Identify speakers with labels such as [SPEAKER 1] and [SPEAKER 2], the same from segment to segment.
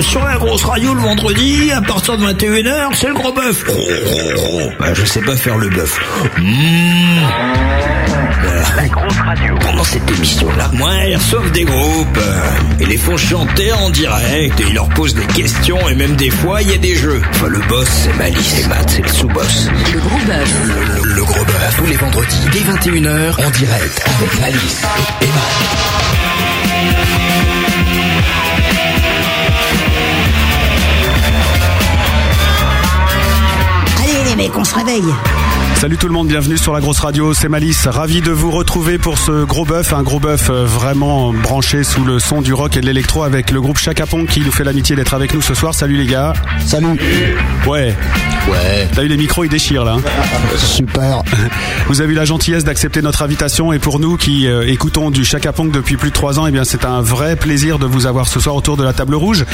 [SPEAKER 1] sur la grosse radio le vendredi, à partir de 21h, c'est le gros bœuf. Oh, oh, oh. Bah, je sais pas faire le bœuf. Mmh. Voilà.
[SPEAKER 2] La grosse radio.
[SPEAKER 1] Pendant cette émission-là, moi, ils reçoivent des groupes euh, et les font chanter en direct et ils leur posent des questions et même des fois, il y a des jeux. Enfin, le boss, c'est Malice et Matt, c'est le sous-boss.
[SPEAKER 3] Le gros bœuf.
[SPEAKER 1] Le, le- le gros bœuf, tous les vendredis, dès 21h, en direct, avec Malice et Matt.
[SPEAKER 3] Allez les mecs, on se réveille.
[SPEAKER 4] Salut tout le monde, bienvenue sur la grosse radio, c'est Malice. Ravi de vous retrouver pour ce gros bœuf, un gros bœuf euh, vraiment branché sous le son du rock et de l'électro avec le groupe Chacapon qui nous fait l'amitié d'être avec nous ce soir. Salut les gars.
[SPEAKER 5] Salut
[SPEAKER 4] Ouais,
[SPEAKER 5] Ouais
[SPEAKER 4] t'as eu les micros, ils déchirent là. hein.
[SPEAKER 5] Super
[SPEAKER 4] Vous avez eu la gentillesse d'accepter notre invitation et pour nous qui euh, écoutons du Chacapong depuis plus de trois ans, eh bien c'est un vrai plaisir de vous avoir ce soir autour de la table rouge.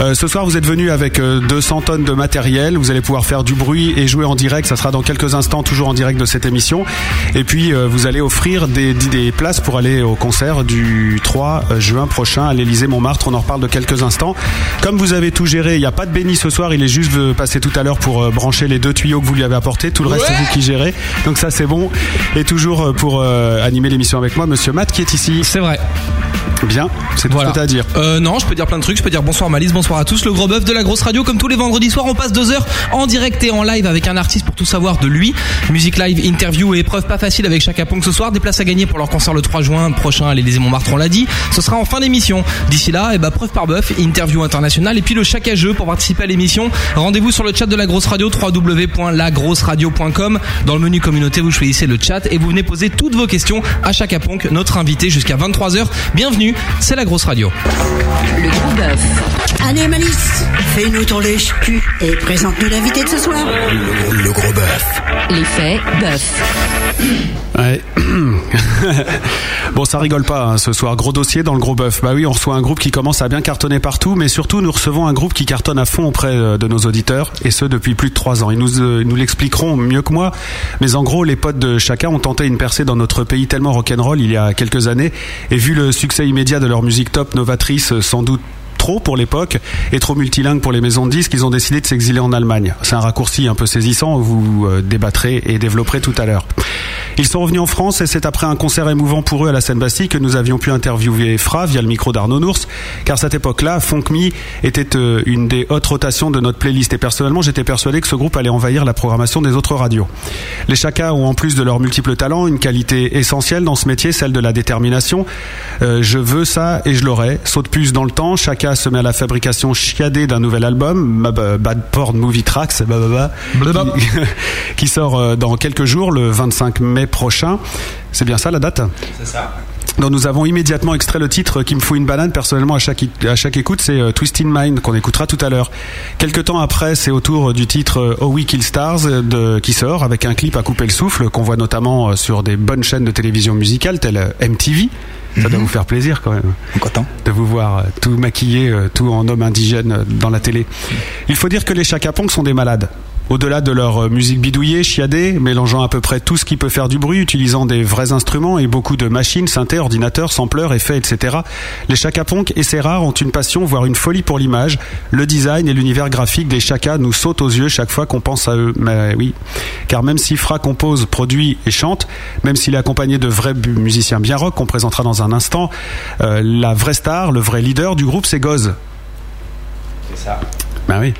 [SPEAKER 4] Euh, ce soir, vous êtes venus avec euh, 200 tonnes de matériel. Vous allez pouvoir faire du bruit et jouer en direct. Ça sera dans quelques instants, toujours en direct de cette émission. Et puis, euh, vous allez offrir des, des- des places pour aller au concert du 3 juin prochain à l'Élysée Montmartre. On en reparle de quelques instants. Comme vous avez tout géré, il n'y a pas de béni ce soir. Il est juste euh, passé tout à l'heure pour euh, brancher les deux tuyaux que vous lui avez apportés. Tout le reste, c'est vous qui gérez. Donc ça, c'est bon. Et toujours euh, pour euh, animer l'émission avec moi, Monsieur Matt qui est ici.
[SPEAKER 6] C'est vrai.
[SPEAKER 4] Bien, c'est tout
[SPEAKER 6] Voilà.
[SPEAKER 4] ce que t'as à dire.
[SPEAKER 6] Euh, non, je peux dire plein de trucs. Je peux dire bonsoir Malice, bonsoir à tous. Le gros bœuf de la grosse radio, comme tous les vendredis soirs, on passe deux heures en direct et en live avec un artiste pour tout savoir de lui. Musique live, interview et épreuve pas facile avec Chaka Pong ce soir. Des places à gagner pour leur concert le 3 juin prochain à l'Élysée Montmartre, on l'a dit. Ce sera en fin d'émission. D'ici là, et bah, preuve par bœuf, interview internationale et puis le Chaka jeu pour participer à l'émission. Rendez-vous sur le chat de la grosse radio www.lagrosseradio.com. Dans le menu communauté, vous choisissez le chat et vous venez poser toutes vos questions à Chaka Pong, notre invité jusqu'à 23h. Bienvenue, c'est la grosse radio.
[SPEAKER 3] Le gros bœuf. Allez Malice, fais-nous tourner le cul et présente-nous l'invité de ce soir.
[SPEAKER 1] Le, le gros bœuf.
[SPEAKER 3] L'effet bœuf.
[SPEAKER 4] Ouais. bon, ça rigole pas hein, ce soir. Gros dossier dans le gros bœuf. Bah oui, on reçoit un groupe qui commence à bien cartonner partout, mais surtout nous recevons un groupe qui cartonne à fond auprès euh, de nos auditeurs, et ce depuis plus de trois ans. Ils nous, euh, ils nous l'expliqueront mieux que moi, mais en gros, les potes de chacun ont tenté une percée dans notre pays tellement rock'n'roll il y a quelques années, et vu le succès immédiat de leur musique top, novatrice, euh, sans doute trop pour l'époque et trop multilingue pour les maisons de disques, ils ont décidé de s'exiler en Allemagne. C'est un raccourci un peu saisissant, vous euh, débattrez et développerez tout à l'heure. Ils sont revenus en France et c'est après un concert émouvant pour eux à la Seine-Bastille que nous avions pu interviewer Fra via le micro d'Arnaud Nours, car cette époque-là, Funk Me était euh, une des hautes rotations de notre playlist et personnellement j'étais persuadé que ce groupe allait envahir la programmation des autres radios. Les Chacas ont en plus de leurs multiples talents une qualité essentielle dans ce métier, celle de la détermination. Euh, je veux ça et je l'aurai. Saut de puce dans le temps, Chaka se met à la fabrication chiadée d'un nouvel album, Ma- Ba- Bad Porn Movie Tracks, bah, bah, bah,
[SPEAKER 6] Blabla.
[SPEAKER 4] qui, qui sort euh, dans quelques jours, le 25 mai prochain. C'est bien ça la date dont nous avons immédiatement extrait le titre qui me fout une banane personnellement à chaque, à chaque écoute, c'est euh, Twist in Mind qu'on écoutera tout à l'heure. Quelques temps après, c'est au tour du titre euh, Oh We Kill Stars euh, de, qui sort avec un clip à couper le souffle qu'on voit notamment euh, sur des bonnes chaînes de télévision musicale telles euh, MTV. Ça doit vous faire plaisir quand même
[SPEAKER 5] Content
[SPEAKER 4] de vous voir euh, tout maquillé, euh, tout en homme indigène euh, dans la télé. Il faut dire que les Chacapongs sont des malades. Au-delà de leur euh, musique bidouillée, chiadée, mélangeant à peu près tout ce qui peut faire du bruit, utilisant des vrais instruments et beaucoup de machines, synthés, ordinateurs, sampleurs, effets, etc., les Chacapongs et ses rares ont une passion, voire une folie pour l'image. Le design et l'univers graphique des Chacas nous sautent aux yeux chaque fois qu'on pense à eux. Mais oui, car même si Fra compose, produit et chante, même s'il est accompagné de vrais bu- musiciens bien rock qu'on présentera dans un instant, euh, la vraie star, le vrai leader du groupe, c'est Goz. C'est ça. Bah oui.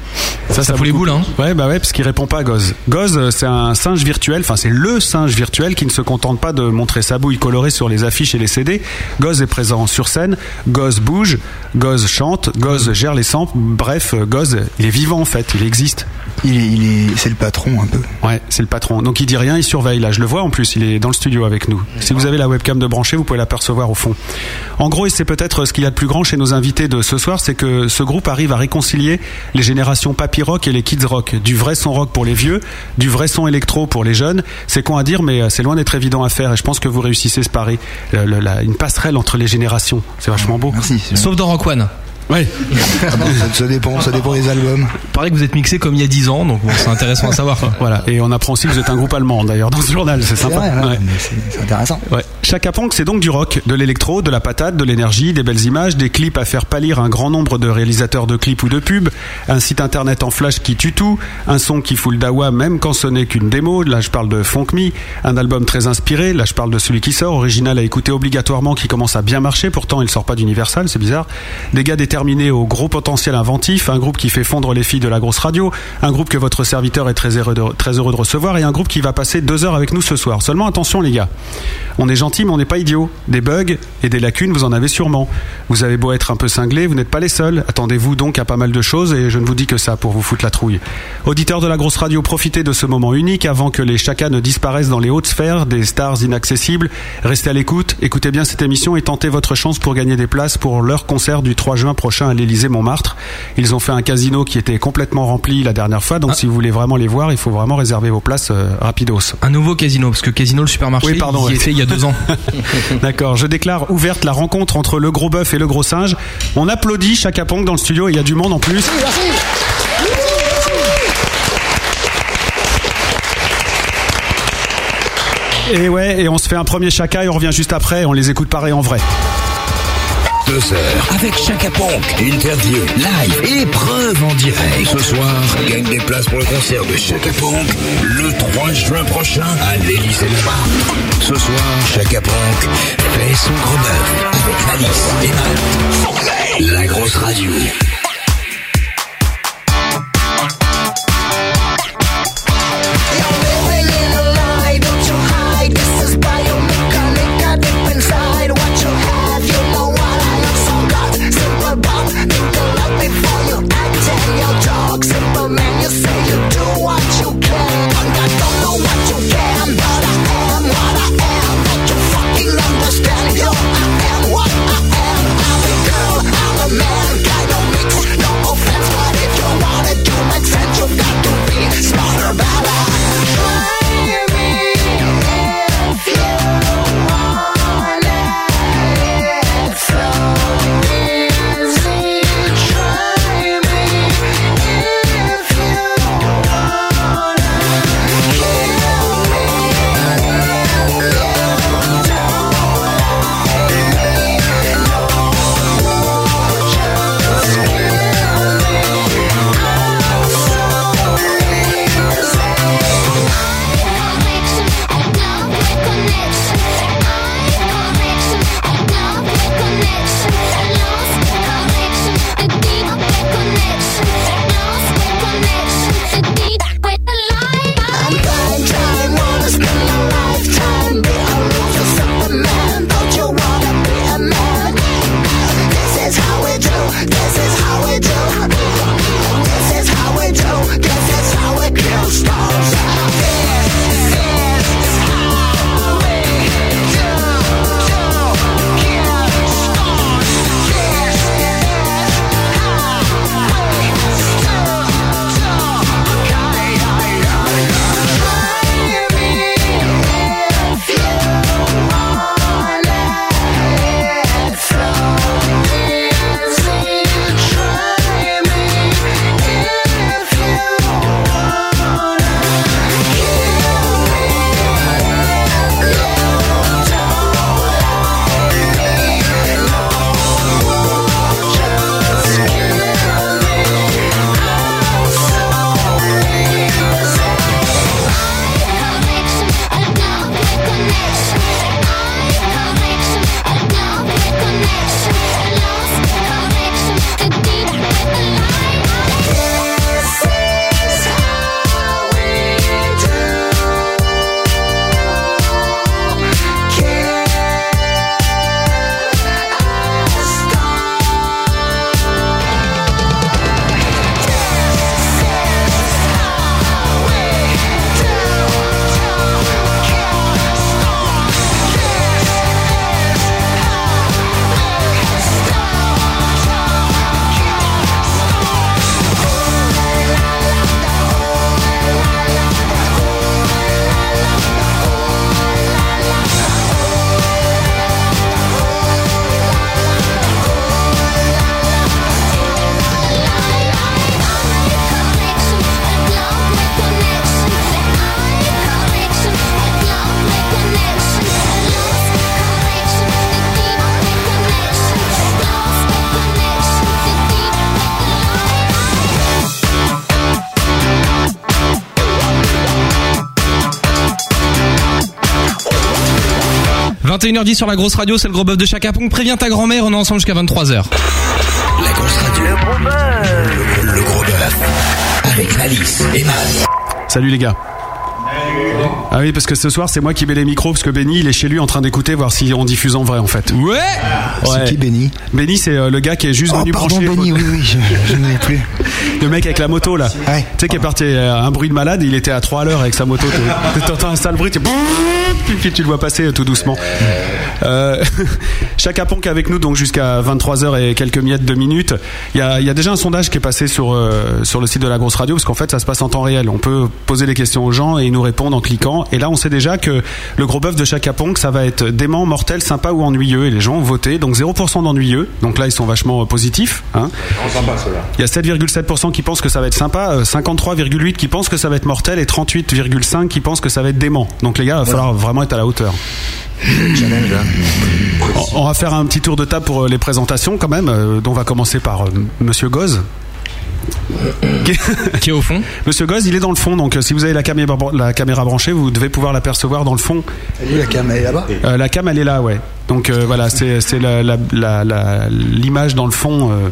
[SPEAKER 6] Ça, fout
[SPEAKER 4] vous
[SPEAKER 6] les
[SPEAKER 4] coupe.
[SPEAKER 6] boules, hein.
[SPEAKER 4] Ouais, bah ouais, parce qu'il répond pas à Goz. Goz, euh, c'est un singe virtuel, enfin, c'est le singe virtuel qui ne se contente pas de montrer sa bouille colorée sur les affiches et les CD. Goz est présent sur scène, Goz bouge, Goz chante, Goz gère les samples, bref, euh, Goz, il est vivant en fait, il existe.
[SPEAKER 5] Il est, il est- c'est le patron un peu.
[SPEAKER 4] Ouais, c'est le patron. Donc il dit rien, il surveille. Là, je le vois en plus, il est dans le studio avec nous. Si vous avez la webcam de brancher, vous pouvez l'apercevoir au fond. En gros, et c'est peut-être ce qu'il y a de plus grand chez nos invités de ce soir, c'est que ce groupe arrive à réconcilier les générations papy rock et les kids rock. Du vrai son rock pour les vieux, du vrai son électro pour les jeunes. C'est con à dire, mais euh, c'est loin d'être évident à faire. Et je pense que vous réussissez ce pari. Le- le- la- une passerelle entre les générations. C'est vachement beau.
[SPEAKER 5] Merci. c'est bien.
[SPEAKER 6] Sauf dans Rock One.
[SPEAKER 4] Ouais.
[SPEAKER 5] Ah bon, ça, ça dépend, ça dépend des albums.
[SPEAKER 6] Pareil que vous êtes mixé comme il y a 10 ans, donc bon, c'est intéressant à savoir. quoi.
[SPEAKER 4] Voilà. Et on apprend aussi que vous êtes un groupe allemand d'ailleurs dans ce journal, c'est
[SPEAKER 5] C'est
[SPEAKER 4] sympa.
[SPEAKER 5] vrai, ouais,
[SPEAKER 4] Ouais.
[SPEAKER 5] mais c'est c'est intéressant.
[SPEAKER 4] Ouais. Chaka Punk, c'est donc du rock, de l'électro, de la patate, de l'énergie, des belles images, des clips à faire pâlir un grand nombre de réalisateurs de clips ou de pubs, un site internet en flash qui tue tout, un son qui fout le dawa même quand ce n'est qu'une démo, là je parle de Funk Me, un album très inspiré, là je parle de celui qui sort, original à écouter obligatoirement, qui commence à bien marcher, pourtant il sort pas d'Universal, c'est bizarre, des gars déterminés au gros potentiel inventif, un groupe qui fait fondre les filles de la grosse radio, un groupe que votre serviteur est très heureux de, très heureux de recevoir et un groupe qui va passer deux heures avec nous ce soir. Seulement attention les gars, on est gentil mais on n'est pas idiot. Des bugs et des lacunes vous en avez sûrement. Vous avez beau être un peu cinglé, vous n'êtes pas les seuls. Attendez-vous donc à pas mal de choses et je ne vous dis que ça pour vous foutre la trouille. Auditeurs de la grosse radio, profitez de ce moment unique avant que les chacas ne disparaissent dans les hautes sphères des stars inaccessibles. Restez à l'écoute, écoutez bien cette émission et tentez votre chance pour gagner des places pour leur concert du 3 juin prochain à l'Elysée Montmartre. Ils ont fait un casino qui était complètement rempli la dernière fois, donc si vous voulez vraiment les voir, il faut vraiment réserver vos places euh, rapidos.
[SPEAKER 6] Un nouveau casino, parce que casino, le supermarché,
[SPEAKER 4] Oui, pardon,
[SPEAKER 6] il y
[SPEAKER 4] ouais.
[SPEAKER 6] était il y a deux ans.
[SPEAKER 4] D'accord, je déclare ouverte la rencontre entre le gros bœuf et le gros singe. On applaudit Chaka Pong dans le studio, il y a du monde en plus. Et ouais, et on se fait un premier Chaka et on revient juste après, on les écoute pareil en vrai.
[SPEAKER 1] Deux heures avec Chaka Ponk. Interview, live, épreuve en direct. Ce soir, gagne des places pour le concert de Chaka Ponk le 3 juin prochain à l'Élysée Montmartre. Ce soir, Chaka Ponk fait son gros bœuf avec Malice et Matt. La grosse radio.
[SPEAKER 2] Understand, yo, I am what I am. I'm a girl, I'm a man, kind of mix
[SPEAKER 6] 21h10 sur la grosse radio, c'est le gros bœuf de Chaka Pong. Préviens ta grand-mère, on est ensemble jusqu'à 23h.
[SPEAKER 1] La grosse radio. Le gros bœuf. Le, gros bœuf. Avec Malice et Matt.
[SPEAKER 4] Salut les gars. Ah oui, parce que ce soir, c'est moi qui mets les micros, parce que Benny, il est chez lui en train d'écouter, voir si on diffuse en vrai, en fait.
[SPEAKER 6] Ouais
[SPEAKER 4] Ouais.
[SPEAKER 5] C'est qui Benny
[SPEAKER 4] Benny, c'est euh, le gars qui est juste
[SPEAKER 5] Oh
[SPEAKER 4] venu
[SPEAKER 5] pardon
[SPEAKER 4] brancher.
[SPEAKER 5] Benny, oui oui, je, je n'en ai plus.
[SPEAKER 4] Le mec avec la moto, là.
[SPEAKER 5] Ouais.
[SPEAKER 4] Tu sais, qui est parti euh, un bruit de malade, il était à 3 à l'heure avec sa moto. t'es- T'entends un sale bruit, tu puis tu le vois passer euh, tout doucement. Euh, Chaka Ponk avec nous, donc jusqu'à 23h et quelques miettes de minutes. Il y a, il y a déjà un sondage qui est passé sur, euh, sur le site de la grosse radio, parce qu'en fait, ça se passe en temps réel. On peut poser des questions aux gens et ils nous répondent en cliquant. Et là, on sait déjà que le gros bœuf de Chaka Ponk, ça va être dément, mortel, sympa ou ennuyeux. Et les gens ont voté, donc 0% d'ennuyeux. Donc là, ils sont vachement euh, positifs. Hein. Il y a 7,7% qui pensent que ça va être sympa, euh, 53,8% qui pensent que ça va être mortel et 38,5% qui pensent que ça va être dément. Donc les gars, il va falloir vraiment être à la hauteur. On- On va faire un petit tour de table pour euh, les présentations quand même, euh, dont on va commencer par euh, Monsieur Goz.
[SPEAKER 6] Qui est au fond
[SPEAKER 4] Monsieur Goz, il est dans le fond, donc euh, si vous avez la caméra, bran- la caméra branchée, vous devez pouvoir l'apercevoir dans le fond.
[SPEAKER 5] Elle est où, la cam, elle est là-bas
[SPEAKER 4] Euh, la cam, elle est là, ouais. Donc euh, voilà, c'est c'est la- la- la- la- l'image dans le fond euh,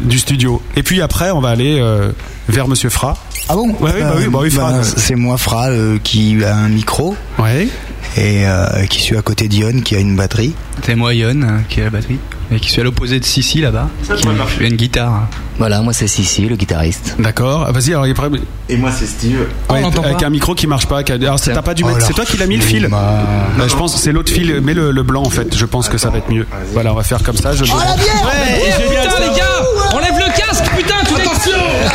[SPEAKER 4] du studio. Et puis après, on va aller euh, vers Monsieur Fra.
[SPEAKER 5] Ah bon Ben,
[SPEAKER 4] Ouais, oui, bah oui, bah oui, Fran, ouais.
[SPEAKER 5] C'est moi Fral euh, qui a un micro
[SPEAKER 4] Ouais.
[SPEAKER 5] et euh, qui suis à côté d'Yonne qui a une batterie.
[SPEAKER 2] C'est moi Yon euh, qui est à la batterie et qui suis à l'opposé de Sissi là-bas. qui fait une guitare.
[SPEAKER 7] Voilà, moi c'est Sissi, le guitariste.
[SPEAKER 4] D'accord. Ah, Vas-y, alors il est prêt.
[SPEAKER 8] Et moi, c'est Steve.
[SPEAKER 6] on
[SPEAKER 4] Ouais,
[SPEAKER 6] l'entend
[SPEAKER 4] avec
[SPEAKER 6] pas.
[SPEAKER 4] un micro qui marche pas. qui a- Alors c'est t'as pas dû mettre-
[SPEAKER 5] Oh,
[SPEAKER 4] C'est toi qui l'as mis le fil. Bah, je pense que c'est l'autre fil. Mets le, le blanc en fait. Je pense que ça va être mieux. Voilà, on va faire comme ça.
[SPEAKER 9] Oh,
[SPEAKER 6] Oh,
[SPEAKER 4] Je...
[SPEAKER 6] Eh, putain, les gars Enlève le casque, putain, tout est...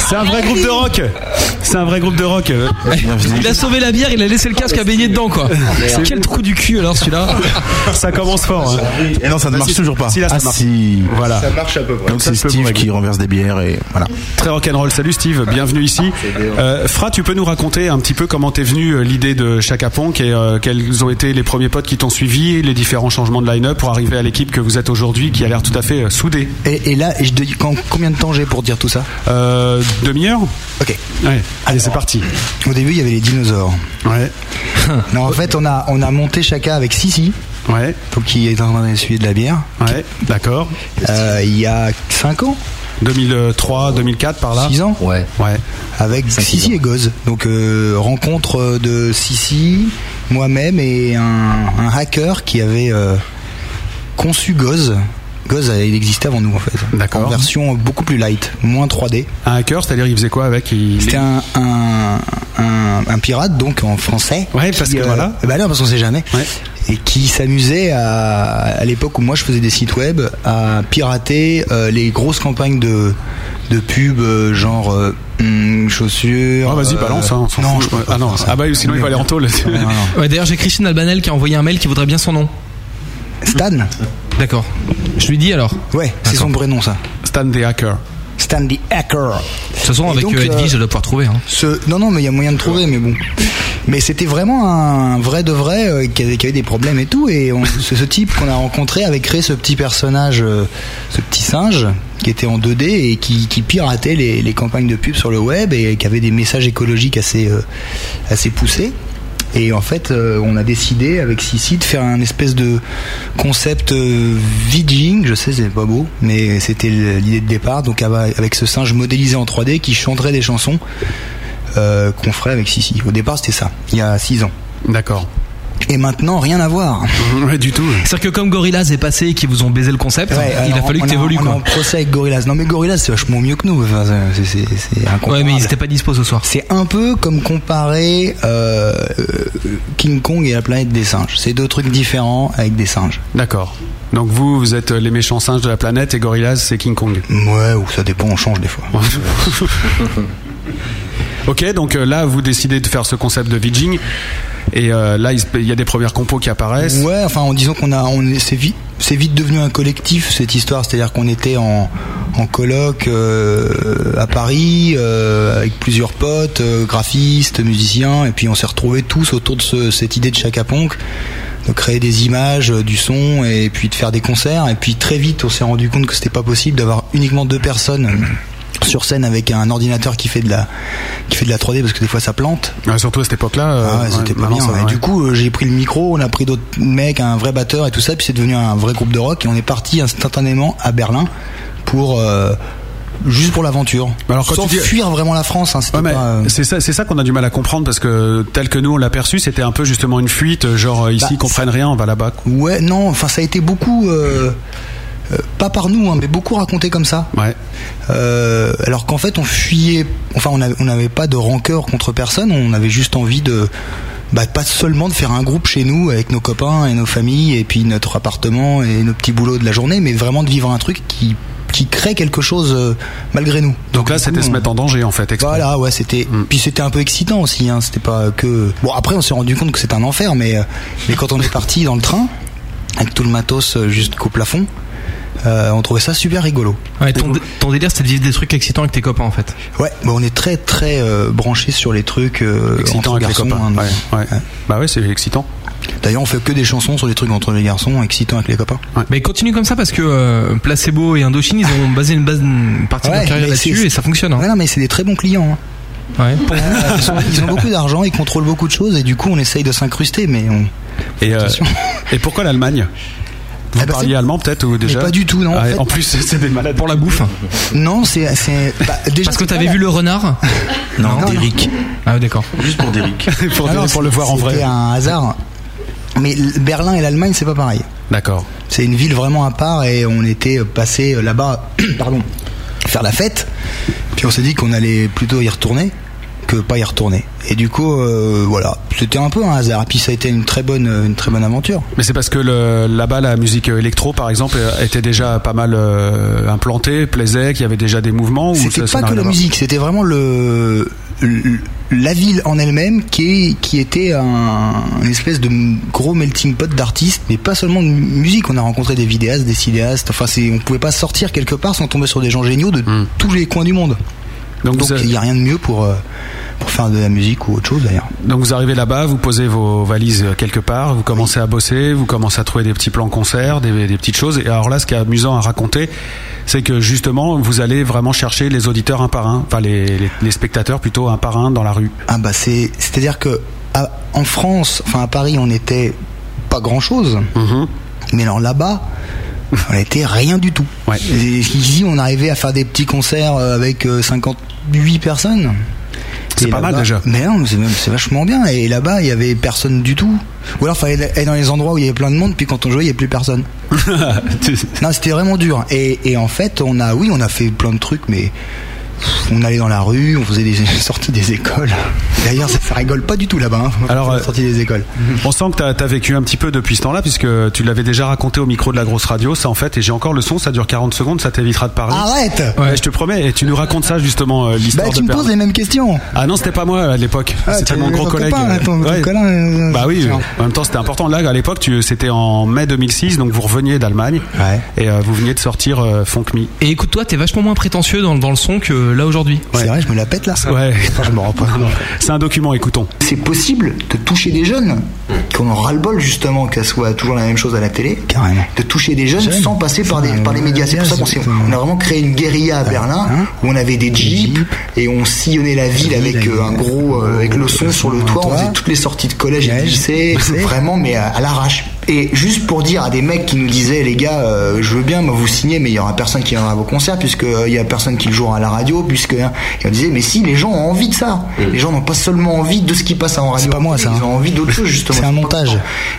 [SPEAKER 4] C'est un vrai groupe de rock. C'est un vrai groupe de rock. Euh,
[SPEAKER 6] Il a sauvé la bière, il a laissé le casque à baigner dedans, quoi. Quel trou du cul, alors, celui-là
[SPEAKER 4] Ça commence fort. hein.
[SPEAKER 8] Et non, ça
[SPEAKER 5] Bah,
[SPEAKER 8] ne marche toujours pas.
[SPEAKER 4] si, là, ça
[SPEAKER 8] ah,
[SPEAKER 4] marche.
[SPEAKER 8] si.
[SPEAKER 4] Voilà.
[SPEAKER 8] Donc c'est Steve qui renverse des bières et voilà.
[SPEAKER 4] Très rock'n'roll. Salut Steve. Bienvenue ici. Euh, Fra, tu peux nous raconter un petit peu comment t'es venu euh, l'idée de Chaka Ponk et euh, quels ont été les premiers potes qui t'ont suivi, les différents changements de line-up pour arriver à l'équipe que vous êtes aujourd'hui, qui a l'air tout à fait euh, soudée.
[SPEAKER 5] Et, et là, et je te dis, quand- combien de temps j'ai pour dire tout ça
[SPEAKER 4] Euh, Demi-heure.
[SPEAKER 5] Ok.
[SPEAKER 4] Ouais. Allez, c'est parti.
[SPEAKER 5] Au début, il y avait les dinosaures.
[SPEAKER 4] Ouais.
[SPEAKER 5] Non, en fait, on a, on a monté Chaka avec Sissi,
[SPEAKER 4] Ouais.
[SPEAKER 5] donc qui est en train d'essuyer de la bière,
[SPEAKER 4] Ouais, d'accord.
[SPEAKER 5] euh, il y a 5 ans,
[SPEAKER 4] 2003, 2004, par là.
[SPEAKER 5] 6 ans,
[SPEAKER 7] Ouais.
[SPEAKER 4] Ouais.
[SPEAKER 5] avec Sissi et Goz. Donc, euh, rencontre de Sissi, moi-même et un, un hacker qui avait euh, conçu Goz. Goz, euh, il existait avant nous en fait.
[SPEAKER 4] D'accord.
[SPEAKER 5] En version beaucoup plus light, moins 3D.
[SPEAKER 4] Un hacker, c'est-à-dire il faisait quoi avec il...
[SPEAKER 5] C'était un, un, un- un pirate, donc en français.
[SPEAKER 4] Ouais, parce que voilà.
[SPEAKER 5] Bah non, parce qu'on sait jamais.
[SPEAKER 4] Ouais.
[SPEAKER 5] Et qui s'amusait à, à l'époque où moi je faisais des sites web, à pirater euh, les grosses campagnes de, de pub, euh, genre euh, hum, chaussures.
[SPEAKER 4] Ah, vas-y,
[SPEAKER 5] euh,
[SPEAKER 4] balance, hein, on s'en
[SPEAKER 5] non,
[SPEAKER 4] fout,
[SPEAKER 5] je peux
[SPEAKER 4] ouais.
[SPEAKER 5] pas
[SPEAKER 4] Ah, non.
[SPEAKER 5] faire ça.
[SPEAKER 4] Ah, bah, sinon, il va aller en tôle.
[SPEAKER 5] Non, non, non.
[SPEAKER 6] Ouais, d'ailleurs, j'ai Christine Albanel qui a envoyé un mail qui voudrait bien son nom.
[SPEAKER 5] Stan
[SPEAKER 6] D'accord. Je lui dis alors. De
[SPEAKER 5] Ouais, c'est son prénom ça.
[SPEAKER 4] Stan des hackers.
[SPEAKER 5] Stan the Hacker.
[SPEAKER 6] toute façon,
[SPEAKER 5] Et
[SPEAKER 6] avec
[SPEAKER 5] donc,
[SPEAKER 6] euh, Edwige,
[SPEAKER 5] euh,
[SPEAKER 6] je dois pouvoir trouver. Hein.
[SPEAKER 5] Ce- Non, non, mais il y a moyen de trouver, mais bon. Mais c'était vraiment un vrai de vrai euh, qui, avait, qui avait des problèmes et tout. Et on- ce, ce type qu'on a rencontré avait créé ce petit personnage, euh, ce petit singe, qui était en 2D et qui, qui piratait les, les campagnes de pub sur le web et qui avait des messages écologiques assez, euh, assez poussés. Et en fait, euh, on a décidé avec Sissi de faire un espèce de concept euh, VJing. Je sais, c'est pas beau, mais c'était l'idée de départ. Donc avec ce singe modélisé en 3D qui chanterait des chansons euh, qu'on ferait avec Sissi. Au départ, c'était ça, il y a 6 ans.
[SPEAKER 4] D'accord.
[SPEAKER 5] Et maintenant, rien à voir.
[SPEAKER 4] Ouais, du tout.
[SPEAKER 6] C'est-à-dire que comme Gorillaz est passé et qu'ils vous ont baisé le concept,
[SPEAKER 5] Ouais,
[SPEAKER 6] il a
[SPEAKER 5] alors,
[SPEAKER 6] fallu que
[SPEAKER 5] on
[SPEAKER 6] t'évolues,
[SPEAKER 5] on est
[SPEAKER 6] quoi.
[SPEAKER 5] en procès avec Gorillaz. Non, mais Gorillaz, c'est vachement mieux que nous. Enfin, c'est- c'est c'est incomparable.
[SPEAKER 6] Ouais, mais ils étaient pas dispo ce soir.
[SPEAKER 5] C'est un peu comme comparer euh, euh, King Kong et la planète des singes. C'est deux trucs différents avec des singes.
[SPEAKER 4] D'accord. Donc, vous, vous êtes euh, les méchants singes de la planète et Gorillaz, c'est King Kong.
[SPEAKER 5] Ouais, ou ça dépend, on change des fois.
[SPEAKER 4] ok, donc euh, là, vous décidez de faire ce concept de Vijing. Et euh, là, il se- il y a des premières compos qui apparaissent.
[SPEAKER 5] Ouais, enfin, en disant qu'on a, on est- c'est vite, c'est vite devenu un collectif cette histoire. C'est-à-dire qu'on était en, en colloque euh, à Paris euh, avec plusieurs potes, euh, graphistes, musiciens, et puis on s'est retrouvés tous autour de ce- cette idée de Chaka Ponk, de créer des images, euh, du son, et puis de faire des concerts. Et puis très vite, on s'est rendu compte que c'était pas possible d'avoir uniquement deux personnes sur scène avec un ordinateur qui fait de la qui fait de la 3D parce que des fois ça plante.
[SPEAKER 4] Ouais, surtout à cette époque-là. euh,
[SPEAKER 5] Ah ouais,
[SPEAKER 4] ouais,
[SPEAKER 5] c'était pas
[SPEAKER 4] maintenant,
[SPEAKER 5] bien.
[SPEAKER 4] ça,
[SPEAKER 5] Et
[SPEAKER 4] ouais.
[SPEAKER 5] Du coup, euh, j'ai pris le micro, on a pris d'autres mecs, un vrai batteur et tout ça, puis c'est devenu un vrai groupe de rock et on est parti instantanément à Berlin pour euh, juste pour l'aventure.
[SPEAKER 4] Bah Alors, quand
[SPEAKER 5] Sans
[SPEAKER 4] tu dis-
[SPEAKER 5] fuir vraiment la France, hein, c'était
[SPEAKER 4] Ouais, mais
[SPEAKER 5] pas, euh,
[SPEAKER 4] c'est ça, c'est ça qu'on a du mal à comprendre parce que tel que nous on l'a perçu, c'était un peu justement une fuite, genre euh, ici
[SPEAKER 5] Bah,
[SPEAKER 4] ils comprennent rien, on va là-bas. quoi.
[SPEAKER 5] Ouais, non, enfin ça a été beaucoup, euh, euh, pas par nous, hein, mais beaucoup raconté comme ça.
[SPEAKER 4] Ouais.
[SPEAKER 5] Euh, alors qu'en fait on fuyait, enfin on n'avait pas de rancœur contre personne, on avait juste envie de, bah, pas seulement de faire un groupe chez nous avec nos copains et nos familles et puis notre appartement et nos petits boulots de la journée, mais vraiment de vivre un truc qui qui crée quelque chose euh, malgré nous.
[SPEAKER 4] Donc là,
[SPEAKER 5] du
[SPEAKER 4] c'était
[SPEAKER 5] coup,
[SPEAKER 4] se
[SPEAKER 5] on-
[SPEAKER 4] mettre en danger en fait. exprès.
[SPEAKER 5] voilà, ouais, c'était.
[SPEAKER 6] Mm.
[SPEAKER 5] Puis c'était un peu excitant aussi, hein. C'était pas que. Bon, après, on s'est rendu compte que c'était un enfer, mais, euh, mais quand on est parti dans le train, avec tout le matos euh, jusqu'au plafond, euh, on trouvait ça super rigolo.
[SPEAKER 6] Ouais, ton, dé- ton délire, c'était de vivre des trucs excitants avec tes copains en fait.
[SPEAKER 5] Ouais, bah, on est très, très euh, branchés sur les trucs euh,
[SPEAKER 4] Excitant
[SPEAKER 5] entre
[SPEAKER 4] avec les
[SPEAKER 5] garçons.
[SPEAKER 4] copains.
[SPEAKER 5] hein, nous.
[SPEAKER 4] Ouais, ouais.
[SPEAKER 5] Ouais.
[SPEAKER 4] Bah ouais, c'est excitant.
[SPEAKER 5] D'ailleurs, on fait que des chansons sur les trucs entre les garçons, excitant avec les copains.
[SPEAKER 6] Mais continue comme ça parce que euh, Placebo et Indochine, ils ont basé une, base, une partie de
[SPEAKER 5] Ouais,
[SPEAKER 6] leur carrière
[SPEAKER 5] mais
[SPEAKER 6] là-dessus
[SPEAKER 5] c'est-
[SPEAKER 6] et ça fonctionne. hein.
[SPEAKER 5] Ouais, non, mais c'est des très bons clients. hein.
[SPEAKER 6] Ouais.
[SPEAKER 5] ils, sont- ils ont beaucoup d'argent, ils contrôlent beaucoup de choses, et du coup, on essaye de s'incruster, mais on.
[SPEAKER 4] Et, euh, et pourquoi l'Allemagne Vous
[SPEAKER 5] Eh ben,
[SPEAKER 4] parliez
[SPEAKER 5] c'est-
[SPEAKER 4] allemand peut-être ou déjà
[SPEAKER 5] pas du tout, non, en
[SPEAKER 4] Ouais,
[SPEAKER 5] fait.
[SPEAKER 4] plus, c'est des malades.
[SPEAKER 6] Pour la bouffe.
[SPEAKER 5] Non, c'est. c'est- bah, déjà,
[SPEAKER 6] Parce que
[SPEAKER 5] c'est
[SPEAKER 6] t'avais
[SPEAKER 5] pas-
[SPEAKER 6] vu le renard
[SPEAKER 8] Non,
[SPEAKER 5] non.
[SPEAKER 8] Derrick.
[SPEAKER 6] Ah ouais, d'accord.
[SPEAKER 8] Juste pour Derrick.
[SPEAKER 4] pour,
[SPEAKER 5] Ah non,
[SPEAKER 4] pour le voir en vrai.
[SPEAKER 5] C'était un hasard. Mais l- Berlin et l'Allemagne, c'est pas pareil.
[SPEAKER 4] D'accord.
[SPEAKER 5] C'est une ville vraiment à part et on était passé là-bas, pardon, faire la fête. Puis on s'est dit qu'on allait plutôt y retourner que pas y retourner. Et du coup, euh, voilà, c'était un peu un hasard. Et puis ça a été une très bonne, une très bonne aventure.
[SPEAKER 4] Mais c'est parce que le- là-bas, la musique électro, par exemple, euh, était déjà pas mal euh, implantée, plaisait, qu'il y avait déjà des mouvements. ou
[SPEAKER 5] C'était
[SPEAKER 4] ça- ça
[SPEAKER 5] pas
[SPEAKER 4] n'a
[SPEAKER 5] que
[SPEAKER 4] rien
[SPEAKER 5] la
[SPEAKER 4] à voir
[SPEAKER 5] musique, c'était vraiment le, le- la ville en elle-même qui, est- qui était un, une espèce de gros melting pot d'artistes, mais pas seulement de musique. On a rencontré des vidéastes, des cinéastes. Enfin, c'est, on pouvait pas sortir quelque part sans tomber sur des gens géniaux de tous les coins du monde.
[SPEAKER 4] Hmm. Donc,
[SPEAKER 5] Donc,
[SPEAKER 4] vous,
[SPEAKER 5] il n'y a rien de mieux pour, euh, pour faire de la musique ou autre chose d'ailleurs.
[SPEAKER 4] donc vous arrivez là-bas, vous posez vos valises quelque part, vous commencez à bosser, vous commencez à trouver des petits plans concerts, des, des petites choses. Et alors là, ce qui est amusant à raconter, c'est que justement, vous allez vraiment chercher les auditeurs un par un, enfin les, les- les spectateurs plutôt un par un dans la rue.
[SPEAKER 5] Ah bah c'est c'est à dire que à- en France, enfin à Paris, on était pas grand chose,
[SPEAKER 4] Mhm.
[SPEAKER 5] mais alors là-bas. On était rien du tout.
[SPEAKER 4] Ouais.
[SPEAKER 5] Et ici, on arrivait à faire des petits concerts euh, avec euh, 58 personnes.
[SPEAKER 4] C'est
[SPEAKER 5] Et
[SPEAKER 4] pas mal,
[SPEAKER 5] là-bas-
[SPEAKER 4] déjà.
[SPEAKER 5] Mais non, mais c'est même- c'est vachement bien. Et là-bas, il y avait personne du tout. Ou alors, fallait aller dans les endroits où il y avait plein de monde, puis quand on jouait, il n'y avait plus personne.
[SPEAKER 4] Ah,
[SPEAKER 5] Non, c'était vraiment dur. Et, et en fait, on a, oui, on a fait plein de trucs, mais pff, on allait dans la rue, on faisait des sorties des écoles. D'ailleurs, ça, ça rigole pas du tout là-bas. hein.
[SPEAKER 4] Alors,
[SPEAKER 5] la
[SPEAKER 4] euh,
[SPEAKER 5] sortie des écoles.
[SPEAKER 4] On sent que t'as as vécu un petit peu depuis ce temps-là, puisque tu l'avais déjà raconté au micro de la grosse radio. Ça, en fait, et j'ai encore le son, ça dure 40 secondes, ça t'évitera de parler.
[SPEAKER 5] Arrête.
[SPEAKER 4] Ouais, je te promets, et tu nous racontes ça justement, euh,
[SPEAKER 5] Bah,
[SPEAKER 4] l'histoire de
[SPEAKER 5] tu me poses
[SPEAKER 4] Perle.
[SPEAKER 5] les mêmes questions.
[SPEAKER 4] Ah non, c'était pas moi à l'époque.
[SPEAKER 5] Ah,
[SPEAKER 4] c'était
[SPEAKER 5] tu-
[SPEAKER 4] mon gros
[SPEAKER 5] ton
[SPEAKER 4] collègue. euh,
[SPEAKER 5] copain, là, ton- ton collègue, euh,
[SPEAKER 4] bah oui,
[SPEAKER 5] tiens.
[SPEAKER 4] en même temps, c'était important. Là, à l'époque, tu- c'était en mai 2006, donc vous reveniez d'Allemagne.
[SPEAKER 5] Ouais.
[SPEAKER 4] Et euh, vous veniez de sortir euh, Funk Me.
[SPEAKER 6] Et écoute-toi, t'es vachement moins prétentieux dans, dans le son que là aujourd'hui.
[SPEAKER 5] C'est vrai, je me la pète là.
[SPEAKER 4] Ouais. Non, C'est un document, écoutons.
[SPEAKER 5] C'est possible de toucher des jeunes, qu'on en ras-le-bol justement, qu'elle soit toujours la même chose à la télé,
[SPEAKER 10] Carrément.
[SPEAKER 5] de toucher des jeunes sans passer par, des, par les médias. C'est pour ça qu'on s'est- on a vraiment créé une guérilla à Berlin, où on avait Hein des jeeps et on sillonnait la ville avec euh, un gros, euh, avec le son sur le toit, on faisait toutes les sorties de collège et de lycée, vraiment mais à, à l'arrache. Et juste pour dire à des mecs qui nous disaient les gars, euh, je veux bien moi, vous signer, mais il y aura personne qui viendra à vos concerts puisque euh, il y a personne qui le jouera à la radio, puisque hein. et on disait mais si les gens ont envie de ça, les gens n'ont pas seulement envie de ce qui passe en radio,
[SPEAKER 10] pas moi, ça,
[SPEAKER 5] ils
[SPEAKER 10] hein.
[SPEAKER 5] ont envie d'autre chose justement.
[SPEAKER 10] C'est un montage.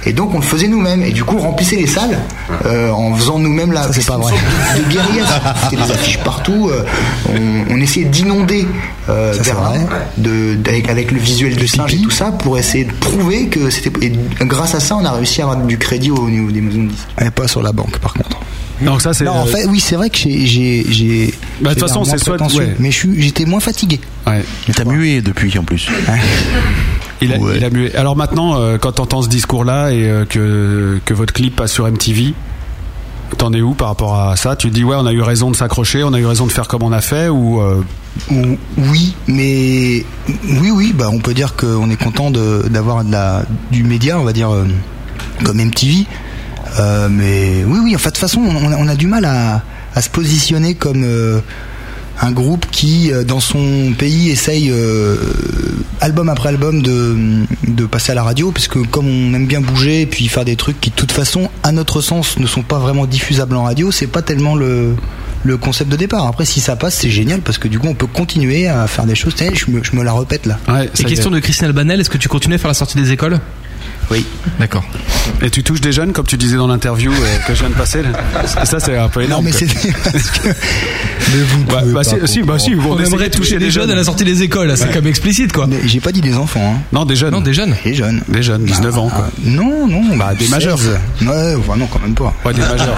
[SPEAKER 5] Et donc on le faisait nous-mêmes. Et du coup, on remplissait les salles euh, en faisant nous-mêmes la. C'est pas vrai. De, de guérilla. C'était des affiches partout. euh, on, on essayait d'inonder euh, Berlin de, avec, avec le visuel du singe et tout ça pour essayer de prouver que c'était. Et grâce à ça, on a réussi à avoir du crédit au niveau des maisons de disques.
[SPEAKER 10] Et pas sur la banque, par contre.
[SPEAKER 4] Donc ça, c'est.
[SPEAKER 5] Non, en
[SPEAKER 4] euh,
[SPEAKER 5] fait, oui, c'est vrai que j'ai- j'ai. j'ai-
[SPEAKER 4] Bah, de toute
[SPEAKER 5] j'ai
[SPEAKER 4] façon,
[SPEAKER 5] l'air moins
[SPEAKER 4] c'est soit-
[SPEAKER 5] prétentieux,
[SPEAKER 4] ouais.
[SPEAKER 5] Mais je suis- j'étais moins fatigué.
[SPEAKER 4] ouais.
[SPEAKER 8] Il t'a mué depuis en plus.
[SPEAKER 5] Hein
[SPEAKER 4] Il a,
[SPEAKER 8] Ouais.
[SPEAKER 4] il a mué. Alors maintenant, euh, quand t'entends ce discours-là et euh, que, que votre clip passe sur MTV, t'en es où par rapport à ça Tu te dis ouais, on a eu raison de s'accrocher, on a eu raison de faire comme on a fait ou euh,
[SPEAKER 5] Ou- Oui, mais oui, oui, bah on peut dire qu'on est content de- d'avoir de la du média, on va dire euh, comme MTV. Euh, mais oui, oui, en fait, de toute façon, on, on a- on a du mal à, à se positionner comme euh, un groupe qui, euh, dans son pays, essaye euh, album après album de, de passer à la radio, parce que comme on aime bien bouger et puis faire des trucs qui, de toute façon, à notre sens, ne sont pas vraiment diffusables en radio, c'est pas tellement le le concept de départ. Après, si ça passe, c'est génial parce que du coup, on peut continuer à faire des choses. Tiens, Je me, je me la répète là.
[SPEAKER 4] Ouais,
[SPEAKER 6] Et
[SPEAKER 4] ça y est.
[SPEAKER 6] question de Christine Albanel, est-ce que tu continues à faire la sortie des écoles
[SPEAKER 5] Oui.
[SPEAKER 6] D'accord.
[SPEAKER 4] Et tu touches des jeunes, comme tu disais dans l'interview euh, que je viens de passer. là. Et ça, c'est un peu
[SPEAKER 5] Non,
[SPEAKER 4] énorme.
[SPEAKER 5] mais
[SPEAKER 4] quoi.
[SPEAKER 5] c'est parce que. Mais vous.
[SPEAKER 4] Bah,
[SPEAKER 5] pouvez
[SPEAKER 4] bah,
[SPEAKER 5] pas
[SPEAKER 4] si, si, bah,
[SPEAKER 5] comprendre.
[SPEAKER 4] si, vous
[SPEAKER 6] On aimerait toucher des jeunes à la sortie des écoles, c'est comme explicite quoi.
[SPEAKER 5] Mais J'ai pas dit des enfants, hein.
[SPEAKER 4] Non, des jeunes.
[SPEAKER 6] Non, des jeunes.
[SPEAKER 5] Des jeunes.
[SPEAKER 4] Des jeunes, 19 ans, quoi.
[SPEAKER 5] Ah, non, non, bah,
[SPEAKER 4] des majeurs.
[SPEAKER 5] 16. Ouais, enfin, non, quand même pas.
[SPEAKER 4] Ouais, des majeurs.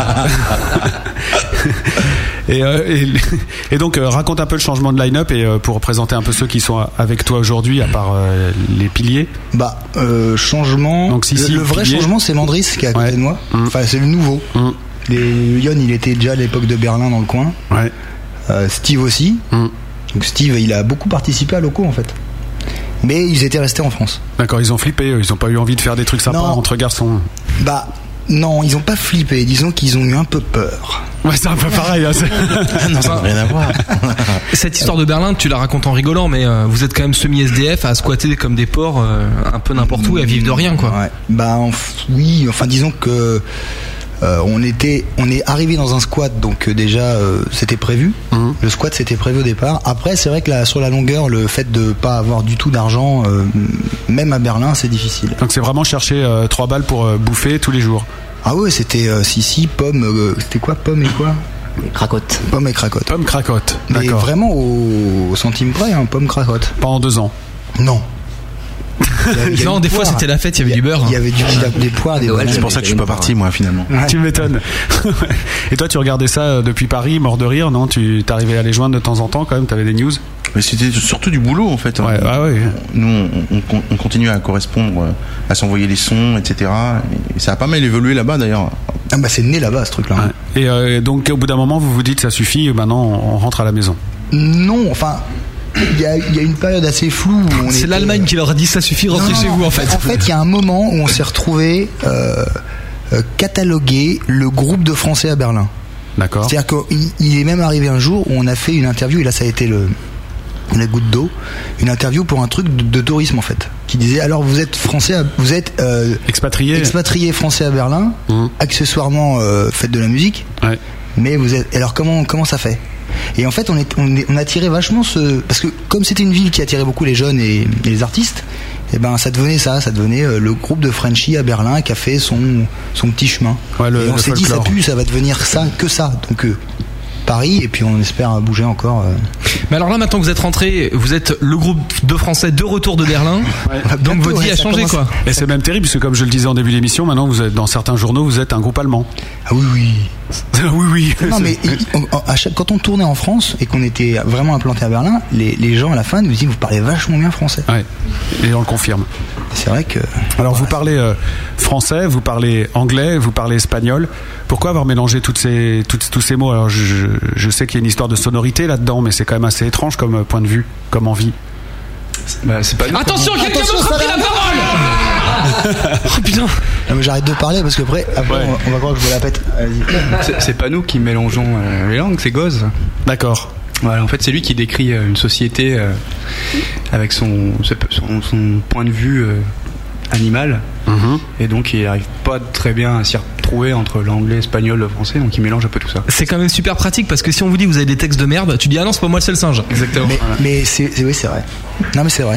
[SPEAKER 4] et, euh, et- et donc, euh, raconte un peu le changement de line-up et euh, pour présenter un peu ceux qui sont avec toi aujourd'hui, à part euh, les piliers.
[SPEAKER 5] Bah, euh, changement.
[SPEAKER 4] Donc, si,
[SPEAKER 5] le,
[SPEAKER 4] si,
[SPEAKER 5] le vrai
[SPEAKER 4] pilier.
[SPEAKER 5] changement, c'est Mandris qui est à côté
[SPEAKER 4] Ouais.
[SPEAKER 5] de moi.
[SPEAKER 4] Mm.
[SPEAKER 5] Enfin, c'est le nouveau.
[SPEAKER 4] Mm.
[SPEAKER 5] Les Yon, il était déjà à l'époque de Berlin dans le coin.
[SPEAKER 4] Ouais.
[SPEAKER 5] Euh, Steve aussi.
[SPEAKER 4] Mm.
[SPEAKER 5] Donc, Steve, il a beaucoup participé à Loco en fait. Mais ils étaient restés en France.
[SPEAKER 4] D'accord, ils ont flippé, eux, ils ont pas eu envie de faire des trucs sympas
[SPEAKER 5] Non.
[SPEAKER 4] entre garçons.
[SPEAKER 5] Bah, non, ils ont pas flippé. Disons qu'ils ont eu un peu peur.
[SPEAKER 4] Ouais, c'est un peu pareil. hein, c'est-
[SPEAKER 8] Ah non, ça n'a rien à voir.
[SPEAKER 6] Cette histoire de Berlin, tu la racontes en rigolant, mais euh, vous êtes quand même semi-SDF à squatter comme des porcs euh, un peu n'importe où et à vivre de rien quoi.
[SPEAKER 5] Ouais. Bah en f- oui, enfin disons que euh, on était, on est arrivé dans un squat, donc euh, déjà euh, c'était prévu.
[SPEAKER 4] Mhm.
[SPEAKER 5] Le squat c'était prévu au départ. Après c'est vrai que là, sur la longueur, le fait de pas avoir du tout d'argent, euh, même à Berlin, c'est difficile.
[SPEAKER 4] Donc, c'est vraiment chercher euh, trois balles pour euh, bouffer tous les jours.
[SPEAKER 5] Ah ouais, c'était euh, si si pomme, euh, c'était quoi pomme et quoi
[SPEAKER 7] Cracotte.
[SPEAKER 5] Pomme et cracotte.
[SPEAKER 4] Pomme cracotte.
[SPEAKER 5] Mais
[SPEAKER 4] D'accord.
[SPEAKER 5] vraiment au, au centime près, hein, pomme cracotte.
[SPEAKER 4] Pendant deux ans.
[SPEAKER 5] Non. Il y avait- il y
[SPEAKER 6] Non,
[SPEAKER 5] avait
[SPEAKER 6] des
[SPEAKER 5] du
[SPEAKER 6] fois
[SPEAKER 5] poire.
[SPEAKER 6] c'était la fête, il y avait du beurre.
[SPEAKER 5] Il y avait du, il y avait des poires, des
[SPEAKER 7] Ouais,
[SPEAKER 5] bananes.
[SPEAKER 8] hein. C'est pour ça que je suis pas parti, moi, finalement.
[SPEAKER 5] Ouais.
[SPEAKER 4] Tu m'étonnes. Et toi, tu regardais ça euh, depuis Paris, mort de rire, non Tu t'arrivais à les joindre de temps en temps quand même T'avais des news
[SPEAKER 8] Mais c'était surtout du boulot, en fait. hein.
[SPEAKER 5] Euh,
[SPEAKER 4] Ouais, ah ouais.
[SPEAKER 8] Nous, on- on, con- on continue à correspondre, euh, à s'envoyer les sons, etc. Et ça a pas mal évolué là-bas, d'ailleurs.
[SPEAKER 5] Ah bah c'est né là-bas ce truc-là. hein.
[SPEAKER 4] Et euh, donc, au bout d'un moment, vous vous dites, ça suffit, maintenant, on on rentre à la maison.
[SPEAKER 5] Non, enfin, il y a, il y a une période assez floue. où on
[SPEAKER 6] C'est
[SPEAKER 5] était- euh,
[SPEAKER 6] l'Allemagne qui leur a dit ça suffit, rentrez
[SPEAKER 5] Non, non,
[SPEAKER 6] chez
[SPEAKER 5] non.
[SPEAKER 6] vous en fait.
[SPEAKER 5] En fait, il y a un moment où on s'est retrouvé euh, euh, cataloguer le groupe de Français à Berlin.
[SPEAKER 4] D'accord
[SPEAKER 5] C'est-à-dire qu'il il est même arrivé un jour où on a fait une interview, et là ça a été le, la goutte d'eau, une interview pour un truc de, de tourisme en fait, qui disait alors vous êtes français, à- vous êtes euh,
[SPEAKER 4] Expatrié
[SPEAKER 5] expatrié français à Berlin,
[SPEAKER 4] Mhm.
[SPEAKER 5] accessoirement euh, faites de la musique,
[SPEAKER 4] Ouais.
[SPEAKER 5] mais vous êtes. Alors comment comment ça fait Et en fait, on est on, est- on a attiré vachement ce parce que comme c'était une ville qui attirait beaucoup les jeunes et, et les artistes, et ben ça devenait ça, ça devenait euh, le groupe de Frenchie à Berlin qui a fait son son petit chemin.
[SPEAKER 4] Ouais, le-
[SPEAKER 5] et on
[SPEAKER 4] le
[SPEAKER 5] s'est dit ça
[SPEAKER 4] folklore.
[SPEAKER 5] pue, ça va devenir ça que ça. Donc euh, Paris et puis on espère bouger encore. euh.
[SPEAKER 6] Mais alors là, maintenant que vous êtes rentrés, vous êtes le groupe de Français de retour de Berlin. Donc
[SPEAKER 5] Bientôt,
[SPEAKER 6] votre vie
[SPEAKER 5] ouais,
[SPEAKER 6] a
[SPEAKER 5] ça
[SPEAKER 6] changé
[SPEAKER 5] commence-
[SPEAKER 6] quoi.
[SPEAKER 4] Et c'est même terrible, puisque comme je le disais en début d'émission, maintenant, vous êtes dans certains journaux, vous êtes un groupe allemand.
[SPEAKER 5] Ah oui oui.
[SPEAKER 4] oui, oui.
[SPEAKER 5] Non mais il- on- à chaque- quand on tournait en France et qu'on était vraiment implanté à Berlin, les, les gens à la fin nous disaient vous parlez vachement bien français.
[SPEAKER 4] Ouais. Et on le confirme.
[SPEAKER 5] C'est vrai que
[SPEAKER 4] Alors, vous parlez euh, français, vous parlez anglais, vous parlez espagnol. Pourquoi avoir mélangé toutes ces, toutes- tous ces mots Alors, je, je- je sais qu'il y a une histoire de sonorité là-dedans, mais c'est quand même assez étrange comme euh, point de vue, comme envie.
[SPEAKER 2] Bah, c'est pas nous.
[SPEAKER 6] Attention, quelqu'un d'autre a pris la parole Oh putain
[SPEAKER 5] Non mais j'arrête de parler parce que après, après,
[SPEAKER 4] Ouais.
[SPEAKER 5] on, va, on va croire que je vous la pète. Vas-y.
[SPEAKER 2] C'est- C'est pas nous qui mélangeons euh, les langues, c'est Goz.
[SPEAKER 4] D'accord.
[SPEAKER 2] Voilà, en fait, c'est lui qui décrit euh, une société euh, avec son, son, son point de vue euh, animal.
[SPEAKER 4] Mhm.
[SPEAKER 2] Et donc, il n'arrive pas très bien à s'y retrouver entre l'anglais, l'espagnol, le français. Donc, il mélange un peu tout ça.
[SPEAKER 6] C'est quand même super pratique parce que si on vous dit vous avez des textes de merde, tu dis ah non, c'est pas moi, c'est le singe. Exactement.
[SPEAKER 5] Mais, mais c'est, c'est- oui, c'est vrai. Non mais c'est vrai.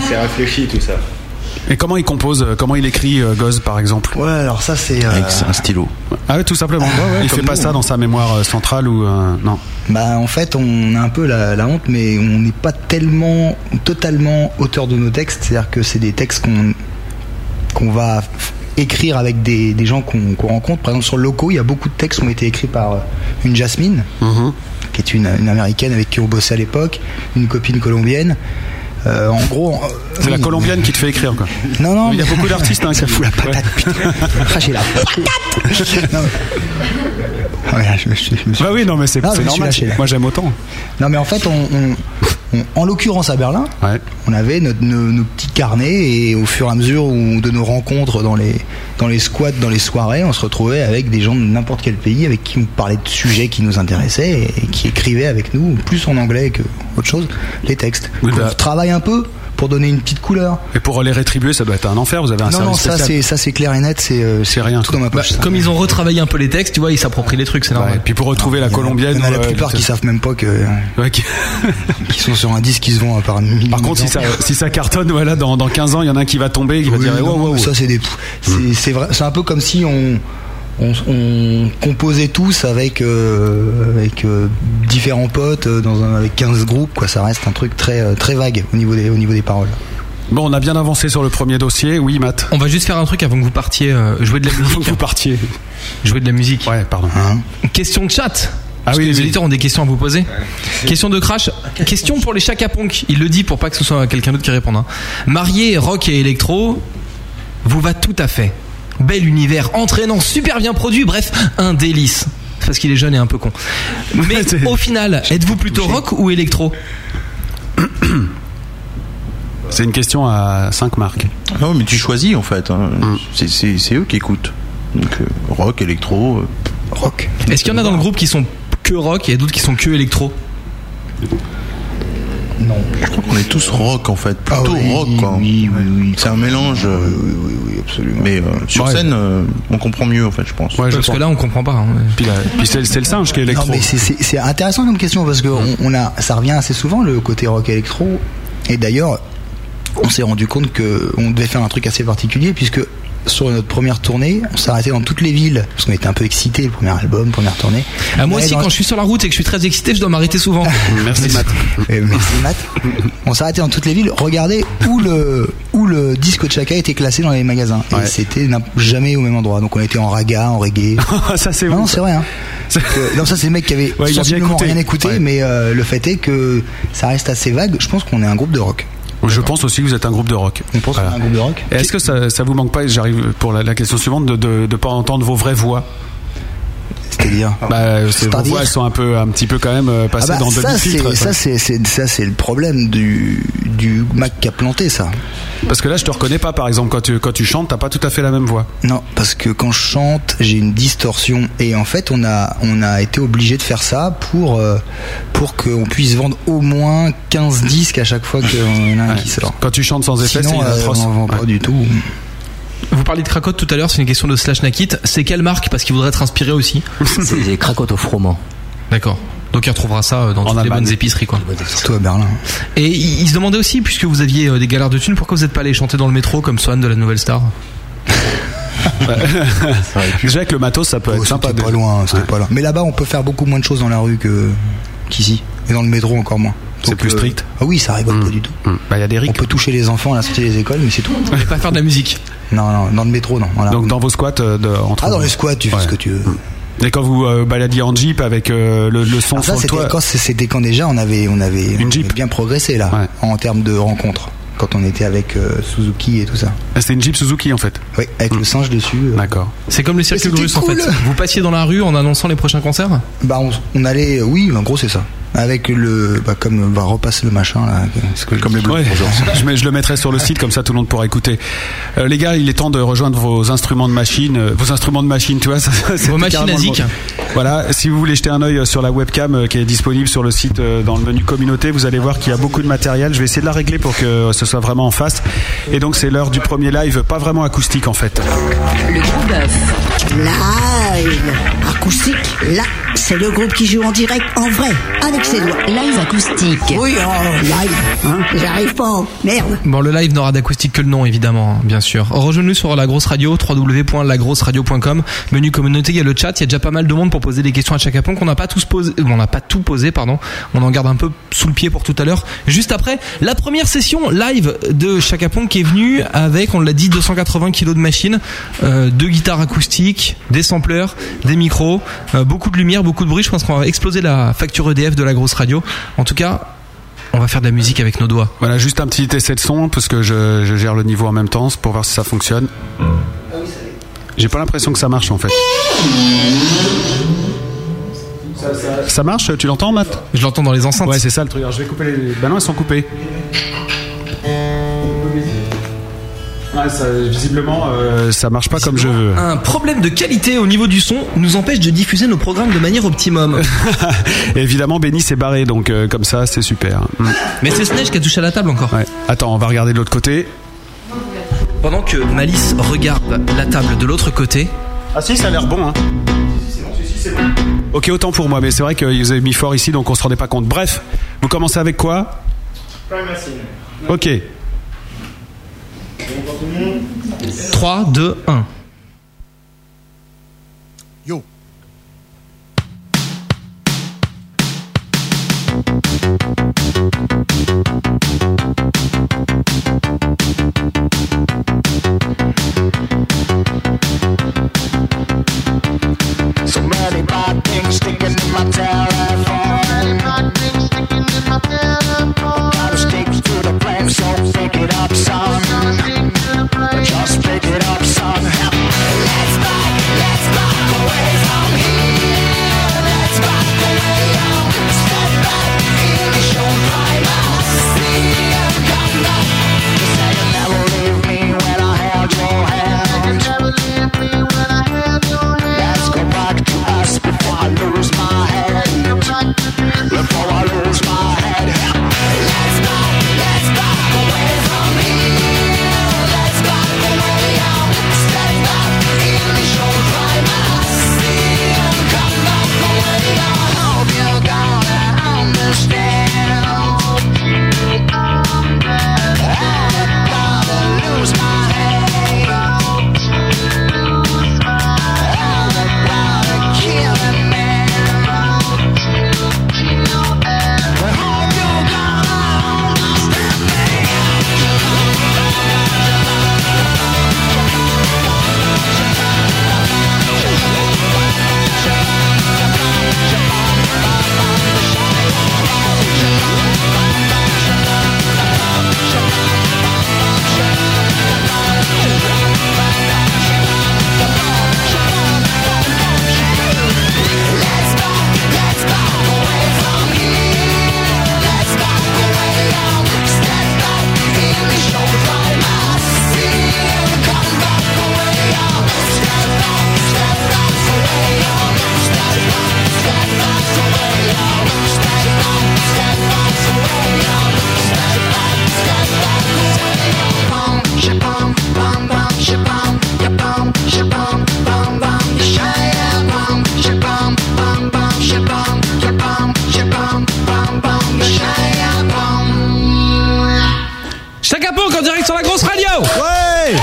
[SPEAKER 4] Et comment il compose, euh, comment il écrit euh, Goz, par exemple
[SPEAKER 5] Ouais, alors ça c'est. euh,
[SPEAKER 8] Avec un stylo.
[SPEAKER 4] Ah ouais, tout simplement. il fait pas ça dans sa mémoire euh, centrale ou euh, non.
[SPEAKER 5] bah en fait, on a un peu la, la honte, mais on n'est pas tellement, totalement auteur de nos textes. C'est-à-dire que c'est des textes qu'on qu'on va f- écrire avec des, des gens qu'on qu'on rencontre. Par exemple, sur Loco, il y a beaucoup de textes qui ont été écrits par euh, une Jasmine.
[SPEAKER 4] Mhm.
[SPEAKER 5] qui est une, une américaine avec qui on bossait à l'époque, une copine colombienne. Euh, en gros, en-
[SPEAKER 4] C'est la
[SPEAKER 5] oui.
[SPEAKER 4] colombienne qui te fait écrire quoi.
[SPEAKER 5] Non, non,
[SPEAKER 4] Il y a
[SPEAKER 5] mais-
[SPEAKER 4] beaucoup d'artistes hein, qui
[SPEAKER 5] Ou la patate, putain. Ah, j'ai la patate. Non, mais- Ouais, je me suis- je me suis-
[SPEAKER 4] Bah oui, non mais c'est
[SPEAKER 5] Non,
[SPEAKER 4] c'est
[SPEAKER 5] mais
[SPEAKER 4] normal.
[SPEAKER 5] celui-là, c'est-
[SPEAKER 4] Moi j'aime autant.
[SPEAKER 5] Non, mais en fait, on, on- on- en l'occurrence à Berlin,
[SPEAKER 4] Ouais.
[SPEAKER 5] on avait notre- nos, nos petits carnets et au fur et à mesure où- de nos rencontres dans les, dans les squats, dans les soirées, on se retrouvait avec des gens de n'importe quel pays avec qui on parlait de sujets qui nous intéressaient et, qui écrivaient avec nous, plus en anglais que autre chose, les textes.
[SPEAKER 4] Oui,
[SPEAKER 5] Donc,
[SPEAKER 4] bah.
[SPEAKER 5] on travaille un peu pour donner une petite couleur.
[SPEAKER 4] Et pour les rétribuer, ça doit être un enfer. Vous avez un
[SPEAKER 5] non, non,
[SPEAKER 4] service
[SPEAKER 5] ça
[SPEAKER 4] spécial.
[SPEAKER 5] c'est, ça c'est clair et net, c'est, euh,
[SPEAKER 4] C'est rien,
[SPEAKER 5] Tout dans ma
[SPEAKER 6] Bah,
[SPEAKER 5] poche. ça.
[SPEAKER 6] comme ils ont retravaillé un peu les textes, tu vois, ils s'approprient les trucs, c'est
[SPEAKER 4] Ouais,
[SPEAKER 6] normal.
[SPEAKER 4] et puis pour retrouver la
[SPEAKER 5] Il y en a-
[SPEAKER 4] colombienne.
[SPEAKER 5] Ah, il y en a la
[SPEAKER 4] euh,
[SPEAKER 5] plupart qui savent même pas que,
[SPEAKER 4] Ouais, qui-
[SPEAKER 5] qu'ils sont sur un disque qui se vend par mille-
[SPEAKER 4] Par contre, si ça, si ça cartonne, voilà, dans, dans 15 ans, il y en a un qui va tomber, qui va
[SPEAKER 5] Oui,
[SPEAKER 4] dire
[SPEAKER 5] non,
[SPEAKER 4] wow, wow,
[SPEAKER 5] mais Ça, c'est des.
[SPEAKER 4] Hmm.
[SPEAKER 5] c'est- C'est vrai. C'est un peu comme si on. On, on composait tous avec euh, avec euh, différents potes euh, dans un, avec 15 groupes quoi ça reste un truc très euh, très vague au niveau des au niveau des paroles.
[SPEAKER 4] Bon, on a bien avancé sur le premier dossier. Oui, Matt.
[SPEAKER 6] On va juste faire un truc avant que vous partiez euh, jouer de la
[SPEAKER 4] Faut
[SPEAKER 6] musique.
[SPEAKER 4] que vous partiez.
[SPEAKER 6] jouer de la musique.
[SPEAKER 4] Ouais, pardon. Hein
[SPEAKER 6] Question de chat.
[SPEAKER 4] Ah
[SPEAKER 6] Parce
[SPEAKER 4] oui,
[SPEAKER 6] que les
[SPEAKER 4] oui.
[SPEAKER 6] auditeurs ont des questions à vous poser. Question de crash. Question pour les chacaponques. Il le dit pour pas que ce soit quelqu'un d'autre qui réponde. hein. Marié, rock et électro, vous va tout à fait. Bel univers, entraînant, super bien produit, bref, un délice. C'est Parce qu'il est jeune et un peu con. Mais
[SPEAKER 4] C'est-
[SPEAKER 6] au final, êtes-vous plutôt rock ou électro
[SPEAKER 4] C'est une question à 5 marques.
[SPEAKER 8] Non, mais tu choisis en fait. hein.
[SPEAKER 5] Mm.
[SPEAKER 8] C'est- C'est c'est eux qui écoutent. Donc euh, rock, électro. euh,
[SPEAKER 5] Rock.
[SPEAKER 6] Est-ce qu'il y en a dans le groupe qui sont que rock et d'autres qui sont que électro
[SPEAKER 5] Non.
[SPEAKER 8] je crois qu'on est tous rock en fait.
[SPEAKER 5] Ah
[SPEAKER 8] Plutôt
[SPEAKER 5] oui,
[SPEAKER 8] rock. quoi.
[SPEAKER 5] oui, oui, oui.
[SPEAKER 8] C'est un mélange. euh,
[SPEAKER 5] absolument.
[SPEAKER 8] Mais euh, sur
[SPEAKER 4] Ouais.
[SPEAKER 8] scène, euh, on comprend mieux en fait, je pense.
[SPEAKER 4] Ouais, je
[SPEAKER 6] Parce que
[SPEAKER 4] pense.
[SPEAKER 6] là, on comprend pas. hein.
[SPEAKER 4] Puis, là- puis c'est c'est le singe qui est
[SPEAKER 5] Non
[SPEAKER 4] électro.
[SPEAKER 5] mais c'est- c'est c'est intéressant comme question parce que on, on a ça revient assez souvent le côté rock électro et d'ailleurs on s'est rendu compte que on devait faire un truc assez particulier puisque sur notre première tournée, on s'est arrêté dans toutes les villes parce qu'on était un peu excités, le premier album, première tournée.
[SPEAKER 6] Ah,
[SPEAKER 5] On
[SPEAKER 6] moi
[SPEAKER 5] allait
[SPEAKER 6] aussi,
[SPEAKER 5] dans-
[SPEAKER 6] quand je suis sur la route et que je suis très excité, je dois m'arrêter souvent.
[SPEAKER 4] Merci, Matt.
[SPEAKER 5] Eh, merci, Matt. On s'est arrêté dans toutes les villes, regardez où le où le disque de Chaka était classé dans les magasins. Et
[SPEAKER 4] Ouais.
[SPEAKER 5] c'était n'im- jamais au même endroit. Donc on était en raga, en reggae.
[SPEAKER 4] ça, c'est
[SPEAKER 5] Non,
[SPEAKER 4] bon.
[SPEAKER 5] non, c'est vrai. Hein.
[SPEAKER 4] Ça-
[SPEAKER 5] Euh, non, ça, c'est les mecs qui avaient
[SPEAKER 4] Ouais, ils ont bien
[SPEAKER 5] sensiblement
[SPEAKER 4] écouté.
[SPEAKER 5] rien écouté,
[SPEAKER 4] Ouais.
[SPEAKER 5] mais euh, le fait est que ça reste assez vague. Je pense qu'on est un groupe de rock.
[SPEAKER 4] Je pense aussi que vous êtes un groupe de rock.
[SPEAKER 5] On pense
[SPEAKER 4] Voilà.
[SPEAKER 5] qu'on est un groupe de rock.
[SPEAKER 4] Et Est-ce que ça, ça vous manque pas, et j'arrive pour la, la question suivante, de ne pas entendre vos vraies voix
[SPEAKER 5] C'est-à-dire.
[SPEAKER 4] bah, c'est- Vos
[SPEAKER 5] C'est-à-dire
[SPEAKER 4] voix, elles sont un, peu, un petit peu quand même euh,
[SPEAKER 5] Ah
[SPEAKER 4] passées
[SPEAKER 5] bah,
[SPEAKER 4] dans
[SPEAKER 5] ça,
[SPEAKER 4] demi-filtre.
[SPEAKER 5] c'est,
[SPEAKER 4] quoi.
[SPEAKER 5] ça, c'est, c'est- ça, c'est le problème du, du Mac qui a planté, ça.
[SPEAKER 4] Parce que là, je te reconnais pas, par exemple, quand tu, quand tu chantes, t'as pas tout à fait la même voix.
[SPEAKER 5] Non, parce que quand je chante, j'ai une distorsion. Et en fait, on a, on a été obligé de faire ça pour, euh, pour qu'on puisse vendre au moins 15 disques à chaque fois qu'on a un qui sort.
[SPEAKER 4] Quand tu chantes sans effet, c'est
[SPEAKER 5] Sinon, euh,
[SPEAKER 4] atroce.
[SPEAKER 5] on en vend pas
[SPEAKER 4] Ouais.
[SPEAKER 5] du tout.
[SPEAKER 6] Vous parliez de Krakow tout à l'heure, c'est une question de Slash Nakit. C'est quelle marque Parce qu'il voudrait être inspiré aussi.
[SPEAKER 7] C'est des cracottes au froment.
[SPEAKER 6] D'accord. Donc il retrouvera ça euh, dans
[SPEAKER 4] En
[SPEAKER 6] toutes les
[SPEAKER 4] Allemagne.
[SPEAKER 6] bonnes épiceries quoi.
[SPEAKER 5] Surtout à Berlin.
[SPEAKER 6] Et il il se demandait aussi, puisque vous aviez euh, des galères de thunes, pourquoi vous n'êtes pas allé chanter dans le métro comme Swan de la Nouvelle Star
[SPEAKER 4] Déjà, avec le matos, ça peut
[SPEAKER 5] Oh,
[SPEAKER 4] être sympa.
[SPEAKER 5] c'était
[SPEAKER 4] de-
[SPEAKER 5] pas loin, c'était pas loin. Mais là-bas, on peut faire beaucoup moins de choses dans la rue que qu'ici, et dans le métro encore moins.
[SPEAKER 4] C'est
[SPEAKER 5] Donc,
[SPEAKER 4] plus strict.
[SPEAKER 5] Ah oui, ça rigole pas du tout.
[SPEAKER 4] Hum, Bah, il y a des
[SPEAKER 5] On
[SPEAKER 4] rics.
[SPEAKER 5] peut toucher les enfants à la sortie des écoles, mais c'est tout.
[SPEAKER 6] Vous n'allez pas faire de la musique.
[SPEAKER 5] Non, non, dans le métro, non. Voilà.
[SPEAKER 4] Donc, dans vos squats, euh, de, entre
[SPEAKER 5] ah, dans les squats, tu fais
[SPEAKER 4] Ouais.
[SPEAKER 5] ce que tu veux.
[SPEAKER 4] Et quand vous euh, baladiez en jeep avec euh, le, le son
[SPEAKER 5] Ah, ça,
[SPEAKER 4] sur le
[SPEAKER 5] c'était
[SPEAKER 4] toit.
[SPEAKER 5] quand, c'était quand déjà on avait, on avait,
[SPEAKER 4] Une
[SPEAKER 5] on
[SPEAKER 4] Jeep.
[SPEAKER 5] avait bien progressé là,
[SPEAKER 4] Ouais.
[SPEAKER 5] en termes de rencontres, quand on était avec euh, Suzuki et tout ça.
[SPEAKER 4] Ah, C'était une jeep Suzuki en fait. Hmm.
[SPEAKER 5] Oui, avec le singe dessus. euh,
[SPEAKER 4] D'accord.
[SPEAKER 6] C'est comme le circuit
[SPEAKER 5] Mais c'était
[SPEAKER 6] russe en
[SPEAKER 5] cool.
[SPEAKER 6] fait. Vous passiez dans la rue en annonçant les prochains concerts
[SPEAKER 5] Bah, on, on allait, oui, en gros, c'est ça. Avec le, bah, comme, on va repasser le machin là. ce que je
[SPEAKER 8] Comme les
[SPEAKER 5] dis.
[SPEAKER 8] bleus.
[SPEAKER 4] Ouais, je, mets- je le mettrai sur le site comme ça tout le monde pourra écouter. Euh, les gars, il est temps de rejoindre vos instruments de machine, euh, vos instruments de machine, tu vois. Ça, ça, c'était
[SPEAKER 6] machines
[SPEAKER 4] carrément
[SPEAKER 6] à
[SPEAKER 4] le
[SPEAKER 6] zik.
[SPEAKER 4] mot. Voilà, si vous voulez jeter un œil euh, sur la webcam euh, qui est disponible sur le site euh, dans le menu communauté, vous allez voir qu'il y a beaucoup de matériel. Je vais essayer de la régler pour que euh, ce soit vraiment en face. Et donc c'est l'heure du premier live, pas vraiment acoustique en fait.
[SPEAKER 3] Le gros bœuf.
[SPEAKER 10] Live acoustique.
[SPEAKER 3] Là, c'est le groupe qui joue en direct, en vrai, avec ses doigts.
[SPEAKER 10] Live acoustique.
[SPEAKER 3] Oui, oh, live. J'arrive pas. oh, Merde.
[SPEAKER 6] Bon, le live n'aura d'acoustique que le nom, évidemment, hein, bien sûr. Rejoignez-nous sur la grosse radio, www.lagrosseradio.com. Menu communauté, il y a le chat, il y a déjà pas mal de monde pour poser des questions à Chacapon qu'on n'a pas tous posé, on n'a pas tout posé, pardon. On en garde un peu sous le pied pour tout à l'heure. Juste après, la première session live de Chacapon qui est venue avec, on l'a dit, 280 kilos de machines, euh, deux guitares acoustiques, des sampleurs, des micros, euh, beaucoup de lumière, beaucoup de bruit. Je pense qu'on va exploser la facture EDF de la grosse radio. En tout cas, on va faire de la musique avec nos doigts.
[SPEAKER 4] Voilà, juste un petit essai de son parce que je, je gère le niveau en même temps c'est pour voir si ça fonctionne. J'ai pas l'impression que ça marche en fait. Ça marche Tu l'entends, Matt
[SPEAKER 6] Je l'entends dans les enceintes.
[SPEAKER 4] Ouais, c'est ça le truc. Alors, je vais couper les. Bah non, elles sont coupées. Ouais, ça, visiblement, euh, ça marche pas comme je veux.
[SPEAKER 6] Un problème de qualité au niveau du son nous empêche de diffuser nos programmes de manière optimum.
[SPEAKER 4] Et évidemment, Benny s'est barré, donc euh, comme ça, c'est super. Mm.
[SPEAKER 6] Mais c'est Snedge qui a touché à la table encore.
[SPEAKER 4] Ouais. Attends, on va regarder de l'autre côté.
[SPEAKER 6] Pendant que Malice regarde la table de l'autre côté,
[SPEAKER 4] Ah si, ça a l'air bon. Hein. Ok, autant pour moi, mais c'est vrai qu'ils avaient mis fort ici, donc on se rendait pas compte. Bref, vous commencez avec quoi Ok.
[SPEAKER 6] 3, 2, 1.
[SPEAKER 8] Yo.
[SPEAKER 11] So many bad things sticking in my telephone. Gotta stick to the plan, so pick it up, son. Just pick it up, son. Let's back, let's back away from here. Let's back away now. Step back, finish your crime. I see you come back. You say you never leave me when I held your hand. Let's go back to us before I lose my head. Before I lose my head. Let's back, let's back away from here. Let's back away out. Step back, finish your crime. I see you come back away. I hope you gonna understand. I'm gonna lose my head.
[SPEAKER 6] Chaka Ponk en direct sur la grosse radio
[SPEAKER 4] Ouais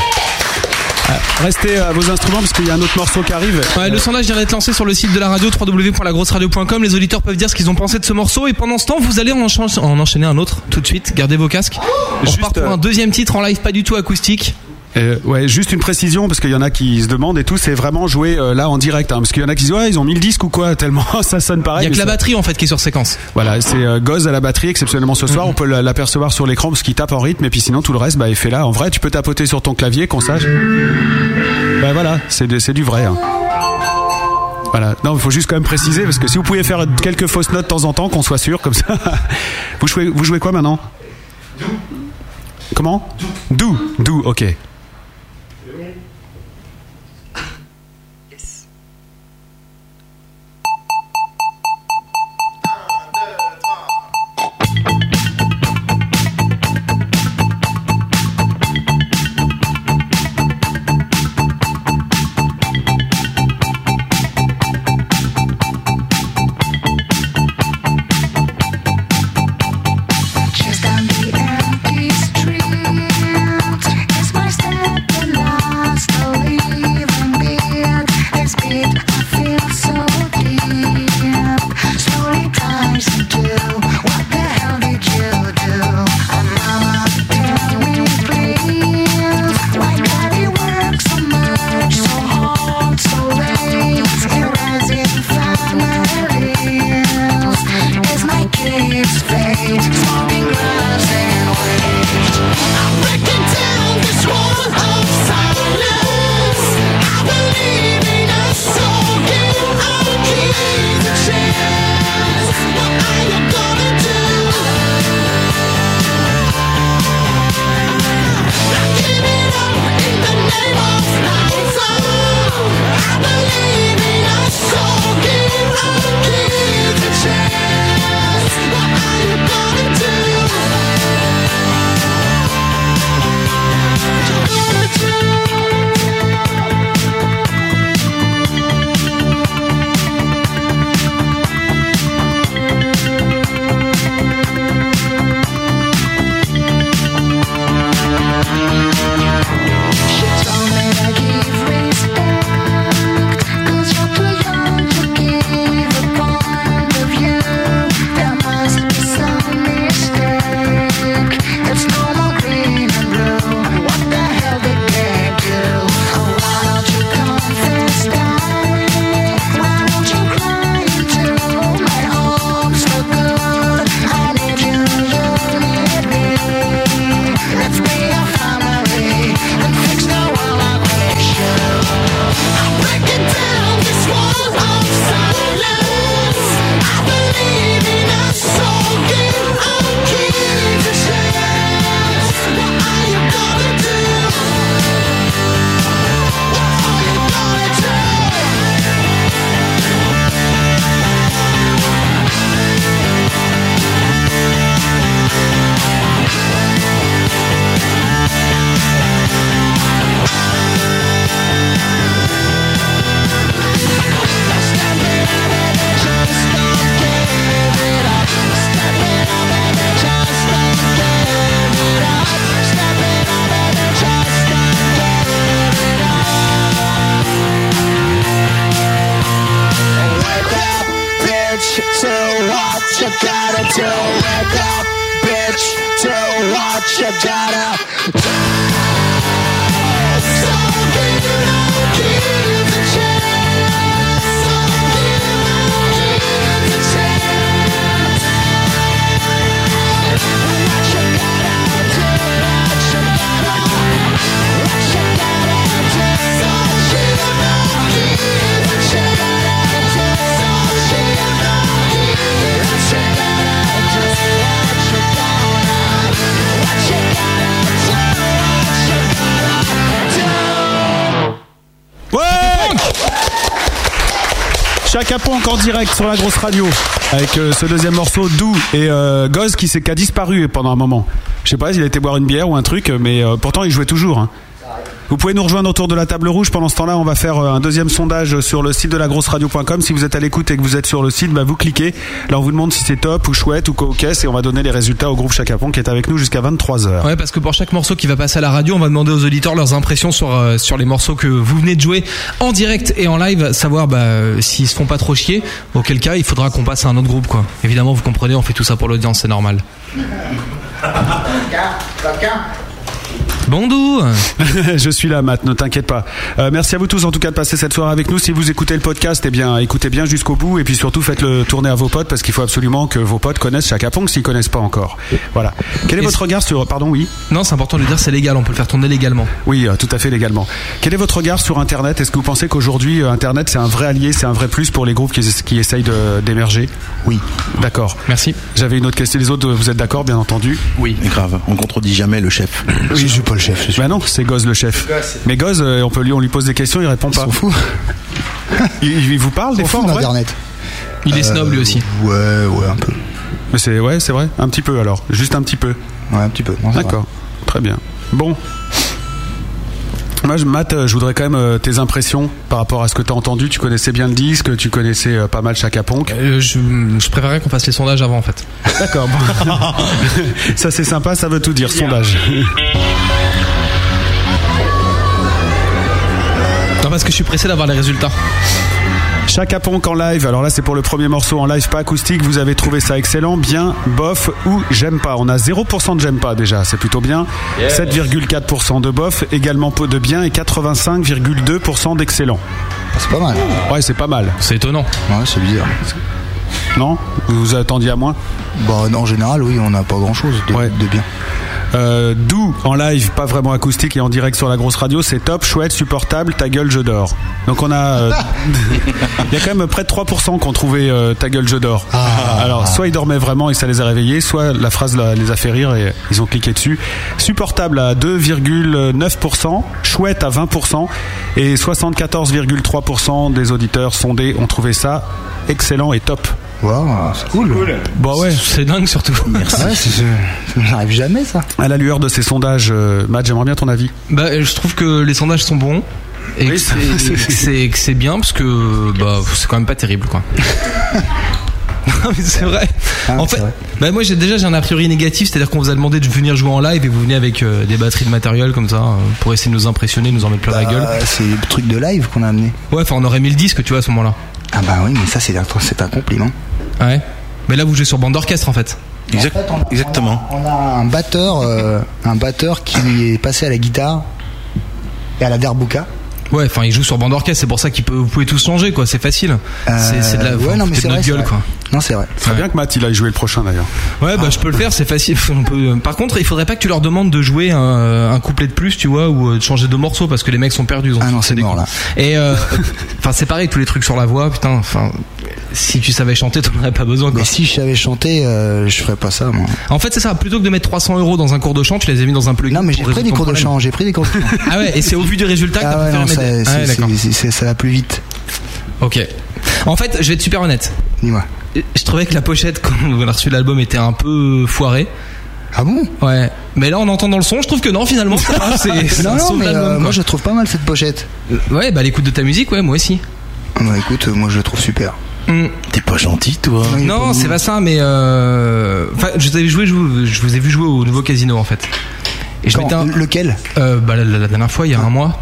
[SPEAKER 4] Restez à vos instruments parce qu'il y a un autre morceau qui arrive.
[SPEAKER 6] Ouais, le sondage vient d'être lancé sur le site de la radio www.lagrosseradio.com. Les auditeurs peuvent dire ce qu'ils ont pensé de ce morceau et pendant ce temps, vous allez en, encha- en enchaîner un autre tout de suite. Gardez vos casques. On
[SPEAKER 4] Juste,
[SPEAKER 6] repart pour
[SPEAKER 4] euh,
[SPEAKER 6] un deuxième titre en live, pas du tout acoustique.
[SPEAKER 4] Euh, ouais, juste une précision parce qu'il y en a qui se demandent et tout, c'est vraiment joué euh, là en direct. hein, parce qu'il y en a qui disent ouais, ils ont mis le disque ou quoi tellement ça sonne
[SPEAKER 6] Il
[SPEAKER 4] pareil.
[SPEAKER 6] y a
[SPEAKER 4] mais
[SPEAKER 6] que la
[SPEAKER 4] ça-
[SPEAKER 6] batterie en fait qui est sur séquence.
[SPEAKER 4] Voilà, c'est euh, Goz à la batterie exceptionnellement ce soir. On peut la- l'apercevoir sur l'écran parce qu'il tape en rythme et puis sinon tout le reste, bah, est fait là. En vrai, tu peux tapoter sur ton clavier qu'on sache. Bah voilà, c'est de- c'est du vrai. hein. Voilà. Non, il faut juste quand même préciser parce que si vous pouvez faire quelques fausses notes de temps en temps, qu'on soit sûr comme ça. Vous jouez, vous jouez quoi maintenant Comment Dou. Dou. Ok.
[SPEAKER 11] Just on the empty street, as my step and last to wake up, bitch, to what you gotta do. So give it a chance. So give it a chance. What you gotta do, what you gotta do, what you gotta do. So give it a chance. So give it a chance.
[SPEAKER 4] Chaka Ponk en direct sur la grosse radio avec euh, ce deuxième morceau doux et euh, Goz qui, s'est- qui a disparu pendant un moment. Je sais pas s'il a été boire une bière ou un truc, mais euh, pourtant il jouait toujours. hein. Vous pouvez nous rejoindre autour de la table rouge. Pendant ce temps-là, on va faire euh, un deuxième sondage sur le site de lagrosseradio.com. Si vous êtes à l'écoute et que vous êtes sur le site, bah, vous cliquez. Là, on vous demande si c'est top ou chouette ou cocasse et on va donner les résultats au groupe Chaka Ponk qui est avec nous jusqu'à 23h.
[SPEAKER 6] Ouais, parce que pour chaque morceau qui va passer à la radio, on va demander aux auditeurs leurs impressions sur, euh, sur les morceaux que vous venez de jouer en direct et en live, savoir bah, euh, s'ils se font pas trop chier, auquel cas il faudra qu'on passe à un autre groupe. quoi. Évidemment, vous comprenez, on fait tout ça pour l'audience, c'est normal. Bondou
[SPEAKER 4] Je suis là, Matt, ne t'inquiète pas. Euh, merci à vous tous en tout cas de passer cette soirée avec nous. Si vous écoutez le podcast, eh bien, écoutez bien jusqu'au bout et puis surtout faites-le tourner à vos potes parce qu'il faut absolument que vos potes connaissent Chaka Ponk s'ils connaissent pas encore. Voilà. Quel est votre regard sur. Pardon, oui
[SPEAKER 6] Non, c'est important de le dire, c'est légal, on peut le faire tourner légalement.
[SPEAKER 4] Oui, euh, tout à fait légalement. Quel est votre regard sur Internet Est-ce que vous pensez qu'aujourd'hui, euh, Internet, c'est un vrai allié, c'est un vrai plus pour les groupes qui, qui essayent de- d'émerger
[SPEAKER 8] Oui.
[SPEAKER 4] D'accord.
[SPEAKER 6] Merci.
[SPEAKER 4] J'avais une autre question. Les autres, vous êtes d'accord, bien entendu
[SPEAKER 2] Oui.
[SPEAKER 8] grave, on contredit jamais le chef.
[SPEAKER 4] Oui, je suis pas le chef. Bah non, c'est Goz le chef. Mais Goz, euh, on, peut lui, on lui pose des questions, il répond pas. il, il vous parle des fois en vrai
[SPEAKER 6] Il est snob lui aussi.
[SPEAKER 4] Ouais, Euh, ouais, un peu. Mais c'est ouais, c'est vrai, un petit peu alors, juste un petit peu. Ouais, un petit peu. D'accord, très bien. Bon. Moi, je- Matt, euh, je voudrais quand même euh, tes impressions par rapport à ce que tu as entendu. Tu connaissais bien le disque, tu connaissais euh, pas mal Chaka Ponk.
[SPEAKER 6] Euh, je, je préférerais qu'on fasse les sondages avant en fait.
[SPEAKER 4] D'accord. ça c'est sympa, ça veut tout dire. Sondage.
[SPEAKER 6] Non, parce que je suis pressé d'avoir les résultats.
[SPEAKER 4] Chaka Ponk en live. Alors là, c'est pour le premier morceau en live, pas acoustique. Vous avez trouvé ça excellent, bien, bof ou j'aime pas. On a 0% de j'aime pas déjà, c'est plutôt bien.
[SPEAKER 12] Yes.
[SPEAKER 4] 7,4% de bof, également peu de bien et 85,2% d'excellent. Ah, C'est pas mal. Ouais, c'est pas mal.
[SPEAKER 6] C'est étonnant.
[SPEAKER 4] Ouais, c'est bizarre. Non Vous vous attendiez à moins
[SPEAKER 5] Bah, en général, oui, on n'a pas grand chose de, de bien.
[SPEAKER 4] Euh, D'où en live, pas vraiment acoustique et en direct sur la grosse radio, c'est top, chouette, supportable, ta gueule, je dors. Donc on a. euh, Il y a quand même près de 3% qui ont trouvé euh, ta gueule, je dors.
[SPEAKER 5] Ah.
[SPEAKER 4] Alors soit ils dormaient vraiment et ça les a réveillés, soit la phrase la- les a fait rire et ils ont cliqué dessus. Supportable à 2,9%, chouette à 20% et 74,3% des auditeurs sondés ont trouvé ça excellent et top. Waouh, c'est cool. Bah ouais.
[SPEAKER 6] C'est dingue surtout.
[SPEAKER 4] Merci. J'arrive jamais ça. À la lueur de ces sondages, euh, Matt, j'aimerais bien ton avis.
[SPEAKER 6] Bah, euh, je trouve que les sondages sont bons. Et que c'est- que c'est- que c'est bien parce que bah, c'est quand même pas terrible quoi. Non, mais c'est vrai. en fait, bah, moi j'ai déjà j'ai un a priori négatif, c'est-à-dire qu'on vous a demandé de venir jouer en live et vous venez avec euh, des batteries de matériel comme ça euh, pour essayer de nous impressionner, nous en mettre plein la gueule.
[SPEAKER 5] Bah, C'est le truc de live qu'on a amené.
[SPEAKER 6] Ouais, enfin on aurait mis le disque tu vois à ce moment-là.
[SPEAKER 5] Ah bah oui, mais ça c'est un, c'est un compliment.
[SPEAKER 6] Ouais. Mais là vous jouez sur bande d'orchestre en fait.
[SPEAKER 8] Exactement.
[SPEAKER 5] On a un batteur, euh, un batteur qui est passé à la guitare et à la derbuka.
[SPEAKER 6] Ouais, enfin il joue sur bande d'orchestre, c'est pour ça qu'il peut vous pouvez tous changer quoi, c'est facile. C'est c'est de la
[SPEAKER 5] Euh, ouais,
[SPEAKER 6] enfin,
[SPEAKER 5] non, mais c'est
[SPEAKER 6] foutez de notre
[SPEAKER 5] vrai, c'est
[SPEAKER 6] gueule
[SPEAKER 5] vrai.
[SPEAKER 6] quoi.
[SPEAKER 5] Non, c'est vrai.
[SPEAKER 4] Très bien que Matt, il aille jouer le prochain d'ailleurs.
[SPEAKER 6] Ouais, bah je peux le faire, c'est facile. On peut- euh, Par contre, il faudrait pas que tu leur demandes de jouer un, un couplet de plus, tu vois, ou euh, de changer de morceau parce que les mecs sont perdus. Ah non, c'est mort là. Et euh, enfin, c'est pareil, tous les trucs sur la voix, putain. Enfin, si tu savais chanter, t'en aurais pas besoin. Quoi.
[SPEAKER 5] Mais si je savais chanter, euh, je ferais pas ça moi.
[SPEAKER 6] En fait, c'est ça. Plutôt que de mettre 300 euros dans un cours de chant, tu les as mis dans un plugin. Non, mais j'ai
[SPEAKER 5] J'ai pris des cours de chant, j'ai pris des cours de chant.
[SPEAKER 6] Ah ouais, et c'est au vu du résultat que
[SPEAKER 5] Ah
[SPEAKER 6] t'as
[SPEAKER 5] ouais,
[SPEAKER 6] préféré
[SPEAKER 5] non, ça, c'est-
[SPEAKER 6] mettre- Ah ouais,
[SPEAKER 5] c'est-
[SPEAKER 6] d'accord.
[SPEAKER 5] c'est- c'est- ça va plus vite.
[SPEAKER 6] Ok. En fait, je vais être super honnête.
[SPEAKER 5] Dis-moi.
[SPEAKER 6] Je trouvais que la pochette quand on a reçu l'album était un peu foirée.
[SPEAKER 5] Ah bon
[SPEAKER 6] Ouais. Mais là, en entendant le son, je trouve que non, finalement, c'est pas. C'est c'est
[SPEAKER 5] non,
[SPEAKER 6] un
[SPEAKER 5] non,
[SPEAKER 6] son de
[SPEAKER 5] mais euh,
[SPEAKER 6] l'album, quoi.
[SPEAKER 5] moi je trouve pas mal cette pochette.
[SPEAKER 6] Ouais, bah l'écoute de ta musique, ouais, moi aussi. Hum.
[SPEAKER 5] Bah écoute, euh, moi je le trouve super.
[SPEAKER 8] T'es pas gentil toi
[SPEAKER 6] Non, c'est pas ça, mais euh... enfin, je vous avais joué, je vous, je vous ai vu jouer au nouveau casino en fait. Et je m'étais un... Euh,
[SPEAKER 5] lequel
[SPEAKER 6] Bah la, la- la dernière fois, il y a un mois.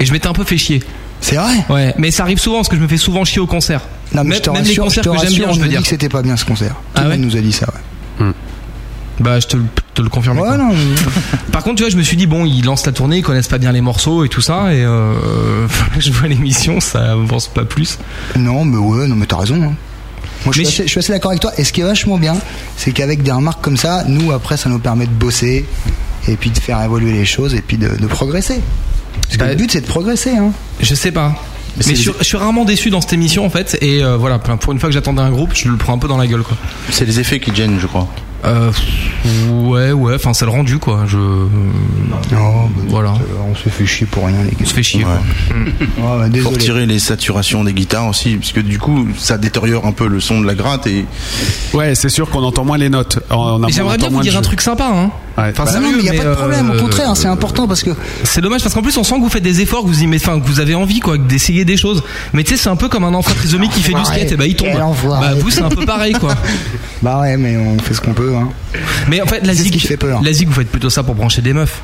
[SPEAKER 6] Et je m'étais un peu fait chier.
[SPEAKER 5] C'est vrai
[SPEAKER 6] Ouais, mais ça arrive souvent parce que je me fais souvent chier au concert.
[SPEAKER 5] Non, mais
[SPEAKER 6] même
[SPEAKER 5] je te
[SPEAKER 6] même les
[SPEAKER 5] rassure,
[SPEAKER 6] concerts
[SPEAKER 5] je te
[SPEAKER 6] que j'aime
[SPEAKER 5] rassure,
[SPEAKER 6] bien,
[SPEAKER 5] on
[SPEAKER 6] je veux
[SPEAKER 5] nous dit
[SPEAKER 6] dire.
[SPEAKER 5] que c'était pas bien ce concert.
[SPEAKER 6] Ah
[SPEAKER 5] Tout le
[SPEAKER 6] ouais
[SPEAKER 5] monde nous a dit ça, ouais.
[SPEAKER 8] Hum.
[SPEAKER 6] Bah, je te, le- te le confirme. quoi. Par contre, tu vois, je me suis dit, bon, ils lancent la tournée, ils connaissent pas bien les morceaux et tout ça, et euh, je vois l'émission, ça avance pas plus.
[SPEAKER 5] Non, mais ouais, non, mais t'as raison. hein. Moi, je, suis assez, je suis assez d'accord avec toi. Et ce qui est vachement bien, c'est qu'avec des remarques comme ça, nous, après, ça nous permet de bosser et puis de faire évoluer les choses et puis de, de progresser. Parce
[SPEAKER 6] Bah,
[SPEAKER 5] que le but, c'est de progresser. Hein.
[SPEAKER 6] Je sais pas. Mais,
[SPEAKER 5] c'est-
[SPEAKER 6] je, suis- je suis rarement déçu dans cette émission en fait, et euh, voilà, pour une fois que j'attendais un groupe, je le prends un peu dans la gueule quoi.
[SPEAKER 8] C'est les effets qui te gênent, je crois.
[SPEAKER 6] Euh, ouais, ouais, enfin c'est le rendu quoi. Je.
[SPEAKER 5] Non,
[SPEAKER 6] voilà.
[SPEAKER 5] bah, On se fait chier pour rien, les gars.
[SPEAKER 6] On se fait chier.
[SPEAKER 5] Ouais, bah,
[SPEAKER 8] Pour
[SPEAKER 5] désolé.
[SPEAKER 8] tirer les saturations des guitares aussi, parce que du coup, ça détériore un peu le son de la gratte et.
[SPEAKER 4] Ouais, c'est sûr qu'on entend moins les notes.
[SPEAKER 6] Mais J'aimerais bien vous dire un truc sympa, hein. Enfin,
[SPEAKER 5] Bah
[SPEAKER 6] sérieux,
[SPEAKER 5] non, mais il a pas de
[SPEAKER 6] euh,
[SPEAKER 5] problème, au contraire, hein, c'est important parce que.
[SPEAKER 6] C'est dommage parce qu'en plus on sent que vous faites des efforts, que vous y mettez, enfin que vous avez envie quoi, que d'essayer des choses. Mais tu sais, c'est un peu comme un enfant trisomique qui fait du skate et bah il tombe.
[SPEAKER 5] Quel enfoiré.
[SPEAKER 6] Bah vous c'est un peu pareil quoi.
[SPEAKER 5] Bah ouais, mais on fait ce qu'on peut. Hein.
[SPEAKER 6] Mais en fait la
[SPEAKER 5] C'est ce
[SPEAKER 6] zig,
[SPEAKER 5] qui fait peur.
[SPEAKER 6] la zig, vous faites plutôt ça pour brancher des meufs.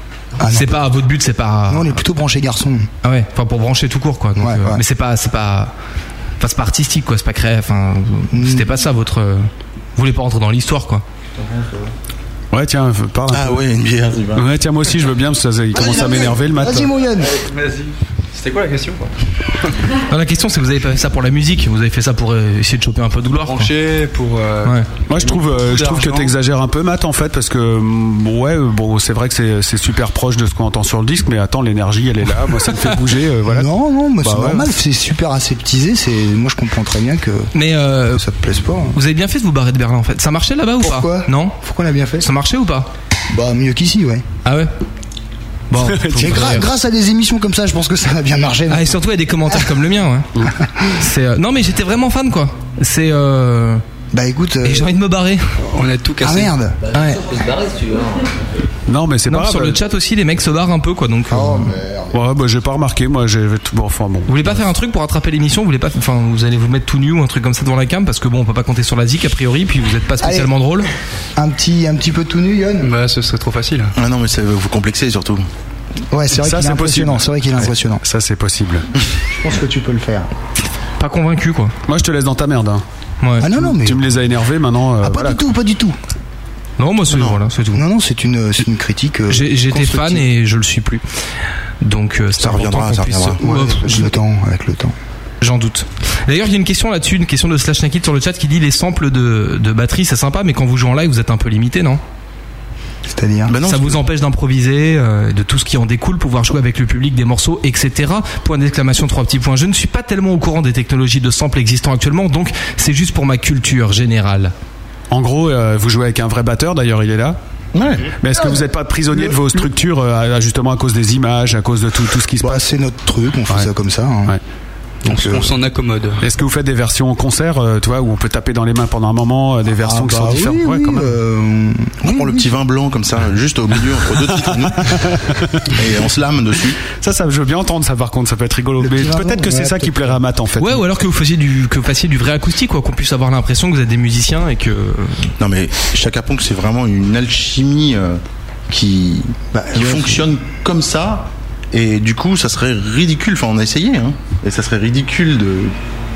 [SPEAKER 6] c'est pas votre but, c'est pas.
[SPEAKER 5] Non, on est plutôt branché garçon.
[SPEAKER 6] Ah ouais, enfin pour brancher tout court quoi. Donc, euh, Mais c'est pas, c'est pas, enfin c'est pas artistique quoi, c'est pas créé. Enfin
[SPEAKER 5] Mm.
[SPEAKER 6] c'était pas ça votre. euh, Vous voulez pas rentrer dans l'histoire quoi.
[SPEAKER 5] hein.
[SPEAKER 4] Ouais, tiens, parle.
[SPEAKER 8] Ah ouais, une bière, c'est
[SPEAKER 4] Ouais, tiens, moi aussi, je veux bien, parce que ça, il commence à m'énerver le matin.
[SPEAKER 5] Vas-y, mon Yann.
[SPEAKER 2] Vas-y. C'était quoi la question quoi
[SPEAKER 6] Non, Ah, la question c'est que vous avez pas fait ça pour la musique, vous avez fait ça pour euh, essayer de choper un peu de gloire. quoi.
[SPEAKER 2] Branché pour. euh,
[SPEAKER 4] Moi, je trouve, euh, je trouve que
[SPEAKER 2] d'argent.
[SPEAKER 4] t'exagères un peu, Matt, en fait, parce que, mm, ouais, euh, bon, c'est vrai que c'est- c'est super proche de ce qu'on entend sur le disque, mais attends, l'énergie, elle est là, moi, ça me fait bouger, euh, voilà.
[SPEAKER 5] Non, non, mais
[SPEAKER 4] Bah
[SPEAKER 5] c'est
[SPEAKER 4] ouais.
[SPEAKER 5] normal, c'est super aseptisé. c'est- Moi, je comprends très bien que
[SPEAKER 6] Mais euh,
[SPEAKER 5] ça te plaise pas. hein.
[SPEAKER 6] vous avez bien fait de vous barrer de Berlin en fait. Ça marchait là-bas ou
[SPEAKER 5] Pourquoi
[SPEAKER 6] pas Non.
[SPEAKER 5] Pourquoi on a bien fait
[SPEAKER 6] Ça marchait ou pas
[SPEAKER 5] Bah, mieux qu'ici, ouais.
[SPEAKER 6] Ah ouais. Bon. faut
[SPEAKER 5] C'est
[SPEAKER 6] me
[SPEAKER 5] gra-
[SPEAKER 6] dire.
[SPEAKER 5] grâce à des émissions comme ça, je pense que ça va bien marcher.
[SPEAKER 6] Ah, et surtout, il y a des commentaires comme le mien. ouais. C'est, euh, Non, mais j'étais vraiment fan, quoi. C'est. euh,
[SPEAKER 5] Bah écoute, euh,
[SPEAKER 6] Et j'ai envie de me barrer.
[SPEAKER 2] On a tout
[SPEAKER 5] ah
[SPEAKER 2] cassé.
[SPEAKER 5] merde.
[SPEAKER 6] Ouais.
[SPEAKER 5] hein.
[SPEAKER 4] Non, mais c'est
[SPEAKER 6] Non,
[SPEAKER 4] pas
[SPEAKER 6] sur
[SPEAKER 4] grave.
[SPEAKER 6] le chat aussi, les mecs se barrent un peu, quoi. Donc, euh,
[SPEAKER 5] Oh,
[SPEAKER 4] Ouais, bah, j'ai pas remarqué, moi, j'ai tout, bon, enfin, bon.
[SPEAKER 6] vous voulez pas faire un truc pour attraper l'émission Vous voulez pas, enfin, vous allez vous mettre tout nu ou un truc comme ça devant la cam parce que bon, on peut pas compter sur la zik a priori, puis vous êtes pas spécialement drôle.
[SPEAKER 5] Un petit, un petit peu tout nu, Yann.
[SPEAKER 2] Bah ce serait trop facile.
[SPEAKER 8] Ah non, mais ça va vous complexer surtout.
[SPEAKER 6] Ah,
[SPEAKER 5] Ouais, c'est vrai
[SPEAKER 4] Ça,
[SPEAKER 5] qu'il est
[SPEAKER 4] c'est
[SPEAKER 5] impressionnant.
[SPEAKER 4] possible.
[SPEAKER 5] C'est vrai qu'il est impressionnant.
[SPEAKER 4] Ça, c'est possible.
[SPEAKER 5] Je pense que tu peux le faire.
[SPEAKER 6] Pas convaincu, quoi.
[SPEAKER 4] Moi, je te laisse dans ta merde, hein.
[SPEAKER 6] Ouais.
[SPEAKER 5] Ah non, non, mais.
[SPEAKER 4] Tu me les as énervés, maintenant, euh,
[SPEAKER 5] Ah, pas
[SPEAKER 4] voilà.
[SPEAKER 5] du tout, pas du tout.
[SPEAKER 6] Non, moi c'est voilà, c'est tout.
[SPEAKER 5] Non, non, c'est une, c'est une critique. euh,
[SPEAKER 6] J'ai- J'étais fan
[SPEAKER 5] constructive.
[SPEAKER 6] et je le suis plus. Donc euh, c'est
[SPEAKER 8] Ça reviendra,
[SPEAKER 6] important
[SPEAKER 8] ça
[SPEAKER 6] qu'on puisse-
[SPEAKER 8] reviendra.
[SPEAKER 5] Ouais,
[SPEAKER 6] Ouais,
[SPEAKER 5] avec
[SPEAKER 6] je-
[SPEAKER 5] le temps, avec le temps.
[SPEAKER 6] J'en doute. D'ailleurs, il y a une question là-dessus, une question de Slash Nakid sur le chat qui dit les samples de, de batterie, c'est sympa, mais quand vous jouez en live, vous êtes un peu limité, non
[SPEAKER 5] C'est-à-dire.
[SPEAKER 8] Bah non,
[SPEAKER 6] Ça
[SPEAKER 8] c'est-
[SPEAKER 6] vous empêche d'improviser, euh, de tout ce qui en découle, pouvoir jouer avec le public, des morceaux, etc. Point d'exclamation, trois petits points. Je ne suis pas tellement au courant des technologies de samples existant actuellement, donc c'est juste pour ma culture générale.
[SPEAKER 4] En gros, euh, vous jouez avec un vrai batteur, d'ailleurs, il est là.
[SPEAKER 8] Ouais.
[SPEAKER 4] Mais est-ce que vous n'êtes pas prisonnier de vos structures, euh, à- justement à cause des images, à cause de tout, tout ce qui se
[SPEAKER 5] Bah,
[SPEAKER 4] passe
[SPEAKER 5] c'est notre truc, on fait ça comme ça. hein. euh,
[SPEAKER 4] Ouais.
[SPEAKER 2] On s- on s'en accommode.
[SPEAKER 4] Est-ce que vous faites des versions en concert, euh, tu vois, où on peut taper dans les mains pendant un moment, euh, des versions
[SPEAKER 5] Ah,
[SPEAKER 4] qui
[SPEAKER 5] bah
[SPEAKER 4] sont
[SPEAKER 5] oui,
[SPEAKER 4] différentes Ouais,
[SPEAKER 5] oui,
[SPEAKER 4] quand même.
[SPEAKER 5] euh,
[SPEAKER 8] On
[SPEAKER 5] oui,
[SPEAKER 8] prend le
[SPEAKER 5] oui.
[SPEAKER 8] petit vin blanc comme ça, juste au milieu entre deux titres. nous. et on se lame dessus.
[SPEAKER 4] Ça, ça, je veux bien entendre ça par contre, ça peut être rigolo.
[SPEAKER 5] Le
[SPEAKER 4] Mais
[SPEAKER 5] petit vin
[SPEAKER 4] peut-être
[SPEAKER 5] blanc,
[SPEAKER 4] que c'est
[SPEAKER 5] ouais,
[SPEAKER 4] ça qui plaira à Matt en fait.
[SPEAKER 6] Ouais, ou alors que vous fassiez du, que vous fassiez du vrai acoustique, quoi, qu'on puisse avoir l'impression que vous êtes des musiciens et que.
[SPEAKER 8] Non mais Chaka Punk c'est vraiment une alchimie euh, qui,
[SPEAKER 4] Bah,
[SPEAKER 8] qui fonctionne comme ça et du coup ça serait ridicule, enfin on a essayé hein, et ça serait ridicule de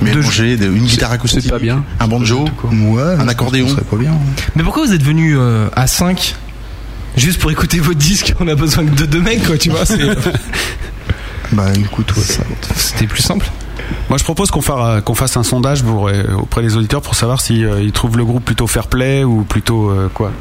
[SPEAKER 8] mélanger de- une guitare acoustique,
[SPEAKER 2] pas bien.
[SPEAKER 8] un banjo,
[SPEAKER 5] Ouais,
[SPEAKER 8] un accordéon.
[SPEAKER 5] Ça serait pas bien.
[SPEAKER 6] Mais pourquoi vous êtes venu euh, à 5 Juste pour écouter votre disque, on a besoin que de deux mecs, quoi, tu vois. c'est-
[SPEAKER 5] Bah, écoute, ouais, ça.
[SPEAKER 6] C'était plus simple.
[SPEAKER 4] Moi, je propose qu'on fasse, qu'on fasse un sondage pour, euh, auprès des auditeurs pour savoir si euh, ils trouvent le groupe plutôt fair play ou plutôt euh, quoi.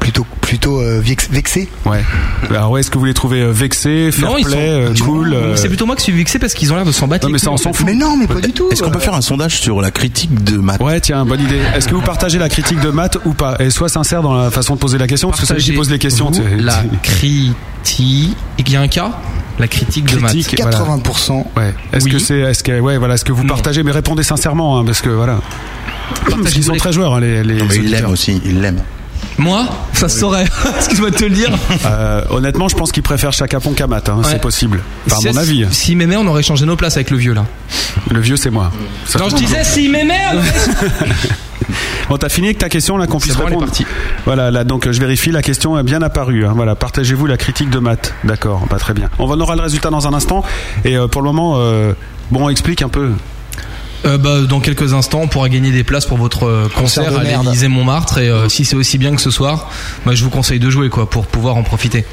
[SPEAKER 5] Plutôt, plutôt euh, vex- vexé.
[SPEAKER 4] Ouais. alors ouais, est-ce que vous les trouvez euh, vexés, fair
[SPEAKER 6] Non,
[SPEAKER 4] play,
[SPEAKER 6] ils sont-
[SPEAKER 4] euh, cool euh,
[SPEAKER 6] C'est plutôt moi qui suis vexé parce qu'ils ont l'air de s'en battre.
[SPEAKER 4] Non,
[SPEAKER 6] les
[SPEAKER 4] mais ça,
[SPEAKER 6] couilles,
[SPEAKER 4] on
[SPEAKER 6] en
[SPEAKER 4] s'en
[SPEAKER 6] fait.
[SPEAKER 4] fout.
[SPEAKER 5] Mais non, mais pas du tout. euh.
[SPEAKER 8] Est-ce qu'on peut faire un sondage sur la critique de Matt
[SPEAKER 4] Ouais, tiens, bonne idée. Est-ce que vous partagez la critique de Matt ou pas Et sois sincère dans la façon de poser la question, parce que celui qui pose les questions,
[SPEAKER 6] Partagez-vous
[SPEAKER 4] tu-
[SPEAKER 6] La
[SPEAKER 4] tu-
[SPEAKER 6] critique. Il y a un cas La critique,
[SPEAKER 4] Critique.
[SPEAKER 6] de maths.
[SPEAKER 4] voilà.
[SPEAKER 5] 80%.
[SPEAKER 4] Ouais. Est-ce
[SPEAKER 6] Oui.
[SPEAKER 4] que c'est, est-ce que, ouais, voilà, est-ce que vous
[SPEAKER 6] Non.
[SPEAKER 4] partagez, mais répondez sincèrement, hein, parce que voilà. Parce qu'ils sont
[SPEAKER 6] les-
[SPEAKER 4] très joueurs, hein, les, les
[SPEAKER 8] Non, mais Il
[SPEAKER 4] auditeurs.
[SPEAKER 8] l'aime aussi, il l'aime.
[SPEAKER 6] Moi Ça se saurait. Excuse-moi de te le dire.
[SPEAKER 4] Euh, honnêtement, je pense qu'ils préfèrent Chaka Pon qu'à Matt, hein,
[SPEAKER 6] Ouais.
[SPEAKER 4] c'est possible. Par
[SPEAKER 6] Si-
[SPEAKER 4] mon avis.
[SPEAKER 6] Si m'aimait, on aurait changé nos places avec le vieux là.
[SPEAKER 4] Le vieux, c'est moi. Ça-
[SPEAKER 6] Quand je disais si m'aimait,
[SPEAKER 4] Bon, t'as fini avec ta question là qu'on puisse répondre. Voilà, là donc euh, je vérifie, la question est bien apparue. hein. Voilà, partagez-vous la critique de maths. D'accord, pas très bien. On va- on aura le résultat dans un instant. Et euh, pour le moment, euh, bon, on explique un peu.
[SPEAKER 6] Euh, bah, dans quelques instants, on pourra gagner des places pour votre euh,
[SPEAKER 4] Concert
[SPEAKER 6] concert,
[SPEAKER 4] de
[SPEAKER 6] à
[SPEAKER 4] merde.
[SPEAKER 6] l'Élysée Montmartre. Et euh, si c'est aussi bien que ce soir, bah, je vous conseille de jouer quoi, pour pouvoir en profiter.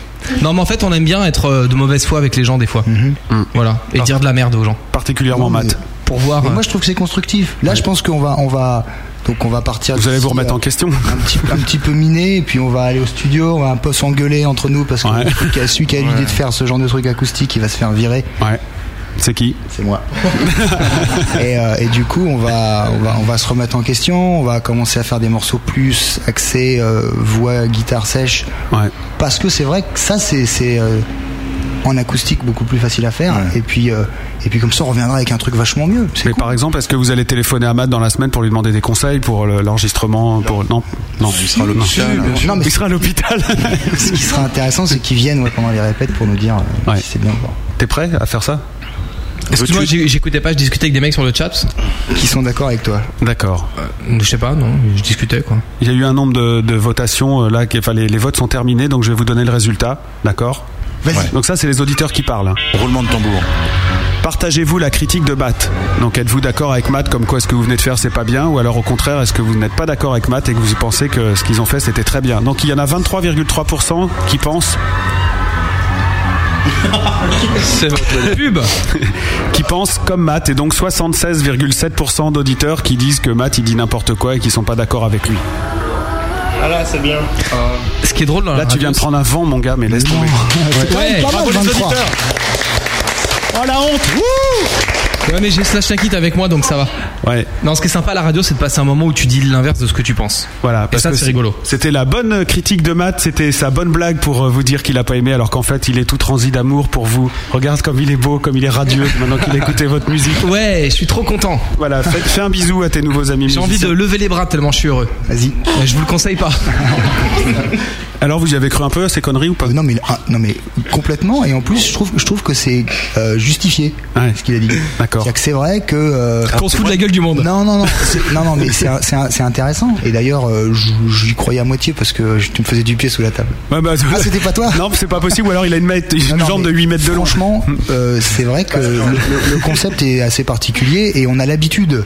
[SPEAKER 6] Non, mais en fait, on aime bien être euh, de mauvaise foi avec les gens des fois.
[SPEAKER 4] Mm.
[SPEAKER 6] Voilà. Et dire de la merde aux gens.
[SPEAKER 4] Mhm. Particulièrement maths.
[SPEAKER 6] Pour voir. euh,
[SPEAKER 5] Mais moi, je trouve que c'est constructif. Là, je pense qu'on va, on va, donc on va partir.
[SPEAKER 4] Vous allez vous
[SPEAKER 5] d'ici,
[SPEAKER 4] remettre
[SPEAKER 5] euh,
[SPEAKER 4] en question.
[SPEAKER 5] Un petit, un petit peu miné, et puis on va aller au studio, on va un peu s'engueuler entre nous parce que celui qui a- celui qui a l'idée de faire ce genre de truc acoustique, il va se faire virer.
[SPEAKER 4] Ouais. C'est qui
[SPEAKER 5] C'est moi. et, euh, et du coup, on va, on va, on va se remettre en question. On va commencer à faire des morceaux plus axés euh, voix, guitare sèche. Parce que c'est vrai que ça, c'est, c'est euh, en acoustique beaucoup plus facile à faire. Et puis, euh, et puis comme ça, on reviendra avec un truc vachement mieux.
[SPEAKER 4] Mais par exemple, est-ce que vous allez téléphoner à Matt dans la semaine pour lui demander des conseils pour le- l'enregistrement pour... Non, non. Il sera à
[SPEAKER 5] Si, bien sûr. Non, mais
[SPEAKER 4] Il sera à l'hôpital.
[SPEAKER 5] Ce qui sera intéressant, c'est qu'ils viennent ouais, pendant les répètes pour nous dire euh, si c'est bien ou pas.
[SPEAKER 4] T'es prêt à faire ça
[SPEAKER 6] Excuse-moi, j'ai- j'écoutais pas, je discutais avec des mecs sur le chat. Euh,
[SPEAKER 5] Qui sont d'accord avec toi
[SPEAKER 4] D'accord.
[SPEAKER 6] Je sais pas, non, je discutais quoi.
[SPEAKER 4] Il y a eu un nombre de, de votations euh, là, qui, enfin, les, les votes sont terminés, donc je vais vous donner le résultat, d'accord Ouais. Donc ça, c'est les auditeurs qui parlent. hein.
[SPEAKER 8] Roulement de tambour.
[SPEAKER 4] Partagez-vous la critique de Matt. Donc êtes-vous d'accord avec Matt comme quoi ce que vous venez de faire c'est pas bien ou alors au contraire est-ce que vous n'êtes pas d'accord avec Matt et que vous pensez que ce qu'ils ont fait c'était très bien Donc il y en a 23,3% qui pensent
[SPEAKER 6] C'est votre pub
[SPEAKER 4] qui pensent comme Matt et donc 76,7% d'auditeurs qui disent que Matt il dit n'importe quoi et qui sont pas d'accord avec lui.
[SPEAKER 12] Ah là, c'est bien.
[SPEAKER 2] Euh,
[SPEAKER 6] Ce qui est drôle dans
[SPEAKER 4] Là tu viens de prendre un vent mon gars mais laisse tomber.
[SPEAKER 6] quand même Ouais, pas bravo, mal, les 23. auditeurs.
[SPEAKER 4] Oh la honte
[SPEAKER 6] Ouais, mais j'ai Slash Nakit avec moi donc ça va.
[SPEAKER 4] Ouais.
[SPEAKER 6] Non, ce qui est sympa à la radio, c'est de passer un moment où tu dis l'inverse de ce que tu penses.
[SPEAKER 4] Voilà,
[SPEAKER 6] Et
[SPEAKER 4] parce
[SPEAKER 6] ça,
[SPEAKER 4] que
[SPEAKER 6] c'est rigolo.
[SPEAKER 4] C'était la bonne critique de Matt, c'était sa bonne blague pour euh, vous dire qu'il a pas aimé, alors qu'en fait il est tout transi d'amour pour vous. Regarde comme il est beau, comme il est radieux maintenant qu'il a écouté votre musique.
[SPEAKER 6] Ouais, je suis trop content.
[SPEAKER 4] Voilà, faites- fais un bisou à tes nouveaux amis.
[SPEAKER 6] J'ai envie de
[SPEAKER 4] musiciens.
[SPEAKER 6] lever les bras tellement je suis heureux. Euh,
[SPEAKER 5] Vas-y.
[SPEAKER 6] Je vous le conseille pas.
[SPEAKER 4] Alors vous y avez cru un peu à ces conneries ou pas
[SPEAKER 5] Non mais ah, non mais complètement et en plus je trouve je trouve que c'est euh, justifié ce qu'il a dit.
[SPEAKER 4] D'accord.
[SPEAKER 5] C'est-à-dire que C'est vrai que euh,
[SPEAKER 6] Qu'on se fout de la gueule du monde.
[SPEAKER 5] Non non non c'est- non non mais c'est un- c'est un- c'est intéressant et d'ailleurs euh, j- j'y croyais à moitié parce que je- tu me faisais du pied sous la table.
[SPEAKER 4] Ouais, bah,
[SPEAKER 5] Ah, c'était pas toi
[SPEAKER 4] Non, c'est pas possible, ou alors il a une, mètre- une jambe de 8 mètres de long.
[SPEAKER 5] Franchement, euh, c'est vrai que le, le- le concept est assez particulier et on a l'habitude,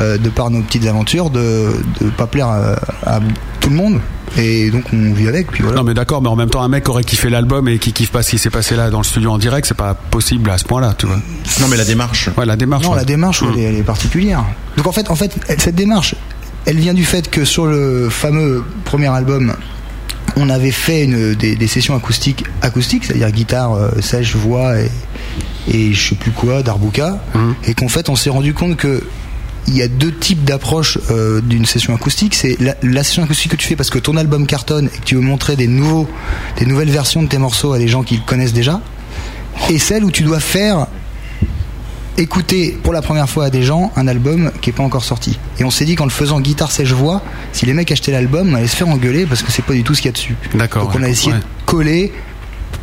[SPEAKER 5] euh, de par nos petites aventures, de ne pas plaire à, à tout le monde. Et donc on vit avec. Puis voilà.
[SPEAKER 4] Non mais d'accord, mais en même temps un mec aurait kiffé l'album et qui kiffe pas ce qui s'est passé là dans le studio en direct, c'est pas possible à ce point-là, tu vois.
[SPEAKER 8] Non mais la démarche.
[SPEAKER 4] Ouais, la démarche.
[SPEAKER 5] Non,
[SPEAKER 4] ouais.
[SPEAKER 5] la démarche, elle, est, elle est particulière. Donc en fait, en fait, elle- cette démarche, elle vient du fait que sur le fameux premier album, on avait fait une, des, des sessions acoustiques, acoustiques, c'est-à-dire guitare, euh, sèche, voix et, et je sais plus quoi, darbuka, et qu'en fait, on s'est rendu compte que il y a deux types d'approches euh, d'une session acoustique. C'est la, la session acoustique que tu fais parce que ton album cartonne et que tu veux montrer des nouveaux, des nouvelles versions de tes morceaux à des gens qui le connaissent déjà. Et celle où tu dois faire écouter pour la première fois à des gens un album qui est pas encore sorti. Et on s'est dit qu'en le faisant guitare sèche voix, si les mecs achetaient l'album, on allait se faire engueuler parce que c'est pas du tout ce qu'il y a dessus.
[SPEAKER 4] D'accord.
[SPEAKER 5] Donc on a essayé
[SPEAKER 4] Ah ouais.
[SPEAKER 5] de coller.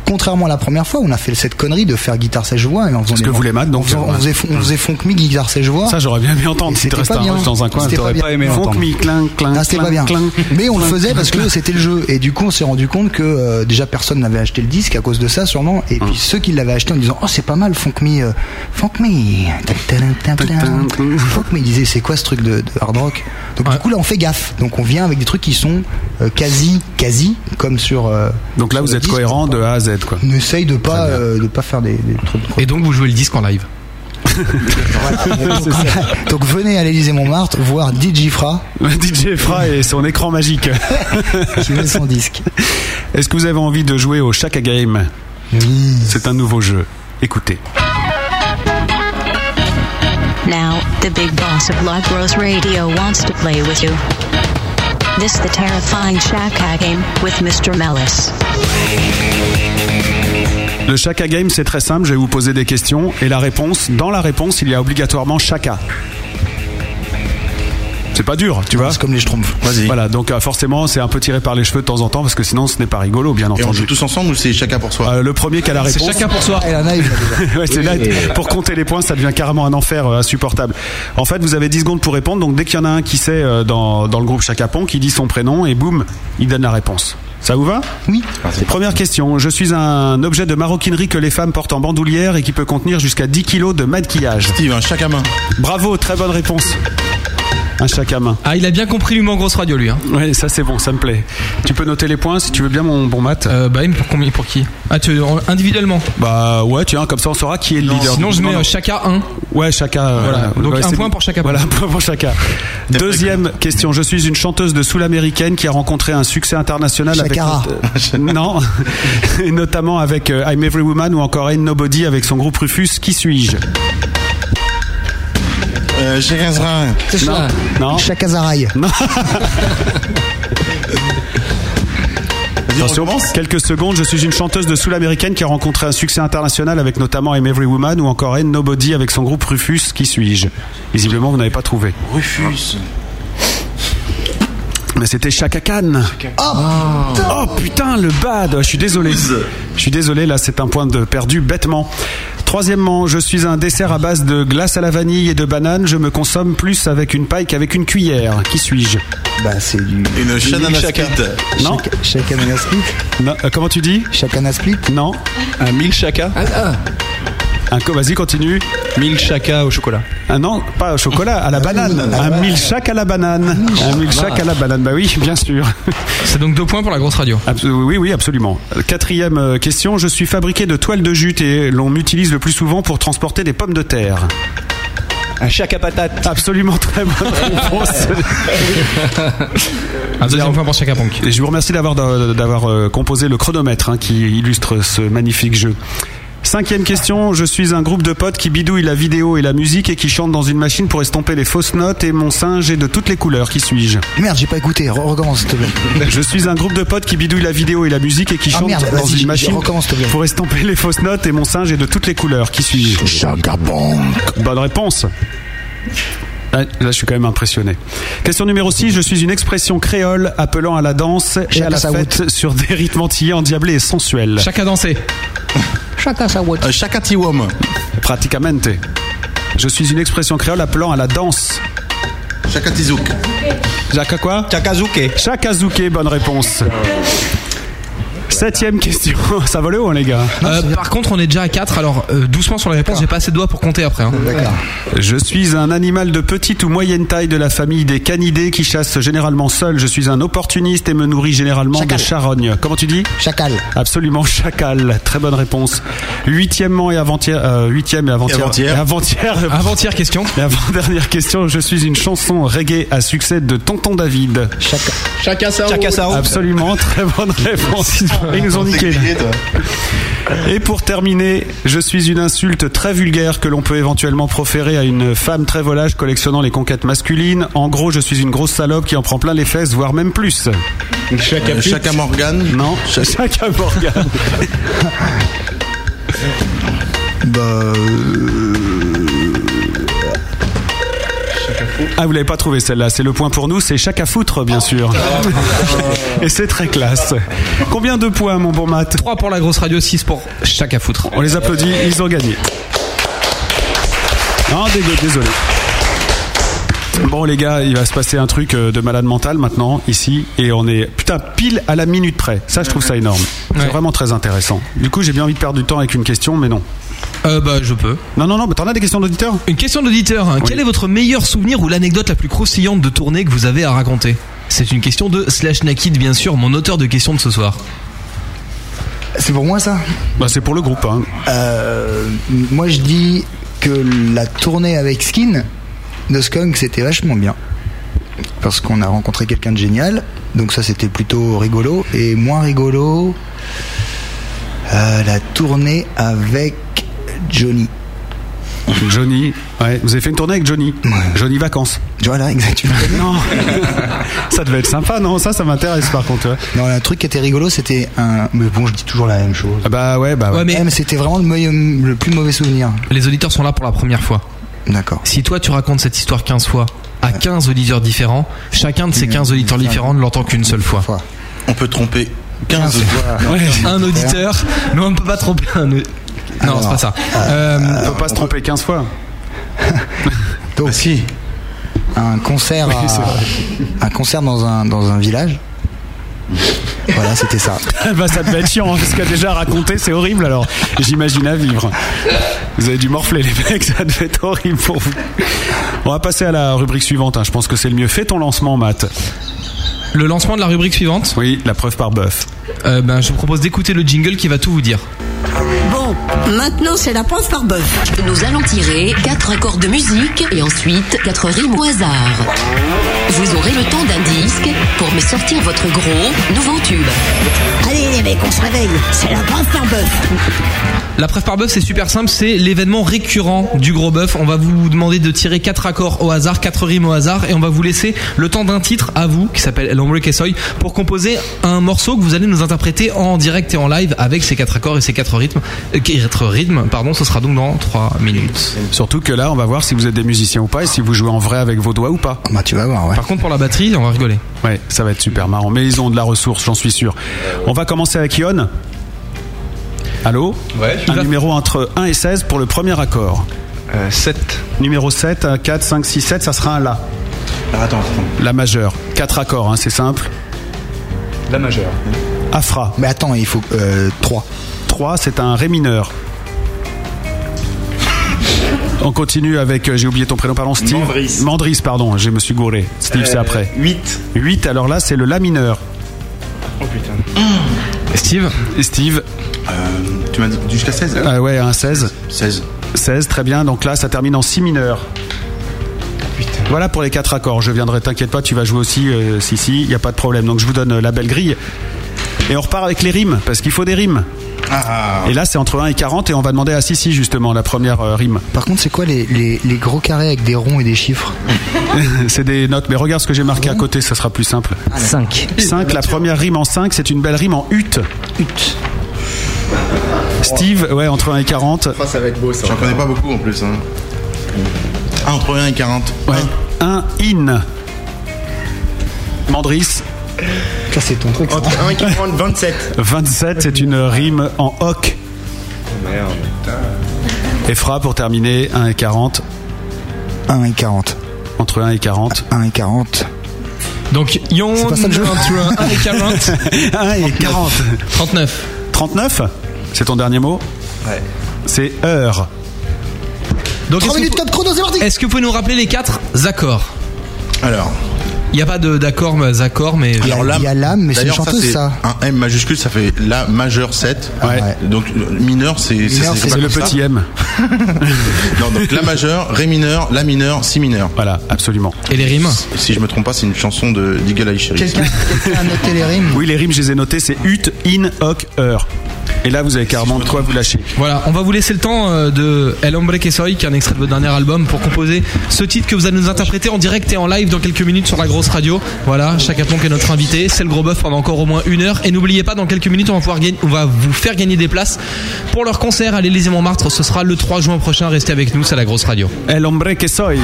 [SPEAKER 5] Contrairement à la première fois, où on a fait cette connerie de faire guitare sèche voix et en faisant
[SPEAKER 4] Ce
[SPEAKER 5] des
[SPEAKER 4] que
[SPEAKER 5] mon-
[SPEAKER 4] voulait Matt, donc,
[SPEAKER 5] en faisant-
[SPEAKER 4] euh,
[SPEAKER 5] on faisait, fon- on faisait funk mi guitare sèche voix.
[SPEAKER 4] Ça j'aurais bien aimé entendre
[SPEAKER 5] Et
[SPEAKER 4] si tu
[SPEAKER 5] c'était
[SPEAKER 4] restais
[SPEAKER 5] pas bien.
[SPEAKER 4] dans un coin,
[SPEAKER 5] C'était
[SPEAKER 4] t'aurais
[SPEAKER 5] pas
[SPEAKER 4] pas
[SPEAKER 5] bien.
[SPEAKER 4] aimé
[SPEAKER 5] Funk
[SPEAKER 4] entendre.
[SPEAKER 5] mi,
[SPEAKER 4] clink, clink,
[SPEAKER 5] Non, Ah, c'était pas bien. Mais on le faisait parce que c'était le jeu. Et du coup, on s'est rendu compte que euh, déjà personne n'avait acheté le disque à cause de ça, sûrement. Et
[SPEAKER 4] Mm.
[SPEAKER 5] puis ceux qui l'avaient acheté en disant Oh, c'est pas mal, Funk Me. euh, funk Me. Funk Me. Ils disaient C'est quoi ce truc de, de hard rock Donc du coup, là, on fait gaffe. Donc on vient avec des trucs qui sont euh, quasi, quasi, comme sur. euh,
[SPEAKER 4] Donc là
[SPEAKER 5] sur
[SPEAKER 4] vous
[SPEAKER 5] le
[SPEAKER 4] êtes
[SPEAKER 5] disque.
[SPEAKER 4] cohérent de A à Z quoi.
[SPEAKER 5] On essaye de pas, euh, de pas faire des, des trucs.
[SPEAKER 6] Et donc, vous jouez le disque en live.
[SPEAKER 5] Donc venez à l'Elysée Montmartre voir DJ Fra.
[SPEAKER 4] DJ Fra et son écran magique.
[SPEAKER 5] Qui met son disque.
[SPEAKER 4] Est-ce que vous avez envie de jouer au Chaka Game
[SPEAKER 5] Oui.
[SPEAKER 4] C'est un nouveau jeu. Écoutez.
[SPEAKER 13] Now, the big boss of Live Bros Radio wants to play with you. This the terrifying Shaka game with Mr. Mellis.
[SPEAKER 4] Le Chaka Game, c'est très simple. Je vais vous poser des questions et la réponse. Dans la réponse, il y a obligatoirement Chaka. C'est pas dur, tu vois. C'est
[SPEAKER 5] comme les schtroumpfs.
[SPEAKER 4] Voilà, donc euh, forcément, c'est un peu tiré par les cheveux de temps en temps parce que sinon, ce n'est pas rigolo, bien entendu. Euh,
[SPEAKER 8] on joue tous ensemble ou c'est chacun pour soi
[SPEAKER 4] Le premier qui a la
[SPEAKER 8] C'est
[SPEAKER 4] réponse.
[SPEAKER 8] chacun pour soi.
[SPEAKER 5] Ah, elle en a une, là, déjà.
[SPEAKER 4] Ouais, c'est
[SPEAKER 5] Oui,
[SPEAKER 4] là,
[SPEAKER 5] mais-
[SPEAKER 4] pour compter les points, ça devient carrément un enfer euh, insupportable. En fait, vous avez 10 secondes pour répondre. Donc, dès qu'il y en a un qui sait euh, dans, dans le groupe Chacapon, qui dit son prénom et boum, il donne la réponse. Ça vous va
[SPEAKER 5] Oui.
[SPEAKER 4] Première question. Je suis un objet de maroquinerie que les femmes portent en bandoulière et qui peut contenir jusqu'à 10 kilos de maquillage.
[SPEAKER 8] Steve, un chaque à main.
[SPEAKER 4] Bravo, très bonne réponse. Un chaque à main.
[SPEAKER 6] Ah, il a bien compris l'humain en grosse radio, lui. Hein.
[SPEAKER 4] Ouais, ça c'est bon, ça me plaît. Tu peux noter les points si tu veux bien, mon bon mat.
[SPEAKER 6] bah, pour combien, pour qui Ah, tu en- individuellement
[SPEAKER 4] Bah ouais, tiens, comme ça on saura qui est le
[SPEAKER 6] Non,
[SPEAKER 4] leader.
[SPEAKER 6] sinon, je mets, euh, chacun un.
[SPEAKER 4] Ouais, chacun. euh,
[SPEAKER 6] Voilà. Donc,
[SPEAKER 4] ouais,
[SPEAKER 6] un
[SPEAKER 4] c'est
[SPEAKER 6] point
[SPEAKER 4] bon.
[SPEAKER 6] pour chacun.
[SPEAKER 4] Voilà, un point pour chacun. Deuxième question. Je suis une chanteuse de soul américaine qui a rencontré un succès international
[SPEAKER 5] Shakira.
[SPEAKER 4] avec. Euh, non. Et notamment avec euh, I'm Every Woman ou encore Ain't Nobody avec son groupe Rufus. Qui suis-je
[SPEAKER 8] Euh, j'ai rien, rien.
[SPEAKER 5] C'est ça.
[SPEAKER 4] Non.
[SPEAKER 5] Chakazaraï.
[SPEAKER 4] Non.
[SPEAKER 8] Attention,
[SPEAKER 4] quelques secondes. Je suis une chanteuse de soul américaine qui a rencontré un succès international avec notamment I'm Every Woman ou encore Ain't Nobody avec son groupe Rufus. Qui suis-je Visiblement, vous n'avez pas trouvé.
[SPEAKER 8] Rufus.
[SPEAKER 4] Mais c'était Chaka
[SPEAKER 2] Ah,
[SPEAKER 4] Khan.
[SPEAKER 5] Ah.
[SPEAKER 4] Oh, putain, le bad. Oh, Je suis désolé. Je suis désolé, là, c'est un point de perdu bêtement. Troisièmement, je suis un dessert à base de glace à la vanille et de banane. Je me consomme plus avec une paille qu'avec une cuillère. Qui suis-je
[SPEAKER 5] Bah, c'est du.
[SPEAKER 8] Une Shanana Split.
[SPEAKER 4] Non.
[SPEAKER 5] Chakana Split.
[SPEAKER 4] Non, euh, comment tu dis
[SPEAKER 5] Chakana Split.
[SPEAKER 4] Non.
[SPEAKER 2] Un mille chaka
[SPEAKER 5] Ah,
[SPEAKER 4] Un co- Vas-y, continue.
[SPEAKER 2] Mille chaka au chocolat.
[SPEAKER 4] Ah non, pas au chocolat, à la banane. Un milkshake à la banane. Un milkshake à la banane. Bah oui, bien sûr.
[SPEAKER 6] C'est donc deux points pour la grosse radio.
[SPEAKER 4] Abs- oui, oui, absolument. Quatrième euh, question. Je suis fabriqué de toiles de jute et l'on m'utilise le plus souvent pour transporter des pommes de terre.
[SPEAKER 2] Un chaka patate.
[SPEAKER 4] Absolument très bonne réponse.
[SPEAKER 6] Un deuxième point pour chacun.
[SPEAKER 4] Et je vous remercie d'avoir d'avoir euh, composé le chronomètre hein, qui illustre ce magnifique jeu. Cinquième question, je suis un groupe de potes qui bidouille la vidéo et la musique et qui chante dans une machine pour estomper les fausses notes et mon singe est de toutes les couleurs. Qui suis-je
[SPEAKER 5] Merde, j'ai pas écouté. Re- Recommence, s'il te plaît.
[SPEAKER 4] Je suis un groupe de potes qui bidouille la vidéo et la musique et qui
[SPEAKER 5] Ah
[SPEAKER 4] chante
[SPEAKER 5] merde,
[SPEAKER 4] dans
[SPEAKER 5] vas-y,
[SPEAKER 4] une
[SPEAKER 5] je- je
[SPEAKER 4] machine
[SPEAKER 5] recommence, s'il te plaît.
[SPEAKER 4] pour estomper les fausses notes et mon singe est de toutes les couleurs. Qui suis-je Bonne réponse. Ah, Là, là, je suis quand même impressionné. Question numéro 6. Je suis une expression créole appelant à la danse et
[SPEAKER 5] Chacun
[SPEAKER 4] à la
[SPEAKER 5] sa
[SPEAKER 4] fête sur des rythmes entiers endiablés et sensuels.
[SPEAKER 6] Chacun dansé.
[SPEAKER 7] Chacun sa route.
[SPEAKER 8] Un Chaka Tiwam.
[SPEAKER 4] Praticamente. Je suis une expression créole appelant à la danse.
[SPEAKER 8] Chaka Tizouk.
[SPEAKER 4] Jacques quoi
[SPEAKER 2] Chakazuke.
[SPEAKER 4] Chakazuke, bonne réponse. Septième question. Ça va le haut, hein, les gars
[SPEAKER 6] Euh, par contre, on est déjà à 4, alors euh, doucement sur la réponse, j'ai pas assez de doigts pour compter après. hein.
[SPEAKER 5] D'accord.
[SPEAKER 4] Je suis un animal de petite ou moyenne taille de la famille des canidés qui chassent généralement seul. Je suis un opportuniste et me nourris généralement
[SPEAKER 5] Chacal.
[SPEAKER 4] de charognes. Comment tu dis
[SPEAKER 5] Chacal.
[SPEAKER 4] Absolument, chacal. Très bonne réponse. Huitièmement et avant-hier. euh, huitième et avant-hier.
[SPEAKER 8] Et avant-hier.
[SPEAKER 4] et avant-hier.
[SPEAKER 6] Avant-hier, question.
[SPEAKER 4] Et avant-dernière question. Je suis une chanson reggae à succès de Tonton David.
[SPEAKER 5] Chacal.
[SPEAKER 2] Chaka sao. Chaka sao.
[SPEAKER 4] Absolument, très bonne réponse. Ils nous ont niqué. Et pour terminer, je suis une insulte très vulgaire que l'on peut éventuellement proférer à une femme très volage collectionnant les conquêtes masculines. En gros, je suis une grosse salope qui en prend plein les fesses, voire même plus.
[SPEAKER 8] Chaka, Chaka Morgan.
[SPEAKER 4] Non,
[SPEAKER 8] Chac-
[SPEAKER 4] Euh, Chaka Morgan.
[SPEAKER 5] Bah.
[SPEAKER 4] Ah, vous l'avez pas trouvé celle-là. C'est le point pour nous. C'est Chaka Foutre, bien sûr. Et c'est très classe. Combien de points, mon bon Matt
[SPEAKER 6] 3 pour la grosse radio, 6 pour chacun foutre.
[SPEAKER 4] On les applaudit. Ils ont gagné. Non, dé- désolé. Bon les gars, il va se passer un truc euh, de malade mental maintenant ici et on est putain pile à la minute près. Ça je trouve ça énorme. C'est
[SPEAKER 6] Ouais.
[SPEAKER 4] vraiment très intéressant. Du coup j'ai bien envie de perdre du temps avec une question mais non.
[SPEAKER 6] Euh, bah, je peux.
[SPEAKER 4] Non non non, mais t'en as des questions d'auditeurs
[SPEAKER 6] Une question d'auditeur. hein. Quel est votre meilleur souvenir ou l'anecdote la plus croustillante de tournée que vous avez à raconter C'est une question de Slash Nakid, bien sûr, mon auteur de questions de ce soir.
[SPEAKER 5] C'est pour moi, ça
[SPEAKER 4] Bah c'est pour le groupe. Hein.
[SPEAKER 5] Euh, moi je dis que la tournée avec Skin de Skunk c'était vachement bien parce qu'on a rencontré quelqu'un de génial donc ça c'était plutôt rigolo et moins rigolo euh, la tournée avec Johnny
[SPEAKER 4] Johnny, ouais, vous avez fait une tournée avec Johnny. Johnny vacances.
[SPEAKER 5] voilà exactement
[SPEAKER 4] Non. ça devait être sympa non Ça ça m'intéresse par contre. ouais.
[SPEAKER 5] non un truc qui était rigolo c'était un mais bon je dis toujours la même chose
[SPEAKER 4] Ah Bah ouais bah ouais.
[SPEAKER 6] Ouais, mais
[SPEAKER 5] Eh, mais c'était vraiment le, meilleur- le plus mauvais souvenir
[SPEAKER 6] les auditeurs sont là pour la première fois.
[SPEAKER 5] d'accord
[SPEAKER 6] Si toi tu racontes cette histoire 15 fois, à 15 auditeurs différents. Chacun de ces 15 auditeurs différents ne l'entend qu'une seule fois.
[SPEAKER 8] On peut tromper 15 fois.
[SPEAKER 6] Ouais, un auditeur, mais on ne peut pas tromper un. au- Non, c'est pas ça.
[SPEAKER 5] euh,
[SPEAKER 6] Euh,
[SPEAKER 4] on peut pas se tromper 15 fois.
[SPEAKER 5] Donc, un concert,
[SPEAKER 4] Bah, Oui,
[SPEAKER 5] à-
[SPEAKER 4] c'est vrai.
[SPEAKER 5] un concert dans un dans un village. voilà, c'était ça.
[SPEAKER 4] bah, ça devait être chiant, ce qu'a déjà raconté, c'est horrible alors. J'imagine à vivre. Vous avez dû morfler les mecs, ça devait être horrible pour vous. On va passer à la rubrique suivante, hein. je pense que c'est le mieux. Fais ton lancement, Matt.
[SPEAKER 6] Le lancement de la rubrique suivante
[SPEAKER 4] Oui, la preuve par bœuf.
[SPEAKER 6] Euh, ben, je vous propose d'écouter le jingle qui va tout vous dire.
[SPEAKER 10] Bon, maintenant c'est la preuve par bœuf. Nous allons tirer quatre accords de musique et ensuite quatre rimes au hasard. Vous aurez le temps d'un disque pour me sortir votre gros nouveau tube.
[SPEAKER 3] Allez les mecs, on se réveille. C'est la preuve par bœuf.
[SPEAKER 6] La preuve par bœuf, c'est super simple, c'est l'événement récurrent du gros bœuf. On va vous demander de tirer quatre accords au hasard, quatre rimes au hasard, et on va vous laisser le temps d'un titre à vous, qui s'appelle El Hombre que Soy, pour composer un morceau que vous allez nous interpréter en direct et en live avec ces quatre accords et ces quatre rythmes. euh, quatre rythmes, pardon, ce sera donc dans 3 minutes.
[SPEAKER 4] Surtout que là, on va voir si vous êtes des musiciens ou pas et si vous jouez en vrai avec vos doigts ou pas.
[SPEAKER 5] Bah, tu vas voir, ouais.
[SPEAKER 6] Par contre, pour la batterie, on va rigoler.
[SPEAKER 4] Ouais, ça va être super marrant. Mais ils ont de la ressource, j'en suis sûr. On va commencer avec Yon. Allô
[SPEAKER 2] Ouais,
[SPEAKER 4] Un numéro entre 1 et 16 pour le premier accord.
[SPEAKER 6] Euh,
[SPEAKER 2] 7.
[SPEAKER 4] Numéro 7, 4, 5, 6, 7, ça sera un La. attends, La majeure. 4 accords, hein, c'est simple.
[SPEAKER 2] La majeure.
[SPEAKER 4] Afra. Mais attends, il faut euh, 3. 3, c'est un Ré mineur. On continue avec, euh, j'ai oublié ton prénom, pardon, Steve. Mandris. pardon, je me suis gouré. Steve, c'est
[SPEAKER 2] Euh,
[SPEAKER 4] après.
[SPEAKER 2] 8.
[SPEAKER 4] 8, alors là, c'est le La mineur.
[SPEAKER 2] Oh putain.
[SPEAKER 6] Steve
[SPEAKER 4] Steve
[SPEAKER 8] Tu m'as dit jusqu'à 16
[SPEAKER 4] Ah ouais, un 16.
[SPEAKER 8] 16.
[SPEAKER 4] 16, très bien. Donc là, ça termine en Si mineur. Voilà pour les quatre accords. Je viendrai, t'inquiète pas, tu vas jouer aussi. euh, si, si, il n'y a pas de problème. Donc je vous donne euh, la belle grille. Et on repart avec les rimes, parce qu'il faut des rimes. Et là, c'est entre 1 et 40, et on va demander à Sissi, justement, la première euh, rime.
[SPEAKER 5] Par contre, c'est quoi les, les, les gros carrés avec des ronds et des chiffres
[SPEAKER 4] c'est des notes, mais regarde ce que j'ai marqué à côté, ça sera plus simple.
[SPEAKER 5] 5.
[SPEAKER 4] 5, la première rime en 5, c'est une belle rime en hutte. Hutte. Steve, ouais, entre 1 et 40.
[SPEAKER 8] Oh, ça va être beau ça. J'en connais pas beaucoup en plus. Hein. Ah, entre 1 et 40.
[SPEAKER 4] Ouais. 1 in. Mandris.
[SPEAKER 5] Ça, c'est ton truc.
[SPEAKER 4] Entre 1 et 40, 27. 27, c'est une rime en hoc.
[SPEAKER 2] Merde.
[SPEAKER 4] Et Fra pour terminer, 1 et 40.
[SPEAKER 5] 1 et 40.
[SPEAKER 4] Entre 1 et 40.
[SPEAKER 5] 1 et 40.
[SPEAKER 6] Donc, Yon,
[SPEAKER 5] C'est pas ça le jeu.
[SPEAKER 6] entre 1 et 40.
[SPEAKER 4] 1 et 40.
[SPEAKER 6] 39.
[SPEAKER 4] 39 C'est ton dernier mot Ouais. C'est heure.
[SPEAKER 6] Donc,
[SPEAKER 5] Trois
[SPEAKER 6] est-ce que
[SPEAKER 5] minutes
[SPEAKER 6] vous-
[SPEAKER 5] top chrono, c'est parti
[SPEAKER 6] Est-ce que vous pouvez nous rappeler les quatre accords
[SPEAKER 8] Alors.
[SPEAKER 6] Il n'y a pas de- d'accord, mais accords, mais.
[SPEAKER 8] D'ailleurs, c'est Un M majuscule, ça fait La majeur 7. Donc euh, mineur, c'est
[SPEAKER 4] Mineur, c'est
[SPEAKER 8] pas
[SPEAKER 4] le
[SPEAKER 8] comme ça.
[SPEAKER 4] petit M.
[SPEAKER 8] non, donc La majeur, Ré mineur, La mineur, Si mineur.
[SPEAKER 4] Voilà, absolument.
[SPEAKER 6] Et les rimes
[SPEAKER 8] Si je me trompe pas, c'est une chanson de d'Eagle Eye Cherry.
[SPEAKER 5] Quelqu'un quelqu'un a noté les rimes
[SPEAKER 4] Oui, les rimes, je les ai notées, c'est ut, in, hoc, heure. Et là, vous avez carrément de quoi vous lâcher.
[SPEAKER 6] Voilà, on va vous laisser le temps euh, de El Hombre que Soy, qui est un extrait de votre dernier album, pour composer ce titre que vous allez nous interpréter en direct et en live dans quelques minutes sur la grosse radio. Voilà, Chaka Ponk est notre invité, c'est le gros bœuf pendant encore au moins une heure. Et n'oubliez pas, dans quelques minutes, on va, pouvoir gagner, on va vous faire gagner des places pour leur concert à l'Élysée Montmartre. Ce sera le 3 juin prochain. Restez avec nous, c'est la grosse radio.
[SPEAKER 4] El hombre que soy.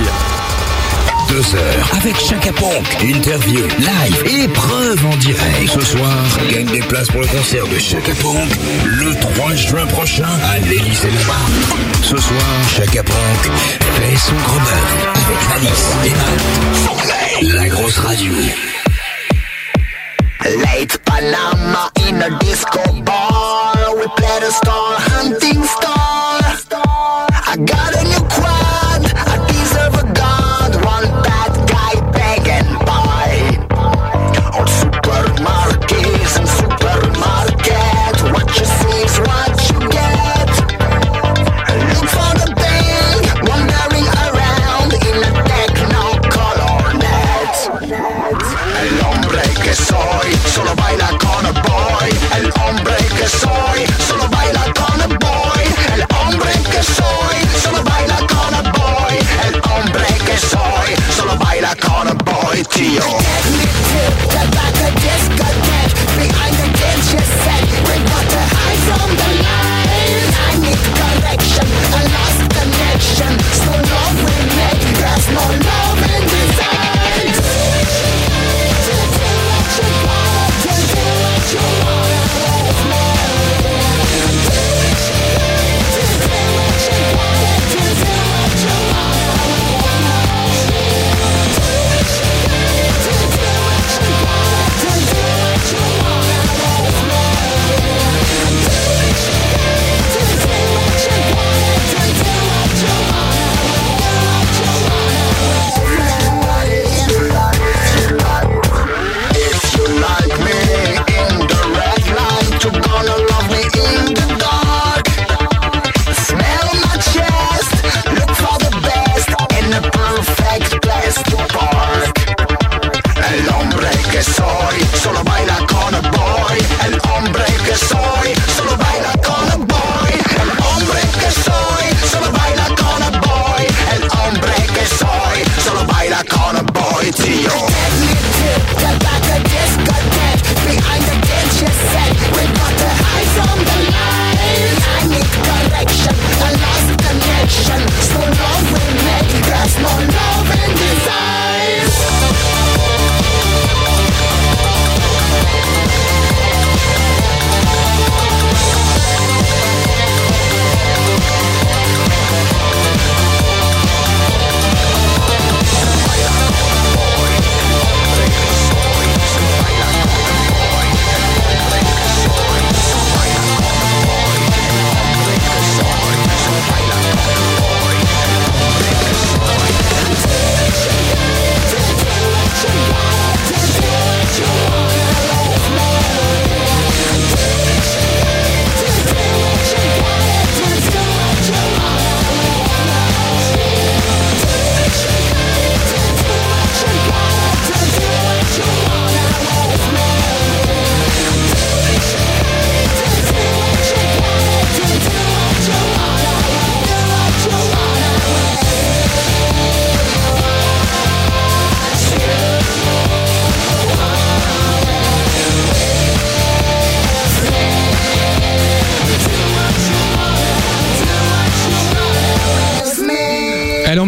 [SPEAKER 1] Deux heures avec Chaka Ponk, interview, live, épreuve en direct. Ce soir, gagne des places pour le concert de Chaka Ponk le 3 juin prochain à l'Élysée Montmartre. Ce soir, Chaka Ponk fait son gros bœuf avec Alice et Matt. La grosse radio.
[SPEAKER 11] Late Panama in a disco ball. We played a star hunting star. I got a new quad. I deserve a god. One bad guy beg and buy. On supermarkets and supermarket. What you see is what you get. Look for the thing wandering around in a techno color net. El hombre que soy solo baila con a boy. El hombre que soy solo baila con a boy. El hombre que soy solo baila con a boy. El hombre que soy solo baila con a boy, tío.
[SPEAKER 14] Behind the danger set, we got the eyes on the line. I need correction, I lost connection. So no we make, there's no love in this.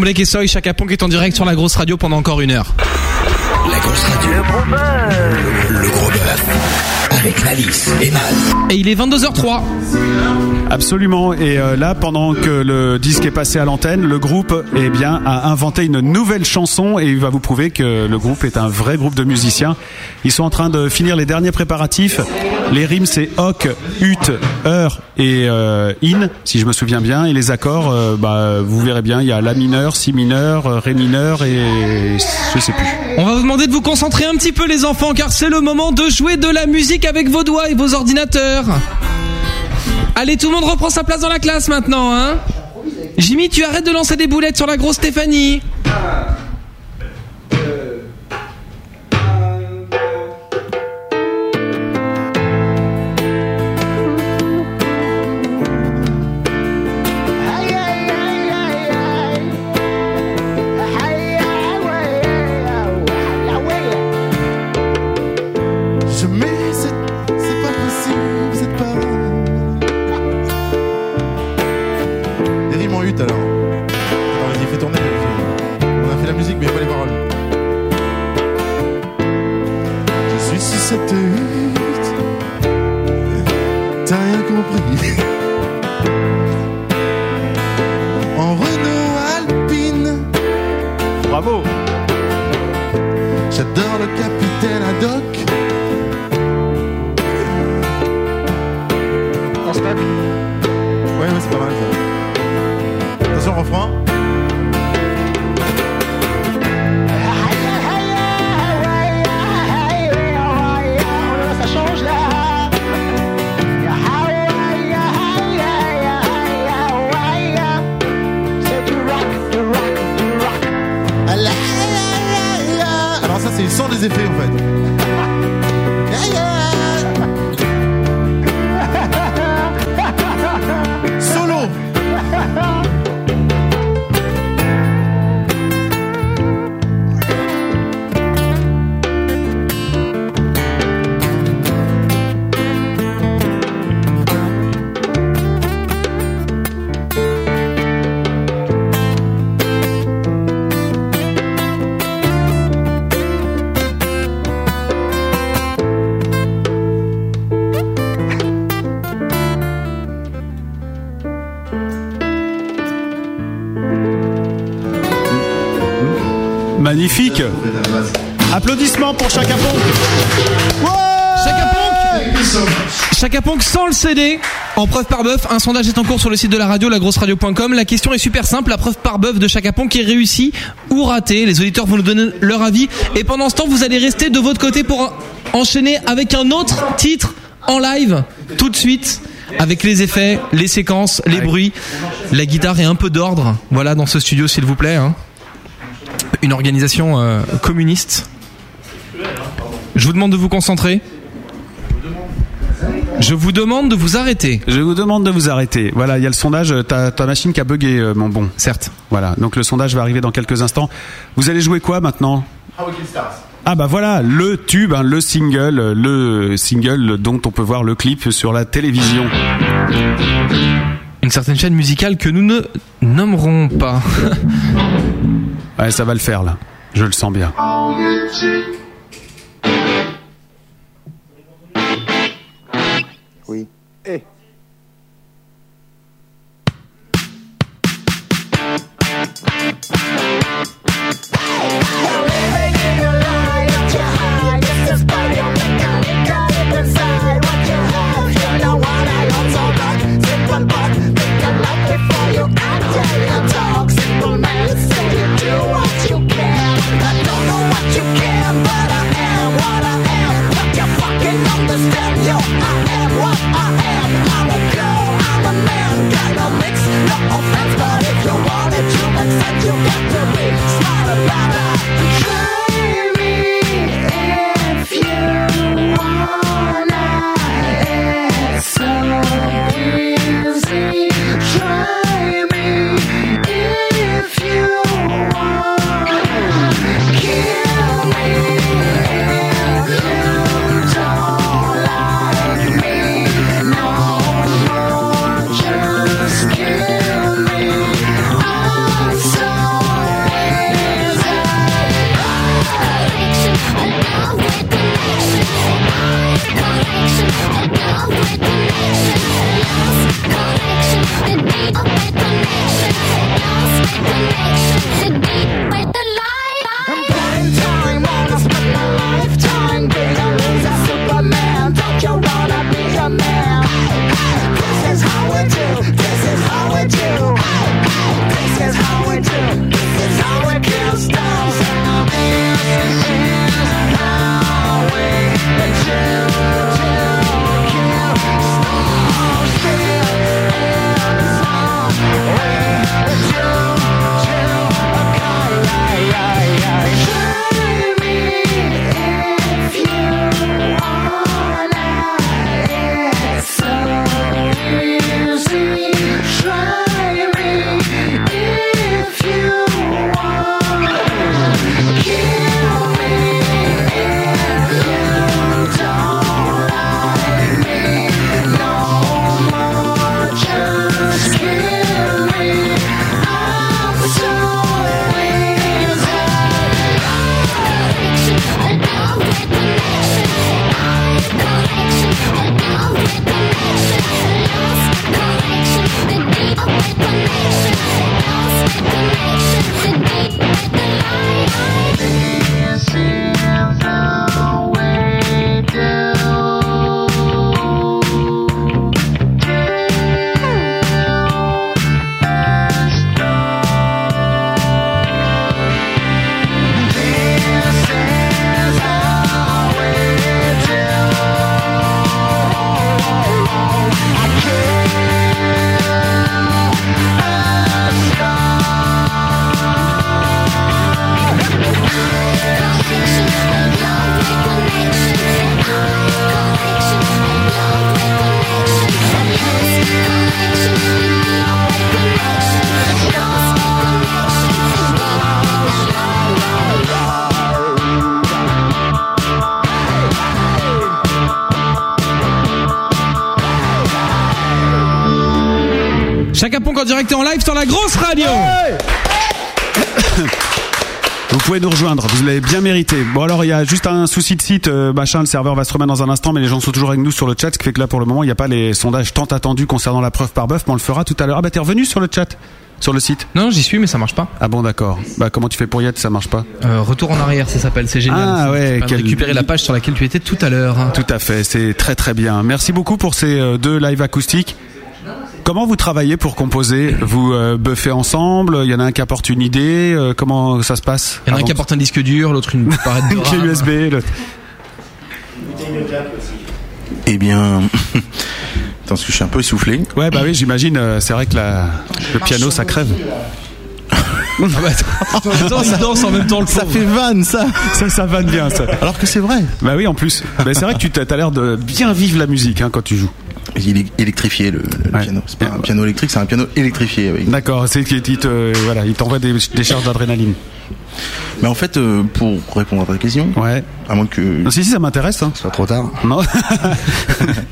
[SPEAKER 6] Black et Soy, Chaka Ponk est en direct sur la grosse radio pendant encore une heure.
[SPEAKER 1] La grosse radio. Le gros bœuf. Le gros bœuf. Avec Malice et Mal.
[SPEAKER 6] Et il est 22h03.
[SPEAKER 4] Absolument. Et euh, là, pendant que le disque est passé à l'antenne, le groupe eh bien, a inventé une nouvelle chanson et il va vous prouver que le groupe est un vrai groupe de musiciens. Ils sont en train de finir les derniers préparatifs. Les rimes, c'est hoc, ut, heure et euh, in, si je me souviens bien. Et les accords, euh, bah, vous verrez bien, il y a la mineur, si mineur, euh, ré mineur et je sais plus.
[SPEAKER 6] On va vous demander de vous concentrer un petit peu les enfants car c'est le moment de jouer de la musique avec vos doigts et vos ordinateurs. Allez, tout le monde reprend sa place dans la classe maintenant, hein Jimmy, tu arrêtes de lancer des boulettes sur la grosse Stéphanie.
[SPEAKER 11] Jamais c'est c'est pas possible, vous êtes pas
[SPEAKER 8] Des rimes en hutte alors. Attends, vas-y, fais tourner. On a fait la musique, mais il y a pas les paroles.
[SPEAKER 11] Je suis sur cette hutte. T'as rien compris. En Renault Alpine. Bravo. J'adore le capitaine Haddock. On se tape. Ouais, ouais, c'est pas mal ça. Attention, refrain.
[SPEAKER 14] Ça change là. C'est du rock, du rock, du rock.
[SPEAKER 8] Alors ça c'est sans les effets en fait.
[SPEAKER 11] Solo
[SPEAKER 4] Magnifique. Applaudissements pour Chaka Ponk.
[SPEAKER 6] Chaka Ponk. Chaka Ponk sans le CD. En preuve par bœuf, un sondage est en cours sur le site de la radio, lagrosseradio.com. La question est super simple. La preuve par bœuf de Chaka Ponk est réussie ou ratée. Les auditeurs vont nous donner leur avis. Et pendant ce temps, vous allez rester de votre côté pour en- enchaîner avec un autre titre en live tout de suite. Avec les effets, les séquences, les bruits, la guitare et un peu d'ordre. Voilà dans ce studio, s'il vous plaît. hein. Une organisation euh, communiste. Je vous demande de vous concentrer. Je vous demande de vous arrêter.
[SPEAKER 4] Je vous demande de vous arrêter. Voilà, il y a le sondage. euh, Ta, ta machine qui a bugué, euh, mon bon.
[SPEAKER 6] Certes.
[SPEAKER 4] Voilà, donc le sondage va arriver dans quelques instants. Vous allez jouer quoi maintenant Ah bah voilà, le tube, hein, le single, euh, le single dont on peut voir le clip sur la télévision.
[SPEAKER 6] Une certaine chaîne musicale que nous ne nommerons pas.
[SPEAKER 4] Ouais, ça va le faire là. Je le sens bien.
[SPEAKER 11] Oui.
[SPEAKER 14] Understand you, I am what I am. I
[SPEAKER 6] Chaka Ponk en direct et en live sur la grosse radio.
[SPEAKER 4] Vous pouvez nous rejoindre, vous l'avez bien mérité. Bon alors il y a juste un souci de site, euh, machin, le serveur va se remettre dans un instant, mais les gens sont toujours avec nous sur le chat, ce qui fait que là pour le moment il n'y a pas les sondages tant attendus concernant la preuve par bœuf, mais on le fera tout à l'heure. Ah bah t'es revenu sur le chat sur le site
[SPEAKER 6] Non, j'y suis, mais ça marche pas.
[SPEAKER 4] Ah bon, d'accord. Bah, comment tu fais pour y être, ça marche pas
[SPEAKER 6] Euh, retour en arrière, ça s'appelle, c'est génial.
[SPEAKER 4] Ah
[SPEAKER 6] Ça,
[SPEAKER 4] ouais,
[SPEAKER 6] ça permet de
[SPEAKER 4] quel-
[SPEAKER 6] récupérer la page sur laquelle tu étais tout à l'heure. hein.
[SPEAKER 4] Tout à fait, c'est très très bien. Merci beaucoup pour ces euh, deux lives acoustiques. Comment vous travaillez pour composer Vous euh, buffez ensemble Il y en a un qui apporte une idée euh, Comment ça se passe
[SPEAKER 6] Il y en a un qui
[SPEAKER 4] Avant-
[SPEAKER 6] apporte un disque dur, l'autre une barrette de
[SPEAKER 4] Une clé
[SPEAKER 6] RAM.
[SPEAKER 4] USB. l'autre-
[SPEAKER 8] Eh bien.
[SPEAKER 4] Ah
[SPEAKER 8] Attends, parce que je suis un peu essoufflé.
[SPEAKER 4] Ouais, bah oui, j'imagine, euh, c'est vrai que la- le piano ça crève. bah,
[SPEAKER 6] Attends, il danse en même temps le
[SPEAKER 8] Ça fait vanne, ça.
[SPEAKER 4] Ça, ça vanne bien, ça.
[SPEAKER 8] Alors que c'est vrai.
[SPEAKER 4] Bah oui, en plus. Bah, c'est vrai que tu t'as- t'as l'air de bien vivre la musique hein, quand tu joues.
[SPEAKER 8] Il est électrifié le, le piano. C'est pas un piano électrique, c'est un piano électrifié. oui.
[SPEAKER 4] D'accord, c'est qu'il il te- euh, voilà, il t'envoie des, des charges d'adrénaline.
[SPEAKER 8] Mais en fait, euh, pour répondre à ta question,
[SPEAKER 4] ouais.
[SPEAKER 8] à moins que.
[SPEAKER 4] si, si, ça m'intéresse. hein.
[SPEAKER 8] C'est pas trop tard.
[SPEAKER 4] Non.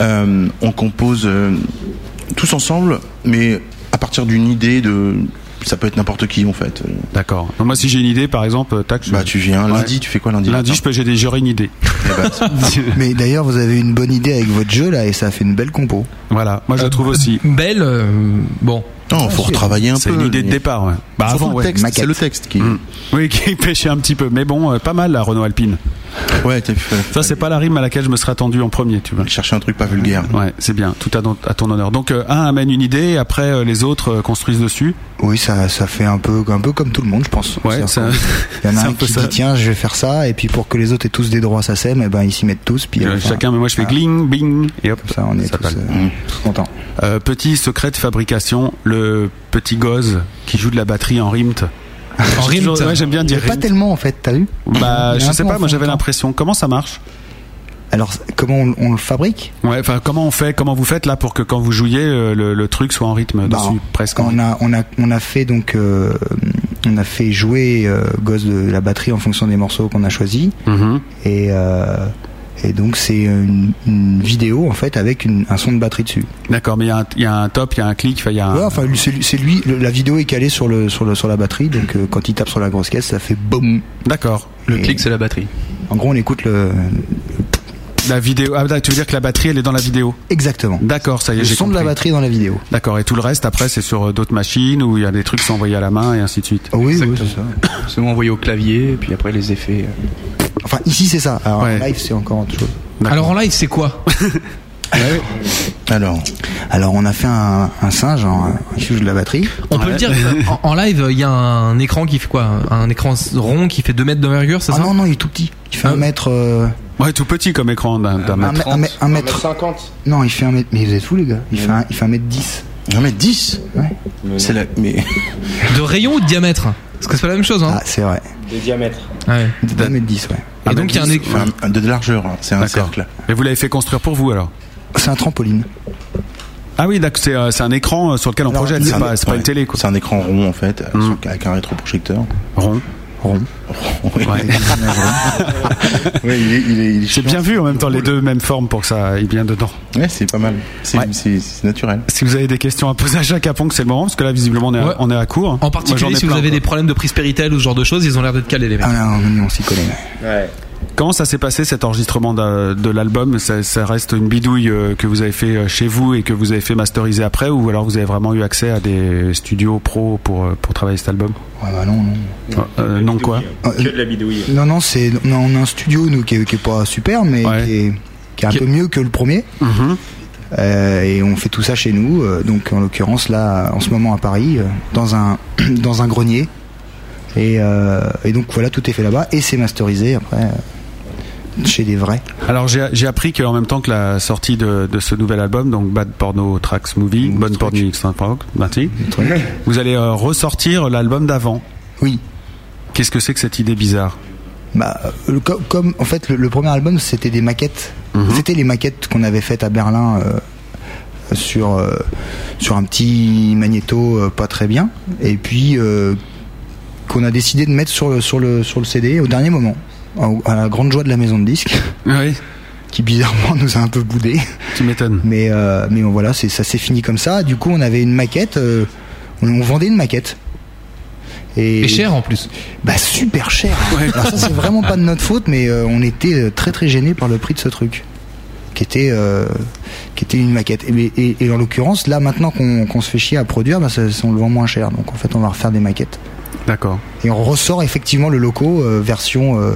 [SPEAKER 8] Euh, on compose euh, tous ensemble, mais à partir d'une idée de. Ça peut être n'importe qui en fait.
[SPEAKER 4] D'accord. Donc, Moi, si j'ai une idée, par exemple, euh, tac.
[SPEAKER 8] Bah, tu viens lundi,
[SPEAKER 4] Ouais.
[SPEAKER 8] tu fais quoi lundi Eh ben,
[SPEAKER 4] Lundi, je peux, j'ai des- j'aurai une idée.
[SPEAKER 5] ben, Mais d'ailleurs, vous avez une bonne idée avec votre jeu là et ça fait une belle compo.
[SPEAKER 4] Voilà, moi je le trouve aussi.
[SPEAKER 6] Belle, bon.
[SPEAKER 8] Non, faut retravailler un
[SPEAKER 4] C'est
[SPEAKER 8] peu,
[SPEAKER 4] une idée de
[SPEAKER 8] mais- Bah,
[SPEAKER 4] départ, ouais.
[SPEAKER 8] Surtout le
[SPEAKER 4] ouais.
[SPEAKER 8] texte, c'est le texte qui.
[SPEAKER 4] Mm. Oui, qui pêchait un petit peu. Mais bon, euh, pas mal la Renault Alpine.
[SPEAKER 8] Ouais,
[SPEAKER 4] Ça, c'est pas la rime à laquelle je me serais attendu en premier, tu vois.
[SPEAKER 8] Chercher un truc pas vulgaire.
[SPEAKER 4] Ouais, c'est bien, tout à, don- à ton honneur. Donc, euh, un amène une idée, après euh, les autres euh, construisent dessus.
[SPEAKER 5] Oui, ça, ça fait un peu, un peu comme tout le monde, je pense.
[SPEAKER 4] Ouais,
[SPEAKER 5] C'est-à-dire
[SPEAKER 4] ça-
[SPEAKER 5] qu'il y en a
[SPEAKER 4] c'est
[SPEAKER 5] un
[SPEAKER 4] un peu
[SPEAKER 5] qui
[SPEAKER 4] ça.
[SPEAKER 5] dit tiens, je vais faire ça, et puis pour que les autres aient tous des droits à sa sème, eh ben, ils s'y mettent tous. Puis,
[SPEAKER 4] Euh,
[SPEAKER 5] enfin, ah.
[SPEAKER 4] chacun, mais moi je fais gling, bing, et hop. ça, on est
[SPEAKER 5] tous, euh, tous contents.
[SPEAKER 4] petit secret de fabrication, le petit gosse qui joue de la batterie en rimt. En Ouais, j'aime bien dire
[SPEAKER 5] Mais Pas
[SPEAKER 4] rimt.
[SPEAKER 5] tellement en fait, t'as vu
[SPEAKER 4] Bah,
[SPEAKER 5] Il y a
[SPEAKER 4] je
[SPEAKER 5] un
[SPEAKER 4] sais
[SPEAKER 5] peu
[SPEAKER 4] pas,
[SPEAKER 5] en
[SPEAKER 4] moi
[SPEAKER 5] fond de
[SPEAKER 4] j'avais
[SPEAKER 5] temps.
[SPEAKER 4] l'impression. Comment ça marche
[SPEAKER 5] Alors, comment on, on le fabrique
[SPEAKER 4] Ouais, enfin, comment on fait, comment vous faites là pour que quand vous jouiez, euh, le, le truc soit en rythme
[SPEAKER 5] Bah,
[SPEAKER 4] Euh, dessus, presque. en
[SPEAKER 5] On a, on a, on a fait donc, euh, on a fait jouer euh, Gosse de la batterie en fonction des morceaux qu'on a choisis,
[SPEAKER 4] Mhm.
[SPEAKER 5] et euh, et donc c'est une, une vidéo en fait avec une- un son de batterie dessus.
[SPEAKER 4] D'accord, mais il y a un- il y, a un top, il y a un clic, enfin, il y a un.
[SPEAKER 5] Ouais, enfin, lui- c'est lui, c'est lui- le- la vidéo est calée sur, le, sur, le, sur la batterie, donc euh, quand il tape sur la grosse caisse, ça fait boum.
[SPEAKER 4] D'accord.
[SPEAKER 2] Le clic, c'est la batterie.
[SPEAKER 5] En gros, on écoute le.
[SPEAKER 4] La vidéo. Ah, tu veux dire que la batterie, elle est dans la vidéo
[SPEAKER 5] Exactement.
[SPEAKER 4] D'accord, ça y est,
[SPEAKER 5] Le
[SPEAKER 4] j'ai
[SPEAKER 5] son de la
[SPEAKER 4] compris.
[SPEAKER 5] batterie dans la vidéo.
[SPEAKER 4] D'accord, et tout le reste, après, c'est sur euh, d'autres machines où il y a des trucs qui sont envoyés à la main et ainsi de suite.
[SPEAKER 5] Oui, oui, c'est ça.
[SPEAKER 2] Souvent envoyé au clavier, et puis après les effets. euh.
[SPEAKER 5] Enfin, ici, c'est ça. Alors,
[SPEAKER 2] Ouais.
[SPEAKER 5] en live, c'est encore autre chose.
[SPEAKER 6] Alors en live, c'est quoi
[SPEAKER 5] Alors Alors, on a fait un, un singe, un, un qui joue de la batterie.
[SPEAKER 6] On peut le dire, euh, en, en live, il y a un écran qui fait quoi Un écran rond qui fait 2 mètres d'envergure, c'est ça Ah.
[SPEAKER 5] Non, non, il est tout petit. Il
[SPEAKER 4] Hein?
[SPEAKER 5] fait un mètre. euh,
[SPEAKER 4] Ouais, tout petit comme écran d'un
[SPEAKER 2] Ah,
[SPEAKER 4] d'un
[SPEAKER 5] un, mè-
[SPEAKER 4] mètre.
[SPEAKER 5] un mè- un mètre.
[SPEAKER 12] 50.
[SPEAKER 5] Non, il fait un mètre. Mais vous êtes fous, les gars. Il, fait, un, il fait un mètre 10.
[SPEAKER 8] Non mais 10
[SPEAKER 5] Ouais.
[SPEAKER 8] C'est la. Mais.
[SPEAKER 6] De rayon ou de diamètre Parce que c'est pas la même chose, hein
[SPEAKER 5] Ah, c'est vrai.
[SPEAKER 12] De diamètre.
[SPEAKER 6] Ouais.
[SPEAKER 5] Un mètre 10, ouais.
[SPEAKER 6] Et Ah, donc il y a un écran.
[SPEAKER 8] Enfin, de largeur, hein, c'est un
[SPEAKER 4] D'accord.
[SPEAKER 8] cercle.
[SPEAKER 4] Mais vous l'avez fait construire pour vous alors
[SPEAKER 5] C'est un trampoline.
[SPEAKER 4] Ah oui, d'accord, c'est euh, c'est un écran euh, sur lequel on projette, c'est
[SPEAKER 8] un-
[SPEAKER 4] pas, c'est pas
[SPEAKER 8] ouais,
[SPEAKER 4] une télé quoi. Mm.
[SPEAKER 8] C'est un écran rond en fait, sur- avec un rétroprojecteur.
[SPEAKER 4] Rond.
[SPEAKER 5] Rond.
[SPEAKER 8] Oui.
[SPEAKER 4] Ouais.
[SPEAKER 8] Ouais, il est, il est, il est
[SPEAKER 4] J'ai
[SPEAKER 8] chiant.
[SPEAKER 4] bien vu en même temps les deux mêmes formes pour que ça aille bien dedans.
[SPEAKER 8] Ouais, c'est pas mal. C'est c'est- c'est naturel.
[SPEAKER 4] Si vous avez des questions à poser à Jacques Apon, c'est le moment, parce que là, visiblement, on est à,
[SPEAKER 6] Ouais.
[SPEAKER 4] on est à court.
[SPEAKER 6] En particulier si vous avez des problèmes de prise Péritel ou ce genre de choses, ils ont l'air d'être calés les mecs.
[SPEAKER 5] Ah, non, non, on s'y connaît.
[SPEAKER 12] Ouais.
[SPEAKER 4] Comment ça s'est passé cet enregistrement de, de l'album ça, ça reste une bidouille euh, que vous avez fait euh, chez vous et que vous avez fait masteriser après, ou alors vous avez vraiment eu accès à des studios pro pour, euh, pour travailler cet album
[SPEAKER 5] Ouais, bah non, non.
[SPEAKER 4] Euh, Non, quoi
[SPEAKER 12] Que de la bidouille.
[SPEAKER 5] Non, non, c'est non, on a un studio nous qui est, qui est pas super, mais qui, est, qui est Mhm. un peu mieux que le premier. Euh, et on fait tout ça chez nous. euh, donc en l'occurrence là, en ce moment à Paris, euh, dans un dans un grenier. Et, euh, et donc voilà, tout est fait là-bas et c'est masterisé après euh, chez des vrais.
[SPEAKER 4] Alors j'ai j'ai appris qu'en même temps que la sortie de, de ce nouvel album, donc Bad Porno Tracks Movie,
[SPEAKER 5] Mmh,
[SPEAKER 4] Bonne Porno X hein, merci, vous allez euh, ressortir l'album d'avant.
[SPEAKER 5] Oui.
[SPEAKER 4] Qu'est-ce que c'est que cette idée bizarre
[SPEAKER 5] Bah, euh, le- co- comme, en fait, le, le premier album, c'était des maquettes.
[SPEAKER 4] Mhm.
[SPEAKER 5] C'était les maquettes qu'on avait faites à Berlin euh, sur, euh, sur un petit magnéto euh, pas très bien. Et puis, euh, qu'on a décidé de mettre sur le, sur, le, sur le CD au dernier moment, en- à la grande joie de la maison de disques.
[SPEAKER 4] Oui.
[SPEAKER 5] qui bizarrement nous a un peu boudé.
[SPEAKER 4] Tu m'étonnes.
[SPEAKER 5] Mais, euh, mais bon, voilà, c'est- ça s'est fini comme ça. Du coup, on avait une maquette, euh, on, on vendait une maquette. Et,
[SPEAKER 6] cher en plus.
[SPEAKER 5] Bah super cher. Alors ça c'est vraiment pas de notre faute, mais euh, on était euh, très très gêné par le prix de ce truc, qui était euh, qui était une maquette. Et, et- et en l'occurrence là maintenant qu'on qu'on se fait chier à produire, bah, ça- ça, on le vend moins cher. Donc en fait on va refaire des maquettes.
[SPEAKER 4] D'accord.
[SPEAKER 5] Et on ressort effectivement le loco euh, version euh,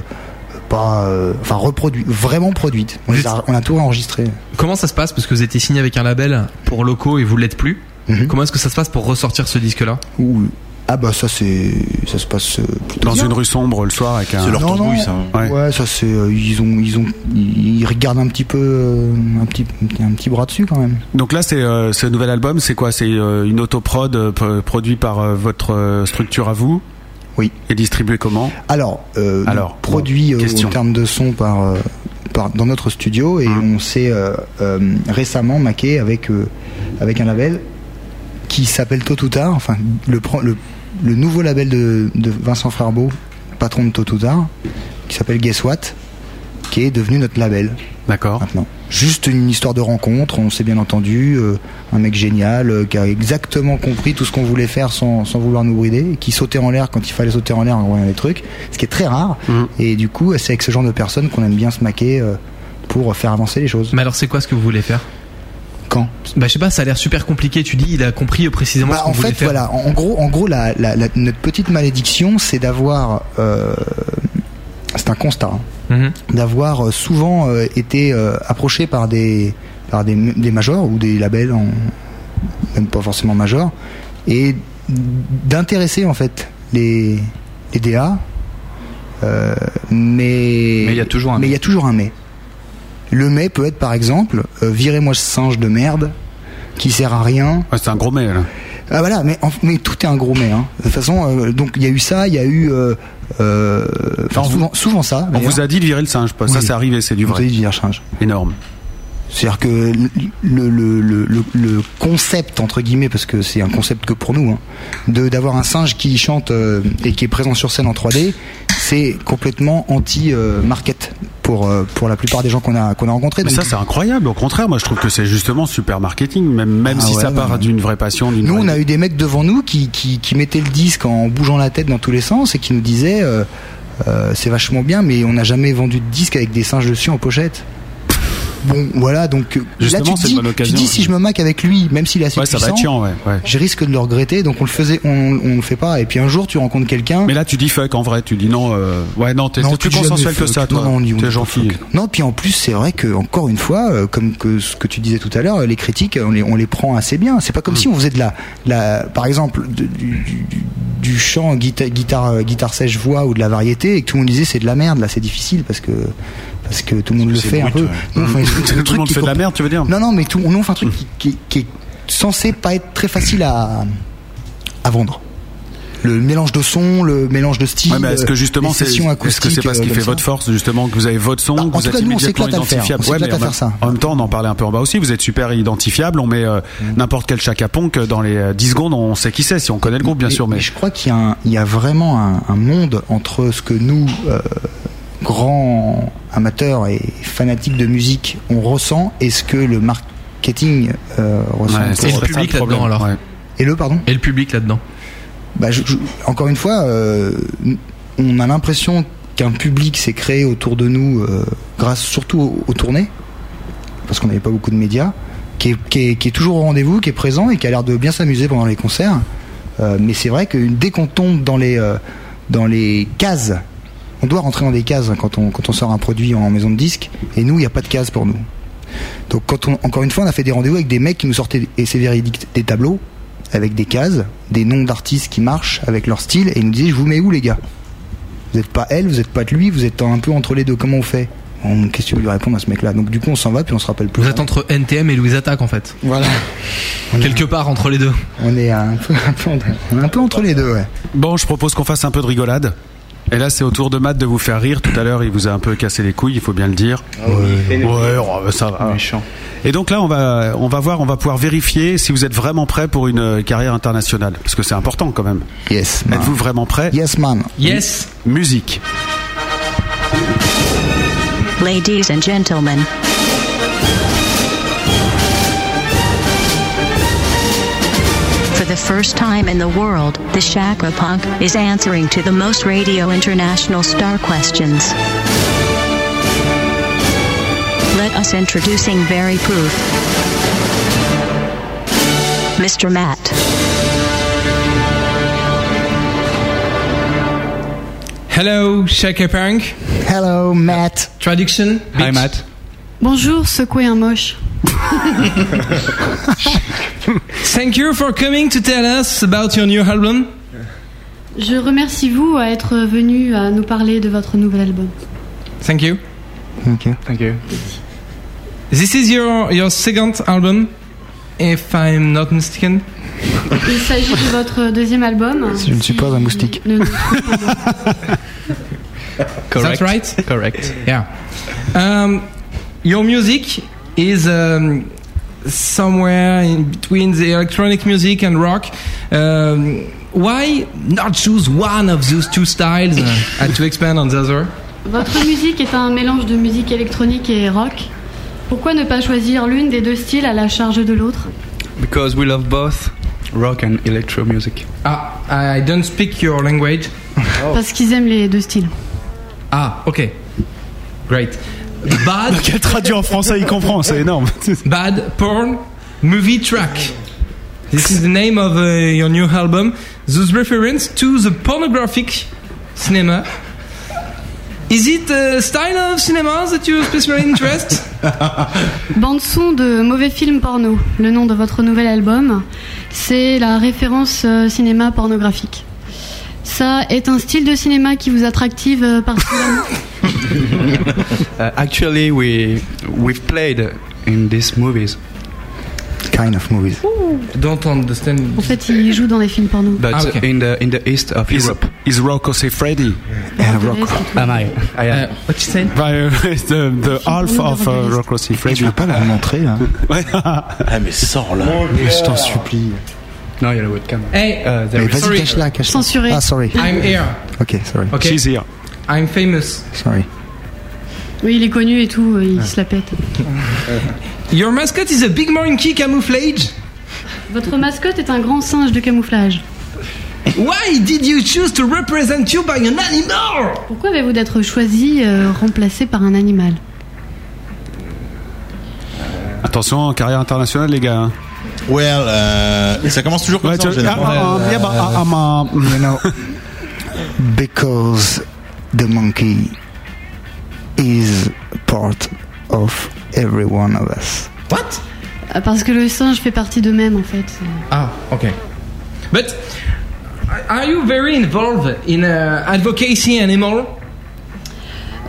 [SPEAKER 5] pas euh, enfin reproduite, vraiment produite. On, les a, on a tout enregistré.
[SPEAKER 6] Comment ça se passe Parce que vous étiez signé avec un label pour locaux et vous l'êtes plus.
[SPEAKER 5] Mhm.
[SPEAKER 6] Comment est-ce que ça se passe pour ressortir ce disque-là
[SPEAKER 5] Ouh. Ah bah ça c'est ça se passe euh, plutôt
[SPEAKER 4] Dans
[SPEAKER 5] bien.
[SPEAKER 4] une rue sombre le soir avec un.
[SPEAKER 5] Ah, Non, non, Ouais, ça c'est euh, ils ont ils ont ils regardent un petit peu euh, un petit un petit bras dessus quand même.
[SPEAKER 4] Donc là, c'est euh, ce nouvel album, c'est quoi C'est euh, une autoprod euh, p- produit par euh, votre euh, structure à vous.
[SPEAKER 5] Oui.
[SPEAKER 4] Et distribué comment
[SPEAKER 5] Alors, euh,
[SPEAKER 4] Alors,
[SPEAKER 5] donc, produit
[SPEAKER 4] bon,
[SPEAKER 5] euh,
[SPEAKER 4] question.
[SPEAKER 5] en termes de son par, euh, par dans notre studio et
[SPEAKER 4] Hum.
[SPEAKER 5] on s'est euh, euh, récemment maqué avec euh, avec un label qui s'appelle Tôt ou Tard. Enfin, le pro- le, le nouveau label de, de Vincent Frarbeau, patron de Tôt ou Tard, qui s'appelle Guess What, qui est devenu notre label.
[SPEAKER 4] D'accord.
[SPEAKER 5] Maintenant, juste une histoire de rencontre. On s'est bien entendu. euh, un mec génial euh, qui a exactement compris tout ce qu'on voulait faire sans, sans vouloir nous brider, et qui sautait en l'air quand il fallait sauter en l'air en voyant les trucs, ce qui est très rare. Et du coup, c'est avec ce genre de personnes qu'on aime bien se maquer euh, pour faire avancer les choses.
[SPEAKER 6] Mais alors, c'est quoi ce que vous voulez faire
[SPEAKER 5] Quand
[SPEAKER 6] Bah, je sais pas, ça a l'air super compliqué. Tu dis, il a compris euh, précisément
[SPEAKER 5] Bah,
[SPEAKER 6] ce qu'on
[SPEAKER 5] en
[SPEAKER 6] voulait
[SPEAKER 5] fait,
[SPEAKER 6] faire.
[SPEAKER 5] voilà, en en gros, en gros, la, la- la- notre petite malédiction, c'est d'avoir, euh, c'est un constat, hein,
[SPEAKER 6] Mhm.
[SPEAKER 5] d'avoir euh, souvent euh, été euh, approché par des par des, des majors ou des labels, en, même pas forcément majors, et d'intéresser en fait les les DA, euh, mais
[SPEAKER 2] Mais il y a toujours un
[SPEAKER 5] mais. il y a toujours un mais. Le mais peut être par exemple, euh, virez-moi ce singe de merde qui sert à rien.
[SPEAKER 4] Ah, c'est un gros mail.
[SPEAKER 5] Ah voilà, mais, en- mais tout est un gros mais. hein. De toute façon, euh, donc il y a eu ça, il y a eu euh, euh, enfin, souvent, souvent ça.
[SPEAKER 4] On
[SPEAKER 5] d'ailleurs.
[SPEAKER 4] vous a dit de virer le singe, pas- ça
[SPEAKER 5] Bah, Oui.
[SPEAKER 4] c'est arrivé, c'est du
[SPEAKER 5] On
[SPEAKER 4] vrai.
[SPEAKER 5] vous a dit de virer le singe.
[SPEAKER 4] Énorme.
[SPEAKER 5] C'est-à-dire que le, le, le, le- le concept, entre guillemets, parce que c'est un concept que pour nous, hein, de d'avoir un singe qui chante euh, et qui est présent sur scène en 3D, c'est complètement anti-market pour, euh, pour la plupart des gens qu'on a, qu'on a rencontrés.
[SPEAKER 4] Mais
[SPEAKER 5] Donc,
[SPEAKER 4] ça c'est incroyable, au contraire, moi je trouve que c'est justement super marketing, même, même
[SPEAKER 5] Ah
[SPEAKER 4] si
[SPEAKER 5] ouais,
[SPEAKER 4] ça
[SPEAKER 5] non,
[SPEAKER 4] part
[SPEAKER 5] mais-
[SPEAKER 4] d'une vraie passion, d'une
[SPEAKER 5] Nous,
[SPEAKER 4] vraie-
[SPEAKER 5] on a eu des mecs devant nous qui, qui, qui mettaient le disque en bougeant la tête dans tous les sens et qui nous disaient euh, euh, c'est vachement bien, mais on n'a jamais vendu de disque avec des singes dessus en pochette. Bon, voilà, donc euh,
[SPEAKER 4] Justement,
[SPEAKER 5] là tu te
[SPEAKER 4] c'est
[SPEAKER 5] dis,
[SPEAKER 4] une bonne occasion.
[SPEAKER 5] tu te dis, si je me mac avec lui, même s'il est assez
[SPEAKER 4] Ouais, ça va
[SPEAKER 5] puissant,
[SPEAKER 4] être chiant, ouais, ouais.
[SPEAKER 5] je risque de le regretter, donc on le faisait, on, on le fait pas. Et puis un jour, tu rencontres quelqu'un.
[SPEAKER 4] Mais là tu dis fuck en vrai, tu dis non, euh, ouais non, t'es
[SPEAKER 5] Non,
[SPEAKER 4] t'es
[SPEAKER 5] tu
[SPEAKER 4] plus
[SPEAKER 5] dis jamais
[SPEAKER 4] consensuel que
[SPEAKER 5] fuck.
[SPEAKER 4] ça,
[SPEAKER 5] Non,
[SPEAKER 4] toi.
[SPEAKER 5] non, on dit- on
[SPEAKER 4] T'es
[SPEAKER 5] dit
[SPEAKER 4] gentil.
[SPEAKER 5] Non, puis en plus, c'est vrai que encore une fois, euh, comme que ce que tu disais tout à l'heure, les critiques, on les, on les prend assez bien. C'est pas
[SPEAKER 4] Mm.
[SPEAKER 5] comme si on faisait de la, de la par exemple, de- du, du- du chant guitare, guitare, euh, guitare sèche voix ou de la variété, et que tout le monde disait c'est de la merde. Là, c'est difficile parce que parce que tout le monde le
[SPEAKER 4] c'est
[SPEAKER 5] fait un
[SPEAKER 4] brut,
[SPEAKER 5] peu.
[SPEAKER 4] ouais. Mm.
[SPEAKER 5] Nous, on fait-
[SPEAKER 4] Tout
[SPEAKER 5] le
[SPEAKER 4] le
[SPEAKER 5] truc
[SPEAKER 4] monde
[SPEAKER 5] qui
[SPEAKER 4] fait de la
[SPEAKER 5] comp-
[SPEAKER 4] merde, Mm. tu veux dire
[SPEAKER 5] Non, non, mais tout, on fait un truc qui, qui- qui est censé pas être très facile à à vendre. Le mélange de sons, le mélange de styles.
[SPEAKER 4] Ouais, mais est-ce que justement
[SPEAKER 5] les
[SPEAKER 4] c'est
[SPEAKER 5] sessions
[SPEAKER 4] est-ce que c'est pas ce qui
[SPEAKER 5] acoustiques, euh,
[SPEAKER 4] fait
[SPEAKER 5] comme ça
[SPEAKER 4] votre force justement que vous avez votre son que
[SPEAKER 5] en
[SPEAKER 4] vous
[SPEAKER 5] tout
[SPEAKER 4] êtes
[SPEAKER 5] cas, nous, on
[SPEAKER 4] immédiatement
[SPEAKER 5] s'éclate à le faire.
[SPEAKER 4] identifiable
[SPEAKER 5] On
[SPEAKER 4] Ouais,
[SPEAKER 5] s'éclate
[SPEAKER 4] mais
[SPEAKER 5] à
[SPEAKER 4] en,
[SPEAKER 5] faire
[SPEAKER 4] même-
[SPEAKER 5] ça.
[SPEAKER 4] en même temps on en parlait un peu en bas aussi vous êtes super identifiable on met euh,
[SPEAKER 5] Mm.
[SPEAKER 4] n'importe quel chacaponque dans les euh, 10 secondes on sait qui c'est si on connaît le groupe bien
[SPEAKER 5] Mais-
[SPEAKER 4] sûr mais
[SPEAKER 5] mais je crois qu'il y a, un- il y a vraiment un, un monde entre ce que nous, euh, grands amateurs et fanatiques de musique, on ressent et ce que le marketing euh, ressent.
[SPEAKER 6] Ouais,
[SPEAKER 5] pour-
[SPEAKER 6] c'est- Et le public c'est un problème, là-dedans, alors ouais.
[SPEAKER 5] Et le pardon
[SPEAKER 6] Et le public là-dedans
[SPEAKER 5] bah, je- je- Encore une fois, euh, on a l'impression qu'un public s'est créé autour de nous euh, grâce surtout aux, aux tournées, parce qu'on n'avait pas beaucoup de médias, qui est, qui est- qui est toujours au rendez-vous, qui est présent et qui a l'air de bien s'amuser pendant les concerts. Euh, mais c'est vrai que dès qu'on tombe dans les, euh, dans les cases, on doit rentrer dans des cases hein, quand on, quand on sort un produit en maison de disque, et nous, il n'y a pas de cases pour nous. Donc quand on, encore une fois, on a fait des rendez-vous avec des mecs qui nous sortaient, et c'est véridique, des tableaux, avec des cases, des noms d'artistes qui marchent, avec leur style, et ils nous disaient, je vous mets où les gars Vous n'êtes pas elle, vous n'êtes pas de lui, vous êtes un peu entre les deux, comment on fait On- Qu'est-ce que tu veux lui répondre à ce mec-là Donc du coup, on s'en va, puis on se rappelle plus.
[SPEAKER 6] Vous êtes entre NTM et Louise Attaque en fait.
[SPEAKER 5] Voilà.
[SPEAKER 6] Quelque part entre les deux.
[SPEAKER 5] On est un peu, un peu entre- on est un peu entre les deux, ouais.
[SPEAKER 4] bon je propose qu'on fasse un peu de rigolade et là c'est au tour de Matt de vous faire rire tout à l'heure il vous a un peu cassé les couilles il faut bien le dire
[SPEAKER 8] Ah
[SPEAKER 4] ouais, ouais, oh, bah, ça va et donc là on va on va voir on va pouvoir vérifier si vous êtes vraiment prêt pour une euh, carrière internationale parce que c'est important quand même
[SPEAKER 5] yes
[SPEAKER 4] êtes-vous vraiment prêt
[SPEAKER 5] yes man
[SPEAKER 6] yes
[SPEAKER 4] musique
[SPEAKER 13] ladies and gentlemen. For the first time in the world, the Chakra Punk is answering to the most Radio International star questions. Let us introducing Very Proof, Mr. Matt.
[SPEAKER 9] Hello, Shaka Punk.
[SPEAKER 15] Hello, Matt.
[SPEAKER 9] Traduction. Hi, Matt.
[SPEAKER 16] Bonjour, secouez un moche.
[SPEAKER 9] Thank you for coming to tell us about your new album.
[SPEAKER 16] Je remercie vous à être venu à nous parler de votre nouvel album.
[SPEAKER 9] Thank you.
[SPEAKER 5] Thank you.
[SPEAKER 2] Thank you.
[SPEAKER 9] This is your your second album, if I'm not mistaken.
[SPEAKER 16] Il s'agit de votre deuxième album.
[SPEAKER 5] Je ne suis pas un moustique.
[SPEAKER 16] Ne-
[SPEAKER 9] Correct. That's right. Correct. Yeah. Um, your music is um, somewhere in between the electronic music and rock. Um, why not choose one of those two styles uh, and to expand on the other?
[SPEAKER 16] Votre musique est un mélange de musique électronique et rock. Pourquoi ne pas choisir l'une des deux styles à la charge de l'autre
[SPEAKER 2] Because we love both rock and electro music.
[SPEAKER 9] Ah, I don't speak your language.
[SPEAKER 16] Parce qu'ils aiment les deux styles.
[SPEAKER 9] Ah, ok. Great. Bad.
[SPEAKER 4] Quel traduit en français il comprend, c'est énorme.
[SPEAKER 9] Bad porn movie track. This is the name of uh, your new album. Those reference to the pornographic cinema. Is it a style of cinema that you specially interest?
[SPEAKER 16] Bande son de mauvais film porno, le nom de votre nouvel album, c'est la référence euh, cinéma pornographique. Ça est un style de cinéma qui vous attractive euh, particulièrement
[SPEAKER 2] Uh, actually, we we've played in these movies.
[SPEAKER 5] Kind of movies.
[SPEAKER 9] Don't understand.
[SPEAKER 16] En fait, il joue dans les films porno.
[SPEAKER 5] Bah,
[SPEAKER 2] But
[SPEAKER 9] Ah,
[SPEAKER 2] in the in the east of Europe.
[SPEAKER 4] Is Rocco Siffredi?
[SPEAKER 16] Rocco.
[SPEAKER 2] Am I? Uh, I am.
[SPEAKER 9] what you say?
[SPEAKER 4] the, the half of uh, Rocco Siffredi. Tu vas pas la montrer là Ouais. Oh,
[SPEAKER 8] Ah mais sors là.
[SPEAKER 5] Mais je t'en supplie.
[SPEAKER 2] No, you're a webcam.
[SPEAKER 9] Hey,
[SPEAKER 2] Uh, there
[SPEAKER 5] Mais
[SPEAKER 2] is-
[SPEAKER 5] vas-y, cache-la, cache-la.
[SPEAKER 16] Censuré.
[SPEAKER 5] Ah, sorry.
[SPEAKER 9] I'm here.
[SPEAKER 5] Ok, sorry.
[SPEAKER 9] Okay. She's
[SPEAKER 4] here.
[SPEAKER 9] I'm famous.
[SPEAKER 5] Sorry.
[SPEAKER 16] Oui, il est connu et tout, euh, il se la pète.
[SPEAKER 9] Your mascot is a big monkey camouflage.
[SPEAKER 16] Votre mascotte est un grand singe de camouflage.
[SPEAKER 9] Why did you choose to represent you by an animal?
[SPEAKER 16] Pourquoi avez-vous d'être choisi, euh, remplacé par un animal
[SPEAKER 4] Attention, carrière internationale les gars. hein.
[SPEAKER 8] Well, euh, ça commence toujours comme
[SPEAKER 4] Ouais,
[SPEAKER 8] ça. en
[SPEAKER 4] tu-
[SPEAKER 8] général.
[SPEAKER 4] ah, ah, yeah, bah, ah, ah, ma-
[SPEAKER 5] You know, because the monkey is part of every one of us.
[SPEAKER 9] What
[SPEAKER 16] Ah, Parce que le singe fait partie d'eux-mêmes, en fait.
[SPEAKER 9] Ah, okay. But are you very involved in uh, advocacy animal?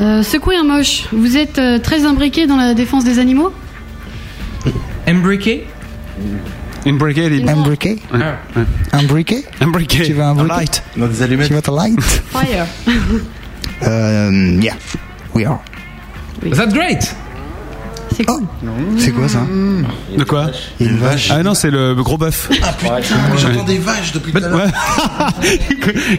[SPEAKER 16] Euh, secouez un moche. Vous êtes euh, très imbriqué dans la défense des animaux
[SPEAKER 9] Embriquet
[SPEAKER 4] Imbricated.
[SPEAKER 5] Imbriqué Imbriqué
[SPEAKER 4] Imbriqué.
[SPEAKER 5] Tu veux un
[SPEAKER 4] Un
[SPEAKER 5] briquet
[SPEAKER 4] light.
[SPEAKER 5] Tu veux ta light
[SPEAKER 16] Fire.
[SPEAKER 5] Euh, Yeah, we are. Oh.
[SPEAKER 9] That's great.
[SPEAKER 16] C'est cool.
[SPEAKER 5] C'est quoi ça
[SPEAKER 4] De quoi
[SPEAKER 5] Une vache.
[SPEAKER 4] Ah non, c'est le gros bœuf. Bah,
[SPEAKER 8] Ah putain, mais j'entends des vaches depuis tout à l'heure.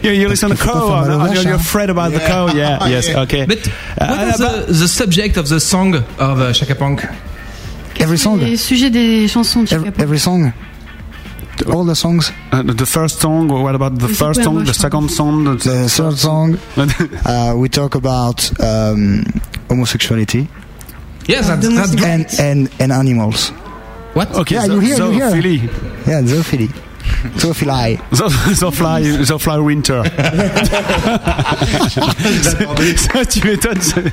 [SPEAKER 4] you, you listen to cow,
[SPEAKER 8] mal aux
[SPEAKER 4] and
[SPEAKER 8] vaches,
[SPEAKER 4] you're
[SPEAKER 8] hein.
[SPEAKER 4] afraid about the
[SPEAKER 8] Yeah.
[SPEAKER 4] cow, yeah, yes,
[SPEAKER 8] Yeah.
[SPEAKER 4] okay.
[SPEAKER 9] But
[SPEAKER 4] Ah,
[SPEAKER 9] what is
[SPEAKER 4] bah-
[SPEAKER 9] the, the subject of the song of uh, Shaka Punk?
[SPEAKER 5] Every song
[SPEAKER 16] Les sujets des chansons de Chicago.
[SPEAKER 5] Every song All the songs
[SPEAKER 4] Uh, the first song, what about the
[SPEAKER 16] Mais c'est
[SPEAKER 4] first
[SPEAKER 16] quoi,
[SPEAKER 4] song,
[SPEAKER 16] moi,
[SPEAKER 4] the
[SPEAKER 16] je crois.
[SPEAKER 4] second song, the
[SPEAKER 5] The third song, uh, we talk about um, homosexuality
[SPEAKER 9] Yes, that's, that's
[SPEAKER 5] and,
[SPEAKER 9] great.
[SPEAKER 5] and, and animals.
[SPEAKER 9] What?
[SPEAKER 4] Okay,
[SPEAKER 5] yeah,
[SPEAKER 4] zo-
[SPEAKER 5] you hear, you hear.
[SPEAKER 4] zoophilie.
[SPEAKER 5] Yeah, zoophilie. Zoophili.
[SPEAKER 4] The, the fly, the fly winter. ça, tu m'étonnes. c'est-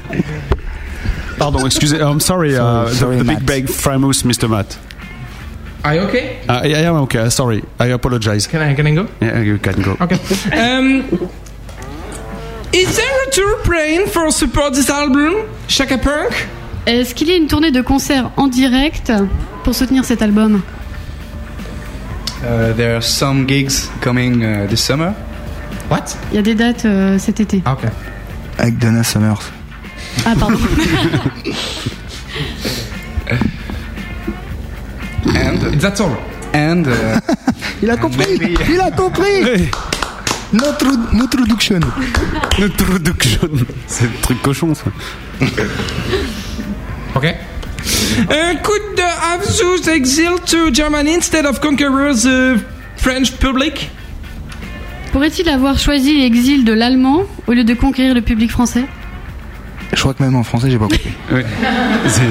[SPEAKER 4] Pardon, excusez, I'm sorry, uh,
[SPEAKER 5] Sorry, sorry,
[SPEAKER 4] the, the
[SPEAKER 5] Matt.
[SPEAKER 4] big bag famous Mr. Matt.
[SPEAKER 9] Are you okay?
[SPEAKER 4] Uh, yeah, yeah, okay, sorry, I apologize.
[SPEAKER 9] Can I, can I go?
[SPEAKER 4] Yeah, you can go.
[SPEAKER 9] Okay. Um, is there a tour planned for support this album, Shaka Punk?
[SPEAKER 16] Est-ce qu'il y a une tournée de concerts en direct pour soutenir cet album
[SPEAKER 2] Uh, there are some gigs coming uh, this summer.
[SPEAKER 9] What?
[SPEAKER 16] Il y a des dates euh, cet été.
[SPEAKER 9] Ah, ok.
[SPEAKER 5] Avec Donna Summers.
[SPEAKER 16] Ah, pardon.
[SPEAKER 2] And
[SPEAKER 9] that's all.
[SPEAKER 2] And uh, uh,
[SPEAKER 5] Il a compris Il a compris Notre, notre production.
[SPEAKER 4] Notre production. C'est le truc cochon, ça.
[SPEAKER 6] Ok.
[SPEAKER 9] Uh,
[SPEAKER 6] could the Habsburgs exile to Germany instead of conquer
[SPEAKER 9] uh,
[SPEAKER 6] the French public?
[SPEAKER 16] Pourrait-il avoir choisi l'exil de l'allemand au lieu de conquérir le public français
[SPEAKER 5] Je crois que même en français, j'ai pas compris.
[SPEAKER 4] Oui. C'est-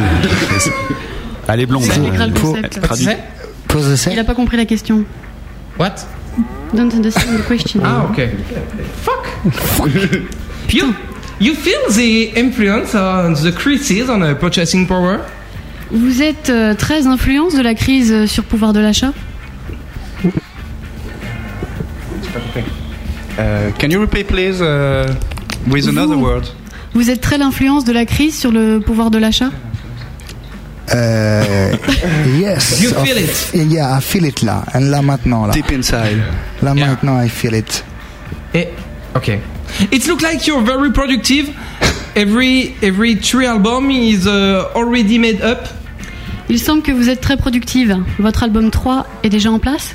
[SPEAKER 4] Elle est blonde. hein.
[SPEAKER 16] C'est intégral
[SPEAKER 4] Pour-
[SPEAKER 16] concept.
[SPEAKER 4] traduit.
[SPEAKER 16] Il a pas compris la question.
[SPEAKER 6] What
[SPEAKER 16] Don't understand the question.
[SPEAKER 6] Ah, ok. Fuck! you, you feel the influence on the crisis on the purchasing power?
[SPEAKER 16] Vous êtes euh, très influence de la crise euh, sur pouvoir de l'achat
[SPEAKER 2] Euh, can you replay, please, uh, with another word?
[SPEAKER 16] Vous êtes très l'influence de la crise sur le pouvoir de l'achat
[SPEAKER 5] Euh, yes.
[SPEAKER 16] You feel
[SPEAKER 5] it. Yeah, I feel it là. And là maintenant là.
[SPEAKER 2] Deep inside.
[SPEAKER 5] Là maintenant, I feel it.
[SPEAKER 6] Eh, ok. It looks like you're very productive. Every every three album is uh, already made up.
[SPEAKER 16] Il semble que vous êtes très productive. Votre album 3 est déjà en place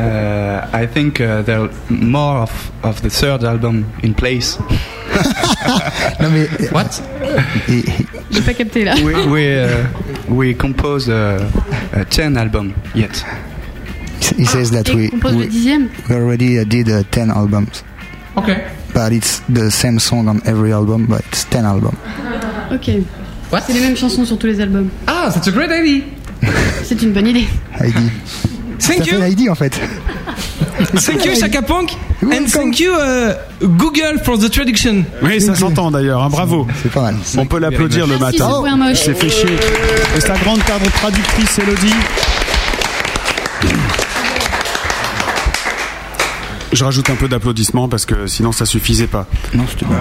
[SPEAKER 2] Uh, I think uh, there are more of, of the third album in place.
[SPEAKER 5] non mais. euh,
[SPEAKER 6] What?
[SPEAKER 16] J'ai pas capté là.
[SPEAKER 2] we we, uh, we compose uh, uh, ten album yet.
[SPEAKER 5] He says that
[SPEAKER 16] Et
[SPEAKER 5] we,
[SPEAKER 16] compose le
[SPEAKER 5] we,
[SPEAKER 16] dixième
[SPEAKER 5] we already uh, did uh, 10 albums.
[SPEAKER 6] Ok.
[SPEAKER 5] But it's the same song on every album, but it's 10 albums.
[SPEAKER 16] Ok. C'est les mêmes chansons sur tous les albums.
[SPEAKER 6] Ah, that's a great idea
[SPEAKER 16] C'est une bonne idée.
[SPEAKER 5] Heidi.
[SPEAKER 6] Thank you.
[SPEAKER 5] Heidi en fait.
[SPEAKER 6] Thank you Shaka Punk and thank you uh, Google for the traduction.
[SPEAKER 4] Oui, ça s'entend d'ailleurs. hein, bravo.
[SPEAKER 5] C'est pas mal.
[SPEAKER 4] On peut l'applaudir le
[SPEAKER 6] Merci,
[SPEAKER 4] matin.
[SPEAKER 6] c'est un moche.
[SPEAKER 4] C'est fait chier. Et sa grande cadre traductrice, Elodie. Je rajoute un peu d'applaudissements parce que sinon ça suffisait pas.
[SPEAKER 5] Non, c'était pas.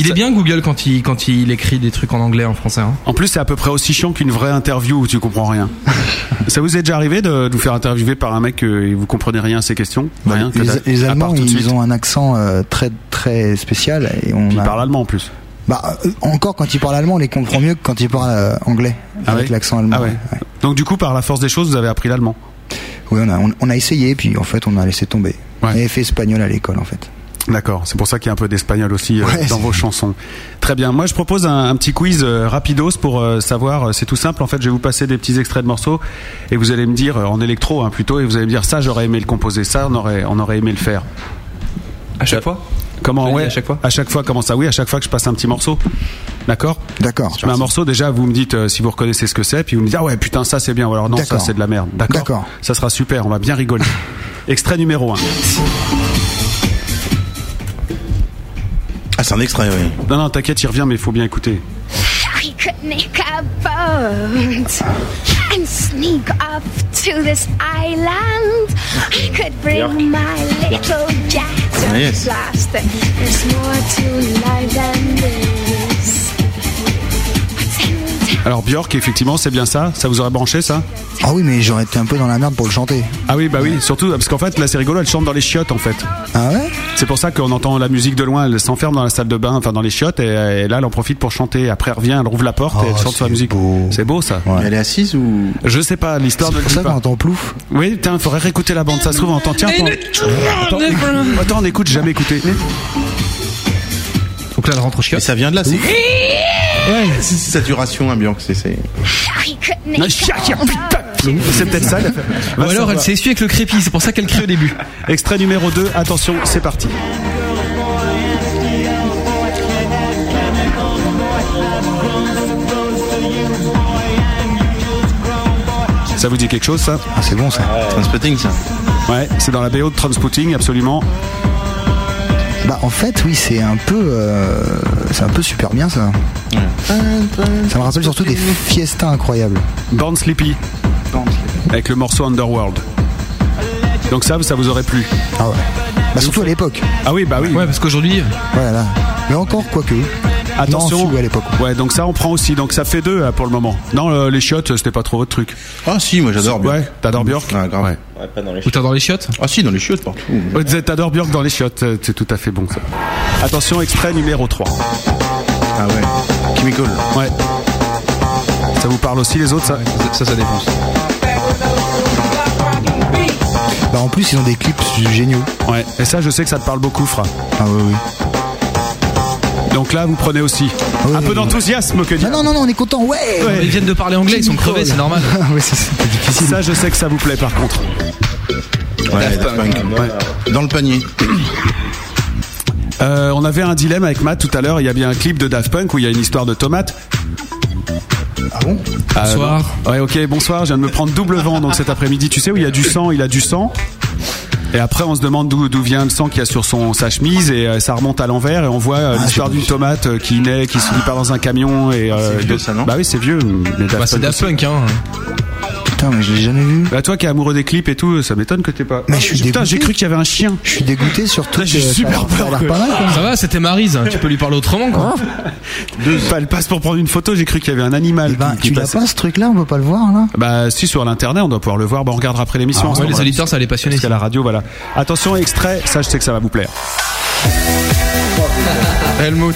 [SPEAKER 6] Il est bien Google quand il quand il écrit des trucs en anglais en français. hein.
[SPEAKER 4] En plus, c'est à peu près aussi chiant qu'une vraie interview où tu comprends rien. ça vous est déjà arrivé de, de vous faire interviewer par un mec et vous comprenez rien à ses questions Rien que
[SPEAKER 5] Bah, les,
[SPEAKER 4] dalle.
[SPEAKER 5] les
[SPEAKER 4] À part
[SPEAKER 5] Allemands,
[SPEAKER 4] tout de
[SPEAKER 5] ils
[SPEAKER 4] suite.
[SPEAKER 5] ont un accent euh, très très spécial et on
[SPEAKER 4] Puis
[SPEAKER 5] a-
[SPEAKER 4] il parle allemand en plus.
[SPEAKER 5] Bah, euh, encore quand ils parlent allemand, on les comprend mieux que quand ils parlent euh, anglais avec l'accent allemand.
[SPEAKER 4] Ah ouais. Donc du coup, par la force des choses, vous avez appris l'allemand.
[SPEAKER 5] Oui, on a, on, on a essayé, puis en fait, on a laissé tomber. On avait fait espagnol à l'école, en fait.
[SPEAKER 4] D'accord, c'est pour ça qu'il y a un peu d'espagnol aussi euh, dans vos chansons. Très bien, moi je propose un, un petit quiz euh, rapidos pour euh, savoir, euh, c'est tout simple, en fait je vais vous passer des petits extraits de morceaux et vous allez me dire, euh, en électro hein, plutôt, et vous allez me dire ça j'aurais aimé le composer, ça on aurait, on aurait aimé le faire. Euh,
[SPEAKER 2] À chaque fois
[SPEAKER 4] Comment ouais, à chaque fois À chaque fois, comment ça Oui, à chaque fois que je passe un petit morceau. D'accord
[SPEAKER 5] D'accord.
[SPEAKER 4] Je mets un morceau, déjà vous me dites euh, si vous reconnaissez ce que c'est, puis vous me dites ah ouais putain ça c'est bien, ou alors non ça
[SPEAKER 5] D'accord.
[SPEAKER 4] c'est de la merde. D'accord Ça sera super, on va bien rigoler. Extrait numéro 1.
[SPEAKER 8] Ah, c'est un extrait, oui.
[SPEAKER 4] Non, non, t'inquiète, il revient, mais il faut bien écouter.
[SPEAKER 9] We could make a boat and sneak up to this island. I could bring
[SPEAKER 11] Yeah.
[SPEAKER 9] my little jacket
[SPEAKER 11] Ah, yes.
[SPEAKER 9] blast. There's more to life than this.
[SPEAKER 4] Alors Björk, effectivement, c'est bien ça. Ça vous aurait branché ça
[SPEAKER 5] Ah oui, mais j'aurais été un peu dans la merde pour le chanter.
[SPEAKER 4] Ah oui, bah oui, surtout parce qu'en fait, là, c'est rigolo. Elle chante dans les chiottes, en fait.
[SPEAKER 5] Ah ouais
[SPEAKER 4] C'est pour ça qu'on entend la musique de loin. Elle s'enferme dans la salle de bain, enfin dans les chiottes, et, et là, elle en profite pour chanter. Après, elle revient, elle ouvre la porte et elle chante sur la musique. C'est beau ça.
[SPEAKER 8] Elle est assise ou
[SPEAKER 4] Je sais pas, l'histoire
[SPEAKER 8] C'est
[SPEAKER 4] ne le
[SPEAKER 8] pour
[SPEAKER 4] dit
[SPEAKER 8] ça
[SPEAKER 4] pas.
[SPEAKER 8] qu'on
[SPEAKER 5] entend plouf.
[SPEAKER 4] Oui, tiens, faudrait réécouter la bande. Ça se trouve, on entend. Tiens,
[SPEAKER 11] Et
[SPEAKER 4] attends,
[SPEAKER 11] le-
[SPEAKER 4] attends, attends, on écoute, jamais écouté.
[SPEAKER 6] Donc là, elle rentre au chiottes.
[SPEAKER 8] Et ça vient de là, c'est. C'est saturation, hein, Björk, c'est- c'est.
[SPEAKER 9] We could make
[SPEAKER 4] Non,
[SPEAKER 9] a
[SPEAKER 4] chien, chien, putain,
[SPEAKER 9] boat.
[SPEAKER 4] C'est peut-être ça. la-
[SPEAKER 6] Ou
[SPEAKER 4] Va
[SPEAKER 6] alors
[SPEAKER 4] savoir.
[SPEAKER 6] elle s'est essuyée avec le crépi, c'est pour ça qu'elle crie au début.
[SPEAKER 4] Extrait numéro 2, attention, c'est parti. Ça vous dit quelque chose ça
[SPEAKER 5] Ah c'est bon ça.
[SPEAKER 8] Transpotting ça.
[SPEAKER 4] Ouais, c'est dans la BO de Transpotting absolument.
[SPEAKER 5] Bah, en fait, oui, c'est un peu. euh, c'est un peu super bien ça. Ça me rappelle surtout des fiestas incroyables.
[SPEAKER 4] Born Sleepy. Avec le morceau Underworld. Donc ça, ça vous aurait plu
[SPEAKER 5] Ah ouais. Bah, surtout à l'époque.
[SPEAKER 4] Ah oui, bah oui.
[SPEAKER 6] Ouais, parce qu'aujourd'hui. euh,
[SPEAKER 5] Voilà. là. Mais encore, quoique.
[SPEAKER 4] Attention.
[SPEAKER 5] Non, si, ouais, à l'époque.
[SPEAKER 4] Ouais, donc ça on prend aussi. Donc ça fait deux euh, pour le moment. Non, euh, les chiottes, c'était pas trop votre truc.
[SPEAKER 8] Ah si, moi j'adore Björk.
[SPEAKER 4] Ouais, t'adores Björk
[SPEAKER 8] Ah, grave.
[SPEAKER 12] Ouais, pas dans les
[SPEAKER 6] Ou t'as dans les chiottes
[SPEAKER 8] Ah si, dans les chiottes partout.
[SPEAKER 4] Ouais, t'as- T'adores Björk dans les chiottes, euh, c'est tout à fait bon ça. Attention, extrait numéro 3.
[SPEAKER 8] Ah ouais. Chemical.
[SPEAKER 4] Ouais. Ça vous parle aussi les autres ça
[SPEAKER 2] Ça, ça défonce.
[SPEAKER 5] Bah en plus ils ont des clips géniaux.
[SPEAKER 4] Ouais, et ça je sais que ça te parle beaucoup, Fra.
[SPEAKER 5] Ah oui, oui.
[SPEAKER 4] Donc là, vous prenez aussi un peu d'enthousiasme que dire.
[SPEAKER 5] Ah Non, non, non, on est content, ouais
[SPEAKER 4] Ouais. Ah
[SPEAKER 6] Ils viennent de parler anglais, ils sont crevés, c'est normal.
[SPEAKER 4] Ça, je sais que ça vous plaît par contre.
[SPEAKER 8] Daft Punk. Dans le panier.
[SPEAKER 4] Euh, on avait un dilemme avec Matt tout à l'heure. Il y a bien un clip de Daft Punk où il y a une histoire de tomate.
[SPEAKER 5] Ah bon
[SPEAKER 4] Bonsoir. ouais, ok, bonsoir. Je viens de me prendre double vent donc cet après-midi. Tu sais où il y a du sang Il a du sang. Et après, on se demande d'où d'où vient le sang qu'il y a sur son, sa chemise et euh, ça remonte à l'envers et on voit
[SPEAKER 5] Ah,
[SPEAKER 4] euh, l'histoire d'une tomate euh, qui naît, qui se libère dans un camion et. c'est vieux ça, non Bah oui, c'est vieux. mais Daft
[SPEAKER 6] Bah, c'est
[SPEAKER 4] Punk
[SPEAKER 6] Daft Punk, hein.
[SPEAKER 5] Putain, mais je l'ai jamais vu.
[SPEAKER 4] Bah toi qui es amoureux des clips et tout, ça m'étonne que t'es pas.
[SPEAKER 5] Mais je suis
[SPEAKER 4] Putain,
[SPEAKER 5] dégoûté.
[SPEAKER 4] j'ai cru qu'il y avait un chien.
[SPEAKER 5] Je suis dégoûté surtout.
[SPEAKER 4] J'ai
[SPEAKER 5] que ça a
[SPEAKER 4] super
[SPEAKER 5] l'air- ça a
[SPEAKER 4] peur.
[SPEAKER 5] l'air pas mal, Hein quand même.
[SPEAKER 6] Ça va, c'était Maryse, hein, tu peux lui parler autrement quoi.
[SPEAKER 4] Pas le passe pour prendre une photo, j'ai cru qu'il y avait un animal. qui,
[SPEAKER 5] Eh ben, Tu
[SPEAKER 4] qui
[SPEAKER 5] l'as
[SPEAKER 4] passait.
[SPEAKER 5] pas ce truc là, on peut pas le voir là
[SPEAKER 4] Bah si sur l'internet on doit pouvoir le voir, bah, on regardera après l'émission.
[SPEAKER 6] Ah, ouais, les auditeurs,
[SPEAKER 4] ça les passionner. Parce qu'à la radio voilà. Attention extrait, ça je sais que ça va vous plaire.
[SPEAKER 2] Helmut.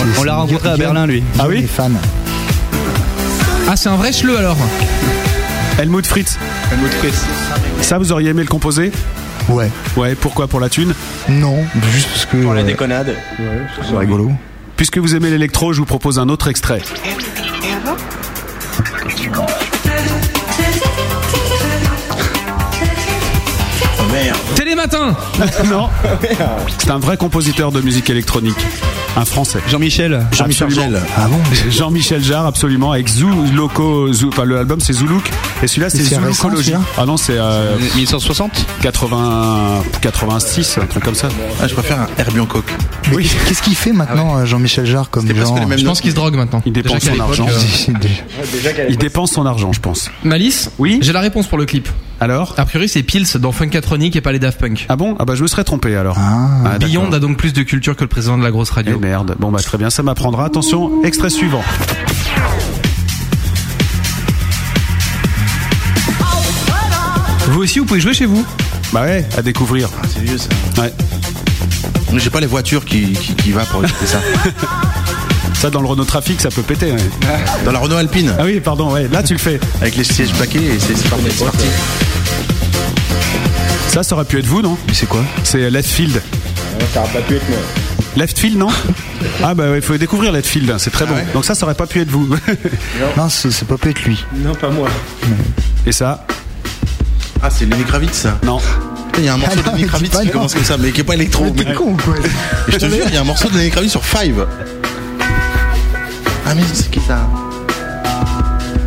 [SPEAKER 2] On, on l'a rencontré à Berlin, lui.
[SPEAKER 5] Ah oui fan.
[SPEAKER 6] Ah, c'est un vrai cheleu alors
[SPEAKER 4] Helmut Fritz.
[SPEAKER 2] Helmut Fritz.
[SPEAKER 4] Ça vous auriez aimé le composer
[SPEAKER 5] Ouais.
[SPEAKER 4] Ouais, pourquoi pour la thune
[SPEAKER 5] Non, juste parce que.
[SPEAKER 4] Pour
[SPEAKER 5] euh,
[SPEAKER 2] déconnade.
[SPEAKER 5] c'est rigolo.
[SPEAKER 4] Puisque vous aimez l'électro, je vous propose un autre extrait.
[SPEAKER 5] Oh,
[SPEAKER 6] Télématin
[SPEAKER 4] Non C'est un vrai compositeur de musique électronique. Un français.
[SPEAKER 2] Jean-Michel.
[SPEAKER 4] Absolument.
[SPEAKER 5] Ah bon
[SPEAKER 4] Jean-Michel Jarre, absolument, avec Zou Loco. Zou- enfin, le album c'est Zoulouk. Et celui-là c'est
[SPEAKER 5] Mais c'est récent,
[SPEAKER 4] Zouloukologie.
[SPEAKER 5] celui-là
[SPEAKER 4] Ah non, c'est. euh,
[SPEAKER 2] 1960
[SPEAKER 4] 80, 86, un truc comme ça.
[SPEAKER 8] Ah, je préfère un Herbion Coq.
[SPEAKER 5] Mais Qu'est-ce qu'il fait maintenant euh, Jean-Michel Jarre comme genre
[SPEAKER 6] Ah Je pense qu'il se drogue maintenant.
[SPEAKER 4] Il dépense
[SPEAKER 6] Déjà qu'à
[SPEAKER 4] son
[SPEAKER 6] l'époque,
[SPEAKER 4] argent.
[SPEAKER 6] euh,
[SPEAKER 4] Il dépense son argent, je pense.
[SPEAKER 6] Malice
[SPEAKER 4] Oui.
[SPEAKER 6] J'ai la réponse pour le clip.
[SPEAKER 4] Alors
[SPEAKER 6] A priori, c'est Pils dans Funkatronic et pas les Daft Punk.
[SPEAKER 4] Ah bon Ah bah je me serais trompé alors.
[SPEAKER 6] Ah,
[SPEAKER 4] Ah, d'accord.
[SPEAKER 6] Beyond a donc plus de culture que le président de la grosse radio.
[SPEAKER 4] Eh merde. Bon bah très bien, ça m'apprendra. Attention, extrait suivant.
[SPEAKER 6] Vous aussi, vous pouvez jouer chez vous
[SPEAKER 4] Bah ouais, à découvrir.
[SPEAKER 8] Ah, C'est vieux ça.
[SPEAKER 4] Ouais.
[SPEAKER 8] Mais J'ai pas les voitures qui, qui, qui va pour écouter ça.
[SPEAKER 4] Ça dans le Renault Trafic, ça peut péter. ouais.
[SPEAKER 8] Ah. Dans la Renault Alpine,
[SPEAKER 4] Ah oui, pardon, ouais. Là tu le fais.
[SPEAKER 8] avec les sièges plaqués, et c'est c'est parti. c'est parti.
[SPEAKER 4] Ça, ça aurait pu être vous, non
[SPEAKER 5] Mais c'est quoi
[SPEAKER 4] C'est Left Field.
[SPEAKER 12] Ça aurait pas pu être moi.
[SPEAKER 4] Left Field, non Ah bah il faut découvrir Left Field, c'est très bon. Donc ça, ça aurait pas pu être vous.
[SPEAKER 5] Non, c'est c'est pas peut être lui.
[SPEAKER 12] Non, pas moi.
[SPEAKER 4] Et ça
[SPEAKER 8] Ah, c'est Lenny Kravitz ça.
[SPEAKER 4] Non.
[SPEAKER 8] Il y a un morceau
[SPEAKER 5] Ah non,
[SPEAKER 8] de Lenny
[SPEAKER 5] mais dis
[SPEAKER 8] Kravitz
[SPEAKER 5] pas
[SPEAKER 8] qui
[SPEAKER 5] non.
[SPEAKER 8] commence comme ça, mais qui est pas électro.
[SPEAKER 5] Mais t'es
[SPEAKER 8] mais-
[SPEAKER 5] con ou quoi
[SPEAKER 8] Et je te jure, il y a un morceau de Lenny Kravitz sur Five. Ah, mais c'est qui ça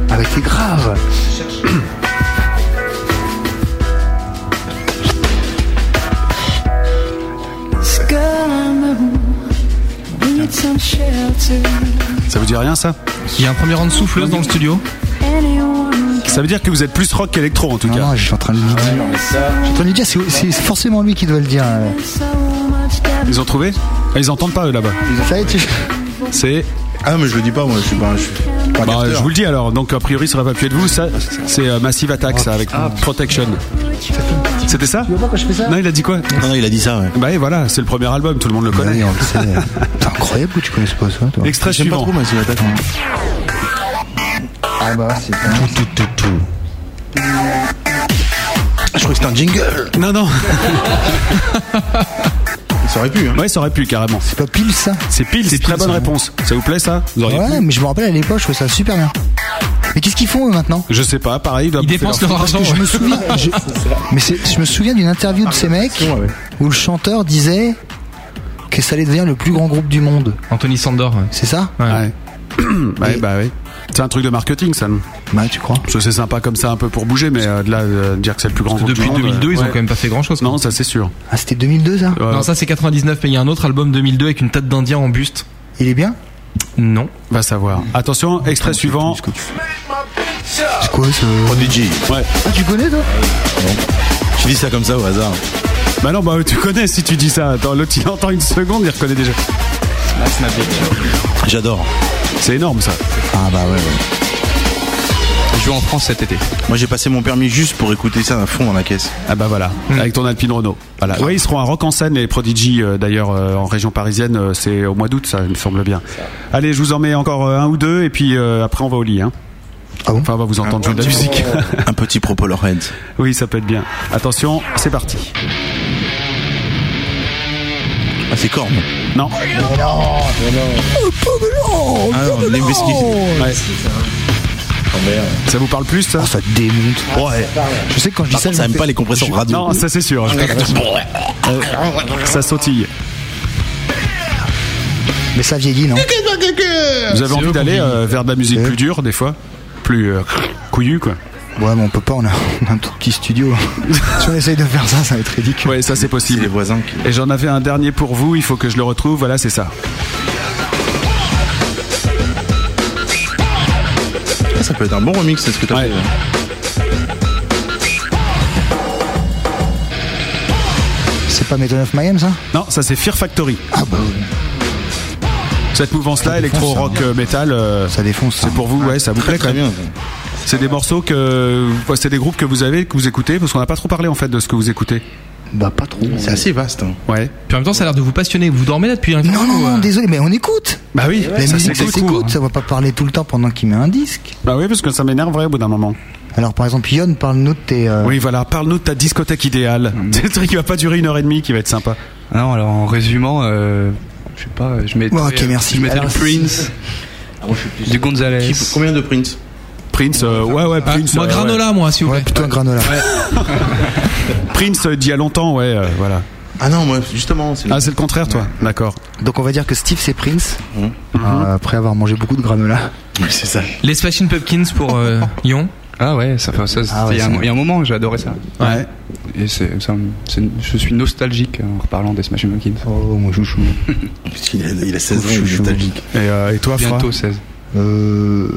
[SPEAKER 5] Ah mais c'est grave
[SPEAKER 4] Ça vous dit rien, ça
[SPEAKER 6] Il y a un premier rang de souffleuse dans le studio.
[SPEAKER 4] Ça veut dire que vous êtes plus rock qu'électro, en tout
[SPEAKER 5] Non,
[SPEAKER 4] cas. Ah
[SPEAKER 5] non, je suis en train de lui dire. Je suis en train de lui dire, c'est c'est forcément lui qui doit le dire. euh.
[SPEAKER 4] Ils ont trouvé Ah, Ils entendent pas, eux, là-bas.
[SPEAKER 5] Ça y est, tu-
[SPEAKER 4] C'est...
[SPEAKER 8] Ah, mais je le dis pas, moi, je suis pas. Je suis pas
[SPEAKER 4] Bah,
[SPEAKER 8] capteur.
[SPEAKER 4] je vous le dis alors, donc a priori ça aurait pas pu être vous, ça c'est euh, Massive Attack ça avec
[SPEAKER 8] Ah,
[SPEAKER 4] Protection. C'était ça
[SPEAKER 5] Pourquoi je fais ça
[SPEAKER 4] Non, il a dit quoi
[SPEAKER 8] Non, non, il a dit ça, ouais.
[SPEAKER 4] Bah et voilà, c'est le premier album, tout le monde le
[SPEAKER 5] Bah
[SPEAKER 4] connaît.
[SPEAKER 5] oui, on le sait. C'est incroyable que tu connaisses pas ça, toi.
[SPEAKER 4] Extrait
[SPEAKER 8] J'aime pas
[SPEAKER 4] suivant.
[SPEAKER 8] trop, moi, si attaque.
[SPEAKER 5] Ah bah, c'est
[SPEAKER 8] Tout, tout, tout, tout. Ah, Je crois que c'était un jingle.
[SPEAKER 4] Non non.
[SPEAKER 8] Ça aurait pu, hein.
[SPEAKER 4] Ouais, ça aurait pu carrément.
[SPEAKER 5] pas pile ça
[SPEAKER 4] C'est pile, c'est très bonne réponse. Ça vous plaît ça Vous auriez
[SPEAKER 5] Ouais,
[SPEAKER 4] pu
[SPEAKER 5] mais je me rappelle à l'époque, je trouvais ça super bien. Mais qu'est-ce qu'ils font eux maintenant
[SPEAKER 4] Je sais pas, pareil, ils doivent
[SPEAKER 6] Ils
[SPEAKER 4] bouffer
[SPEAKER 6] dépensent
[SPEAKER 4] leur-
[SPEAKER 6] leur argent.
[SPEAKER 5] Je me
[SPEAKER 6] ouais.
[SPEAKER 5] souviens, je- mais c'est- je me souviens d'une interview de ces mecs où le chanteur disait que ça allait devenir le plus grand groupe du monde.
[SPEAKER 6] Anthony Sandor. ouais.
[SPEAKER 5] C'est ça
[SPEAKER 4] Ouais. Ouais, bah oui. C'est un truc de marketing ça. non
[SPEAKER 5] Bah, tu crois
[SPEAKER 4] Parce que C'est sympa comme ça un peu pour bouger mais euh, de là euh, dire que c'est le plus grand groupe du
[SPEAKER 6] Depuis
[SPEAKER 4] monde,
[SPEAKER 6] 2002,
[SPEAKER 4] euh,
[SPEAKER 6] ils ont
[SPEAKER 4] ouais.
[SPEAKER 6] quand même pas fait grand chose.
[SPEAKER 4] Non, ça c'est sûr.
[SPEAKER 5] Ah, c'était 2002 ça
[SPEAKER 4] Euh,
[SPEAKER 6] Non, ça c'est 99, mais il y a un autre album 2002 avec une tête d'Indien en buste.
[SPEAKER 5] Il est bien
[SPEAKER 6] Non.
[SPEAKER 4] va savoir. Attention, extrait suivant.
[SPEAKER 5] C'est quoi ce.
[SPEAKER 8] Prodigy.
[SPEAKER 4] Ouais.
[SPEAKER 5] Ah, tu connais toi
[SPEAKER 8] Je dis ça comme ça au hasard.
[SPEAKER 4] Bah non, bah tu connais si tu dis ça. Attends, l'autre il entend une seconde, il reconnaît déjà.
[SPEAKER 8] J'adore.
[SPEAKER 4] C'est énorme ça.
[SPEAKER 5] Ah, bah ouais, ouais.
[SPEAKER 2] Je joue en France cet été.
[SPEAKER 8] Moi, j'ai passé mon permis juste pour écouter ça à fond dans la caisse.
[SPEAKER 4] Ah bah voilà,
[SPEAKER 5] Hmm.
[SPEAKER 4] avec ton Alpine Renault. Voilà. Ouais, ils seront à Rock en Seine les Prodigy euh, d'ailleurs euh, en région parisienne, euh, c'est au mois d'août ça, il me semble bien. Allez, je vous en mets encore euh, un ou deux et puis euh, après on va au lit hein.
[SPEAKER 5] Ah
[SPEAKER 4] Enfin, on va vous entendre jouer de la musique. Un petit propos Heads. Oui, ça peut être bien. Attention, c'est parti.
[SPEAKER 8] Ah, c'est corne.
[SPEAKER 4] Non.
[SPEAKER 8] non,
[SPEAKER 5] non.
[SPEAKER 8] Ah non, les whisky.
[SPEAKER 4] Ouais. Ça vous parle plus ça
[SPEAKER 5] Oh, Ça démonte.
[SPEAKER 8] Oh, Ouais.
[SPEAKER 5] Je sais que quand je dis
[SPEAKER 8] Par
[SPEAKER 5] ça,
[SPEAKER 8] contre, ça
[SPEAKER 5] je me
[SPEAKER 8] aime
[SPEAKER 5] fais- Ah,
[SPEAKER 8] pas les compressions
[SPEAKER 5] je-
[SPEAKER 8] radio.
[SPEAKER 5] Non, ça, c'est sûr.
[SPEAKER 4] Euh, ça sautille.
[SPEAKER 5] Mais ça vieillit, non
[SPEAKER 4] Vous avez envie d'aller euh, vers de la musique plus dure, des fois Plus euh, couillue, quoi
[SPEAKER 5] Ouais, mais on peut pas, on a, on a un tout petit studio. si on essaye de faire ça, ça va être ridicule.
[SPEAKER 4] Ouais, ça c'est possible. les
[SPEAKER 8] voisins
[SPEAKER 4] Et j'en avais un dernier pour vous, il faut que je le retrouve, voilà, c'est ça.
[SPEAKER 8] Ça peut être un bon remix, c'est ce que t'as fait. hein.
[SPEAKER 5] C'est pas Method of Mayhem, ça
[SPEAKER 4] Non, ça c'est Fear Factory. Cette mouvance-là, électro-rock euh, métal, euh,
[SPEAKER 5] ça défonce.
[SPEAKER 4] C'est pour vous, ouais, ça vous plaît quand même. C'est des morceaux que, enfin, c'est des groupes que vous avez, que vous écoutez, parce qu'on n'a pas trop parlé en fait de ce que vous écoutez.
[SPEAKER 5] Bah pas trop.
[SPEAKER 8] C'est assez vaste. hein.
[SPEAKER 4] Ouais.
[SPEAKER 6] Puis en même temps, ça a l'air de vous passionner. Vous dormez là depuis un euh
[SPEAKER 5] Non, non, non, désolé, mais on écoute
[SPEAKER 4] Bah oui,
[SPEAKER 5] La
[SPEAKER 4] ça,
[SPEAKER 5] musique,
[SPEAKER 4] c'est hein.
[SPEAKER 5] ça
[SPEAKER 4] cool.
[SPEAKER 5] s'écoute, ça va pas parler tout le temps pendant qu'il met un disque.
[SPEAKER 4] Bah oui, parce que ça m'énerve vrai au bout d'un moment.
[SPEAKER 5] Alors par exemple, Yon, parle-nous de tes. euh,
[SPEAKER 4] Oui, voilà, parle-nous de ta discothèque idéale. C'est le truc qui va pas durer une heure et demie, qui va être sympa.
[SPEAKER 2] Non, alors en résumant, euh, je sais pas, je mettrais,
[SPEAKER 5] Ouais, ok, merci.
[SPEAKER 2] je mettrais
[SPEAKER 5] Alors,
[SPEAKER 2] du Prince, du Gonzalez.
[SPEAKER 8] combien de Prince
[SPEAKER 4] Prince, euh, ouais, ouais,
[SPEAKER 2] Ah,
[SPEAKER 4] Prince.
[SPEAKER 6] moi,
[SPEAKER 4] euh,
[SPEAKER 6] granola,
[SPEAKER 4] ouais.
[SPEAKER 6] moi, si vous plaît.
[SPEAKER 5] plutôt un granola.
[SPEAKER 4] Prince euh, d'il y a longtemps, ouais, euh, voilà.
[SPEAKER 8] Ah non, moi, justement. c'est
[SPEAKER 4] Ah, c'est le contraire, toi D'accord.
[SPEAKER 5] Donc on va dire que Steve c'est Prince,
[SPEAKER 4] Mmh.
[SPEAKER 5] euh, après avoir mangé beaucoup de granola.
[SPEAKER 8] C'est ça.
[SPEAKER 6] Les Smashing Pumpkins pour euh, Lyon.
[SPEAKER 2] Ah ouais, ça fait ça. c'était
[SPEAKER 5] ouais,
[SPEAKER 2] il, y a
[SPEAKER 5] ça-
[SPEAKER 2] un, il y a un moment, j'ai adoré ça.
[SPEAKER 4] Ouais.
[SPEAKER 2] Et c'est, ça me- c'est- je suis nostalgique en reparlant des Smashing Pumpkins.
[SPEAKER 5] Oh, mon chouchou.
[SPEAKER 8] Il a, il a 16 ans, il est nostalgique.
[SPEAKER 4] Et, euh, et toi, Fra
[SPEAKER 2] Bientôt 16.
[SPEAKER 5] Euh...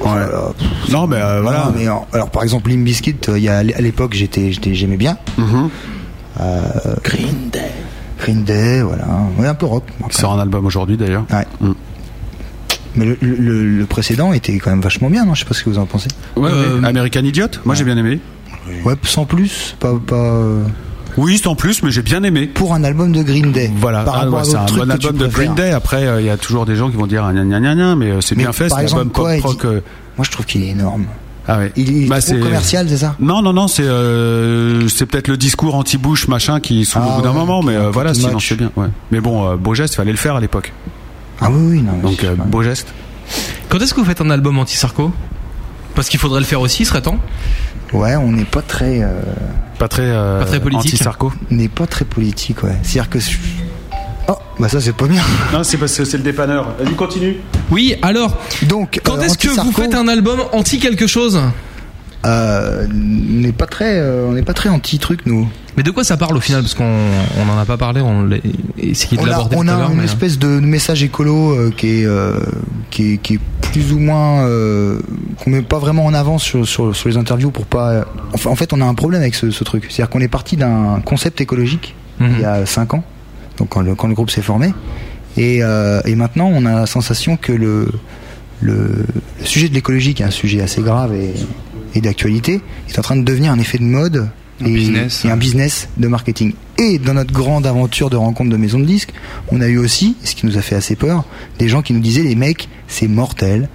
[SPEAKER 5] oh là là.
[SPEAKER 4] Non, mais euh, voilà.
[SPEAKER 5] Non, mais en- alors par exemple Limp Bizkit, euh, il y a, à l'époque j'étais, j'étais- j'aimais bien.
[SPEAKER 4] Mhm.
[SPEAKER 5] Euh,
[SPEAKER 8] Green Day.
[SPEAKER 5] Green Day, voilà, Ouais, un peu rock. moi,
[SPEAKER 4] Il
[SPEAKER 5] quand
[SPEAKER 4] sort un album aujourd'hui, d'ailleurs.
[SPEAKER 5] même. Ouais.
[SPEAKER 4] Mm.
[SPEAKER 5] Mais le, le- le- le précédent était quand même vachement bien, non Je sais pas ce que vous en pensez.
[SPEAKER 4] Ouais,
[SPEAKER 6] Euh,
[SPEAKER 4] ouais. American Idiot, moi j'ai bien aimé.
[SPEAKER 5] Ouais, sans plus, pas, pas euh,
[SPEAKER 4] Oui, c'est en plus, mais j'ai bien aimé.
[SPEAKER 5] pour un album de Green Day.
[SPEAKER 4] Voilà,
[SPEAKER 5] par
[SPEAKER 4] Ah,
[SPEAKER 5] rapport
[SPEAKER 4] ouais,
[SPEAKER 5] à
[SPEAKER 4] c'est
[SPEAKER 5] d'autres
[SPEAKER 4] un
[SPEAKER 5] trucs
[SPEAKER 4] bon
[SPEAKER 5] que tu
[SPEAKER 4] album de
[SPEAKER 5] préfères.
[SPEAKER 4] Green Day. Après, euh, il y a toujours des gens qui vont dire ah, gna gna gna gna, mais euh, c'est
[SPEAKER 5] Mais
[SPEAKER 4] bien fait,
[SPEAKER 5] par
[SPEAKER 4] c'est un album
[SPEAKER 5] exemple, quoi,
[SPEAKER 4] pop
[SPEAKER 5] il
[SPEAKER 4] rock.
[SPEAKER 5] dit-
[SPEAKER 4] euh,
[SPEAKER 5] Moi je trouve qu'il est énorme.
[SPEAKER 4] Ah ouais.
[SPEAKER 5] Il, il est
[SPEAKER 4] Bah,
[SPEAKER 5] trop commercial, c'est ça
[SPEAKER 4] Non, non, non, c'est euh, c'est peut-être le discours anti-Bush machin qui s'ouvre
[SPEAKER 5] Ah
[SPEAKER 4] au bout d'un
[SPEAKER 5] ouais,
[SPEAKER 4] moment,
[SPEAKER 5] qui
[SPEAKER 4] mais
[SPEAKER 5] est un
[SPEAKER 4] euh,
[SPEAKER 5] peu
[SPEAKER 4] voilà,
[SPEAKER 5] too
[SPEAKER 4] sinon
[SPEAKER 5] much.
[SPEAKER 4] c'est bien. Ouais. Mais bon, euh, beau geste, fallait le faire à l'époque.
[SPEAKER 5] Ah oui, oui, non. mais
[SPEAKER 4] Donc
[SPEAKER 5] c'est
[SPEAKER 4] euh,
[SPEAKER 5] pas-
[SPEAKER 4] beau geste.
[SPEAKER 6] Quand est-ce que vous faites un album anti-sarco Parce qu'il faudrait le faire aussi, il serait temps.
[SPEAKER 5] Ouais, on n'est pas très, euh,
[SPEAKER 4] Pas très, euh,
[SPEAKER 6] Pas très politique.
[SPEAKER 4] anti-sarco.
[SPEAKER 5] on n'est pas très politique, ouais. C'est-à-dire que. je- Oh, bah ça c'est pas bien.
[SPEAKER 4] Non, c'est parce que c'est le dépanneur. Vas-y, continue.
[SPEAKER 6] Oui, alors,
[SPEAKER 5] Donc,
[SPEAKER 6] quand
[SPEAKER 5] euh,
[SPEAKER 6] est-ce que vous
[SPEAKER 5] anti-sarco,
[SPEAKER 6] faites un album anti quelque chose
[SPEAKER 5] euh, on n'est pas très, euh, on n'est pas très anti truc nous.
[SPEAKER 6] Mais de quoi ça parle au final Parce qu'on on en a pas parlé, on l'a essayé de
[SPEAKER 5] on a,
[SPEAKER 6] l'aborder
[SPEAKER 5] on
[SPEAKER 6] tout
[SPEAKER 5] a
[SPEAKER 6] à l'heure.
[SPEAKER 5] une
[SPEAKER 6] mais, hein.
[SPEAKER 5] espèce de message écolo euh, qui est, euh, qui est, qui est plus ou moins euh, qu'on met pas vraiment en avant sur, sur, sur les interviews pour pas. euh, enfin, en fait, on a un problème avec ce, ce truc. C'est-à-dire qu'on est parti d'un concept écologique
[SPEAKER 6] Mhm.
[SPEAKER 5] il y a 5 ans, donc quand le, quand le groupe s'est formé, et, euh, et maintenant on a la sensation que le le, le sujet de l'écologie, qui est un sujet assez grave et, et d'actualité, est en train de devenir un effet de mode
[SPEAKER 2] Un
[SPEAKER 5] et,
[SPEAKER 2] business.
[SPEAKER 5] et un business de marketing. Et dans notre grande aventure de rencontre de maisons de disques, on a eu aussi, ce qui nous a fait assez peur, des gens qui nous disaient les mecs, c'est mortel,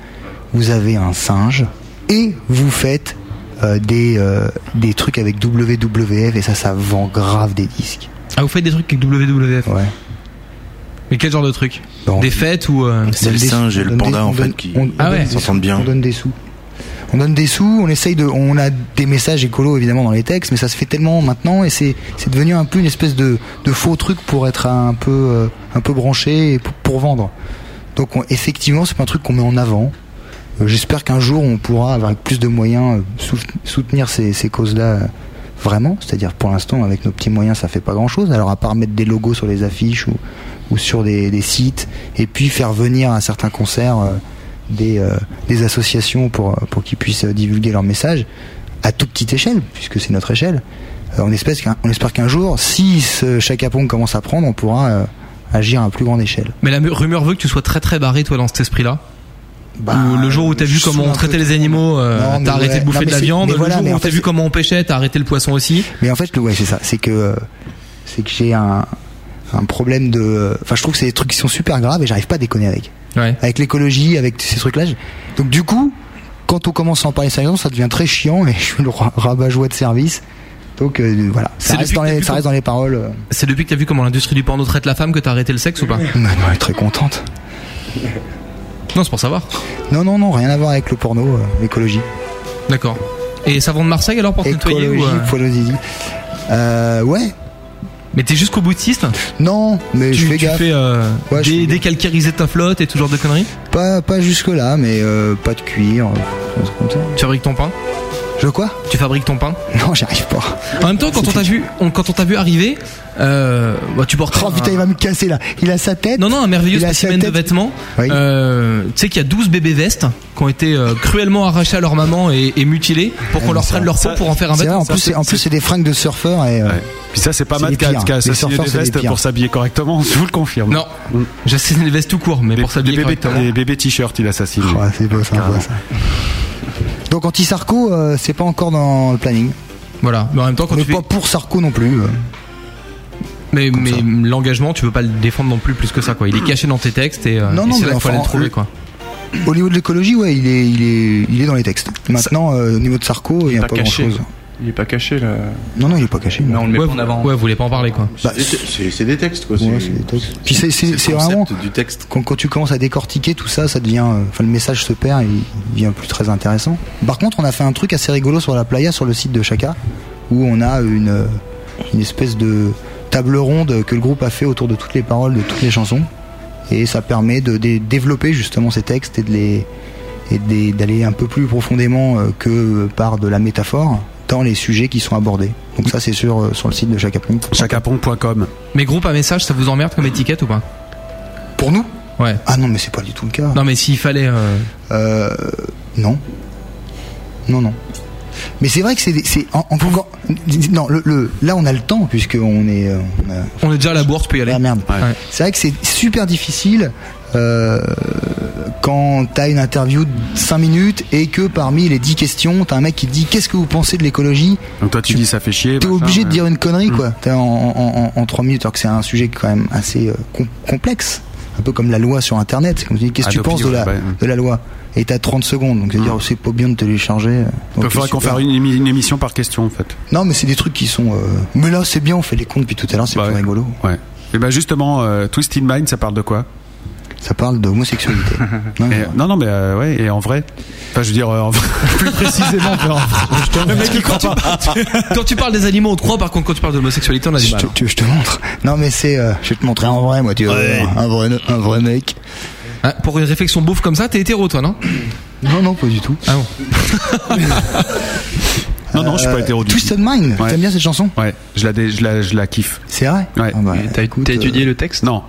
[SPEAKER 5] vous avez un singe et vous faites euh, des, euh, des trucs avec WWF et ça, ça vend grave des disques.
[SPEAKER 6] Ah, vous faites des trucs avec WWF
[SPEAKER 5] Ouais.
[SPEAKER 6] Mais quel genre de trucs
[SPEAKER 5] Bon.
[SPEAKER 6] Des fêtes ou. euh,
[SPEAKER 8] C'est
[SPEAKER 5] donne
[SPEAKER 8] le
[SPEAKER 5] des
[SPEAKER 8] singe
[SPEAKER 5] sous,
[SPEAKER 8] et
[SPEAKER 5] on
[SPEAKER 8] le
[SPEAKER 5] donne
[SPEAKER 8] panda,
[SPEAKER 5] des- on
[SPEAKER 8] en fait,
[SPEAKER 5] donne-
[SPEAKER 8] qui
[SPEAKER 5] on-
[SPEAKER 6] Ah ouais.
[SPEAKER 8] s'entendent bien.
[SPEAKER 5] On donne des sous. On donne des sous, on essaye de. On a des messages écolos évidemment dans les textes, mais ça se fait tellement maintenant et c'est c'est devenu un peu une espèce de, de faux truc pour être un peu, euh, un peu branché et pour, pour vendre. Donc on- effectivement, c'est pas un truc qu'on met en avant. Euh, J'espère qu'un jour on pourra, avec plus de moyens, euh, sou- soutenir ces, ces causes-là euh, vraiment. C'est-à-dire pour l'instant, avec nos petits moyens, ça fait pas grand-chose. Alors à part mettre des logos sur les affiches ou, ou sur des, des sites, et puis faire venir à certains concerts euh, des, euh, des associations pour, euh, pour qu'ils puissent euh, divulguer leur message à toute petite échelle, puisque c'est notre échelle. Euh, on, espère qu'un, on espère qu'un jour, si ce chacapon commence à prendre, on pourra euh, agir à plus grande échelle.
[SPEAKER 6] Mais la mu- rumeur veut que tu sois très très barré, toi, dans cet esprit-là.
[SPEAKER 5] Bah,
[SPEAKER 6] Ou le jour où t'as
[SPEAKER 5] je
[SPEAKER 6] vu
[SPEAKER 5] saoule
[SPEAKER 6] comment
[SPEAKER 5] un
[SPEAKER 6] on
[SPEAKER 5] peu tout
[SPEAKER 6] traitait les
[SPEAKER 5] le monde.
[SPEAKER 6] animaux, euh,
[SPEAKER 5] Non, mais
[SPEAKER 6] t'as arrêté
[SPEAKER 5] ouais.
[SPEAKER 6] de
[SPEAKER 5] Non,
[SPEAKER 6] bouffer
[SPEAKER 5] mais
[SPEAKER 6] de la
[SPEAKER 5] c'est-
[SPEAKER 6] viande.
[SPEAKER 5] mais
[SPEAKER 6] Le
[SPEAKER 5] voilà,
[SPEAKER 6] jour
[SPEAKER 5] mais
[SPEAKER 6] où
[SPEAKER 5] en
[SPEAKER 6] t'as
[SPEAKER 5] fait,
[SPEAKER 6] vu
[SPEAKER 5] c'est-
[SPEAKER 6] comment on pêchait, t'as arrêté le poisson aussi.
[SPEAKER 5] Mais en fait, le- ouais, c'est ça. C'est que euh, c'est que j'ai un, un problème de. euh, Enfin, je trouve que c'est des trucs qui sont super graves et j'arrive pas à déconner avec.
[SPEAKER 6] Ouais.
[SPEAKER 5] Avec l'écologie, avec ces trucs-là. j'ai- Donc, du coup, quand on commence à en parler sérieusement, ça devient très chiant et je suis le rabat-joie de service. Donc euh, voilà,
[SPEAKER 6] C'est
[SPEAKER 5] ça reste,
[SPEAKER 6] depuis
[SPEAKER 5] dans
[SPEAKER 6] que t'as
[SPEAKER 5] les,
[SPEAKER 6] vu
[SPEAKER 5] ça reste
[SPEAKER 6] qu'on-
[SPEAKER 5] dans les paroles. euh.
[SPEAKER 6] C'est depuis que t'as vu comment l'industrie du porno traite la femme que t'as arrêté le sexe ou pas
[SPEAKER 5] Elle est très contente.
[SPEAKER 6] Non, c'est pour savoir.
[SPEAKER 5] Non, non, non, rien à voir avec le porno, euh, l'écologie.
[SPEAKER 6] D'accord. Et savon de Marseille alors pour te nettoyer ou
[SPEAKER 5] Écologie,
[SPEAKER 6] euh,
[SPEAKER 5] poil aux zizi. Euh, ouais.
[SPEAKER 6] Mais t'es jusqu'au boutiste
[SPEAKER 5] Non, mais
[SPEAKER 6] tu,
[SPEAKER 5] je fais
[SPEAKER 6] tu
[SPEAKER 5] gaffe.
[SPEAKER 6] fais, euh,
[SPEAKER 5] Ouais, je
[SPEAKER 6] dé- décalcariser ta flotte et tout genre de conneries
[SPEAKER 5] Pas, pas jusque-là, mais euh, pas de cuir, euh, choses comme ça.
[SPEAKER 6] Tu fabriques ton pain
[SPEAKER 5] Je quoi
[SPEAKER 6] Tu fabriques ton pain
[SPEAKER 5] Non, j'y arrive pas.
[SPEAKER 6] En même temps, quand on t'a vu, on- quand on t'a vu arriver, euh, bah, tu portes.
[SPEAKER 5] Oh putain, il va me casser là. Il a sa tête.
[SPEAKER 6] Non, non, un merveilleux
[SPEAKER 5] Il a sa
[SPEAKER 6] spécimen de
[SPEAKER 5] tête.
[SPEAKER 6] vêtements. Euh, tu sais qu'il y a 12 bébés vestes qui ont été euh, cruellement arrachés à leur maman et, et mutilés pour
[SPEAKER 5] Ah,
[SPEAKER 6] qu'on leur prenne leur peau pour en faire un
[SPEAKER 5] C'est vrai,
[SPEAKER 6] vêtement.
[SPEAKER 5] en plus, c'est- en plus, c'est des fringues de surfeurs et. euh,
[SPEAKER 4] Puis ça, c'est pas
[SPEAKER 5] c'est
[SPEAKER 4] mal
[SPEAKER 5] les
[SPEAKER 4] qu'à
[SPEAKER 5] pires.
[SPEAKER 4] qu'à
[SPEAKER 5] Les
[SPEAKER 4] assassiner
[SPEAKER 5] surfeurs,
[SPEAKER 4] des
[SPEAKER 5] c'est les
[SPEAKER 4] vestes
[SPEAKER 5] pires.
[SPEAKER 4] pour s'habiller correctement, je vous le confirme.
[SPEAKER 6] Non, j'assassine les vestes tout court, mais pour s'habiller
[SPEAKER 4] Les bébés,
[SPEAKER 6] correctement.
[SPEAKER 4] les bébés t-shirts, il assassine.
[SPEAKER 5] Ah, c'est beau ça. Donc anti-Sarko, euh, c'est pas encore dans le planning.
[SPEAKER 6] Voilà, mais en même temps, quand
[SPEAKER 5] mais
[SPEAKER 6] tu
[SPEAKER 5] pas pour Sarko non plus. euh.
[SPEAKER 6] Mais, mais l'engagement, tu peux pas le défendre non plus plus que ça, quoi. Il est caché dans tes textes et, euh,
[SPEAKER 5] Non,
[SPEAKER 6] et
[SPEAKER 5] non,
[SPEAKER 6] c'est
[SPEAKER 5] mais
[SPEAKER 6] là qu'il faut aller le
[SPEAKER 5] enfin,
[SPEAKER 6] trouver,
[SPEAKER 5] le-
[SPEAKER 6] quoi.
[SPEAKER 5] Au niveau de l'écologie, ouais, il est, il est, il est dans les textes. Maintenant, euh, au niveau de Sarko, il n'y a pas, grand chose.
[SPEAKER 2] Il est pas caché là.
[SPEAKER 5] Non, non, il est pas caché.
[SPEAKER 2] Mais on le met
[SPEAKER 6] ouais,
[SPEAKER 2] pas en
[SPEAKER 6] vous-
[SPEAKER 2] avant.
[SPEAKER 6] ouais, vous voulez pas en parler, quoi.
[SPEAKER 5] Bah,
[SPEAKER 8] C'est- C'est c'est des textes quoi.
[SPEAKER 5] Ouais,
[SPEAKER 8] c'est
[SPEAKER 5] c'est des textes. Puis c'est-
[SPEAKER 8] c'est
[SPEAKER 5] c'est
[SPEAKER 8] le
[SPEAKER 5] c'est
[SPEAKER 8] concept
[SPEAKER 5] vraiment
[SPEAKER 8] du texte.
[SPEAKER 5] quand, quand tu commences à décortiquer tout ça, ça devient, euh, enfin le message se perd, et il devient plus très intéressant. Par contre, on a fait un truc assez rigolo sur la playa, sur le site de Chaka, où on a une euh, une espèce de table ronde que le groupe a fait autour de toutes les paroles de toutes les chansons, et ça permet de, dé- développer justement ces textes et de les et de les- d'aller un peu plus profondément euh, que par de la métaphore dans les sujets qui sont abordés. Donc ça, c'est sur euh, sur le site de Chaka Ponk.
[SPEAKER 4] Chacapon.com.
[SPEAKER 6] Mais groupe à message, ça vous emmerde comme étiquette ou pas
[SPEAKER 5] Pour nous
[SPEAKER 6] Ouais.
[SPEAKER 5] Ah non, mais c'est pas du tout le cas.
[SPEAKER 6] Non, mais s'il fallait. euh,
[SPEAKER 5] Euh, non. Non, non. Mais c'est vrai que c'est. des- c'est- En, en- encore- non, le, le- là, on a le temps, puisqu'on est. euh, on a-
[SPEAKER 6] On est déjà à la bourse, tu peux y aller.
[SPEAKER 5] Ah merde.
[SPEAKER 6] Ouais.
[SPEAKER 5] C'est vrai que c'est super difficile euh, quand t'as une interview de 5 minutes et que parmi les 10 questions, t'as un mec qui te dit Qu'est-ce que vous pensez de l'écologie
[SPEAKER 4] Donc toi, tu dis ça fait chier.
[SPEAKER 5] T'es
[SPEAKER 4] machin, euh,
[SPEAKER 5] obligé de
[SPEAKER 4] ouais. Mm.
[SPEAKER 5] dire une connerie, quoi. T'es en, en, 3 minutes, alors que c'est un sujet quand même assez euh, com- complexe. Un peu comme la loi sur Internet. C'est comme tu dis, qu'est-ce que tu
[SPEAKER 4] Adobe,
[SPEAKER 5] penses de la,
[SPEAKER 4] Ah, ouais, ouais.
[SPEAKER 5] de la loi Et t'as 30 secondes. Donc, c'est-à-dire, c'est pas bien de télécharger. euh,
[SPEAKER 4] Il
[SPEAKER 5] Donc,
[SPEAKER 4] Bah, faudrait qu'on
[SPEAKER 5] super.
[SPEAKER 4] fasse une, émi- une émission par question, en fait.
[SPEAKER 5] Non, mais c'est des trucs qui sont. euh, Mais là, c'est bien, on fait les comptes depuis tout à l'heure, c'est plus rigolo.
[SPEAKER 4] Bah Ouais. Et ben justement, euh, Twisted Mind, ça parle de quoi
[SPEAKER 5] Ça parle d'homosexualité.
[SPEAKER 4] Et- non, non, mais euh, ouais, et en vrai. Enfin, je veux dire, euh, en vrai- plus précisément, mais en vrai.
[SPEAKER 6] Le mec, quand, tu parles, quand tu parles des animaux, on te croit, par contre, quand tu parles de l'homosexualité, on a du
[SPEAKER 5] Je
[SPEAKER 6] mal. hein.
[SPEAKER 5] te, tu veux que je te montre. Non, mais c'est. euh, je vais te montrer en vrai, moi, tu vois. Un, vrai, un vrai mec.
[SPEAKER 6] Hein, pour une réflexion bouffe comme ça, t'es hétéro, toi, non
[SPEAKER 5] Non, non, pas du tout.
[SPEAKER 6] Ah bon
[SPEAKER 4] Non, non, je suis pas hétéro du tout.
[SPEAKER 5] Twisted Euh, Mind,
[SPEAKER 4] Ouais.
[SPEAKER 5] t'aimes bien cette chanson
[SPEAKER 4] Ouais, je la, dé- je la, je la kiffe.
[SPEAKER 5] C'est vrai Ah bah,
[SPEAKER 4] Ouais.
[SPEAKER 2] T'as
[SPEAKER 5] euh,
[SPEAKER 2] t'as étudié le texte
[SPEAKER 4] Non,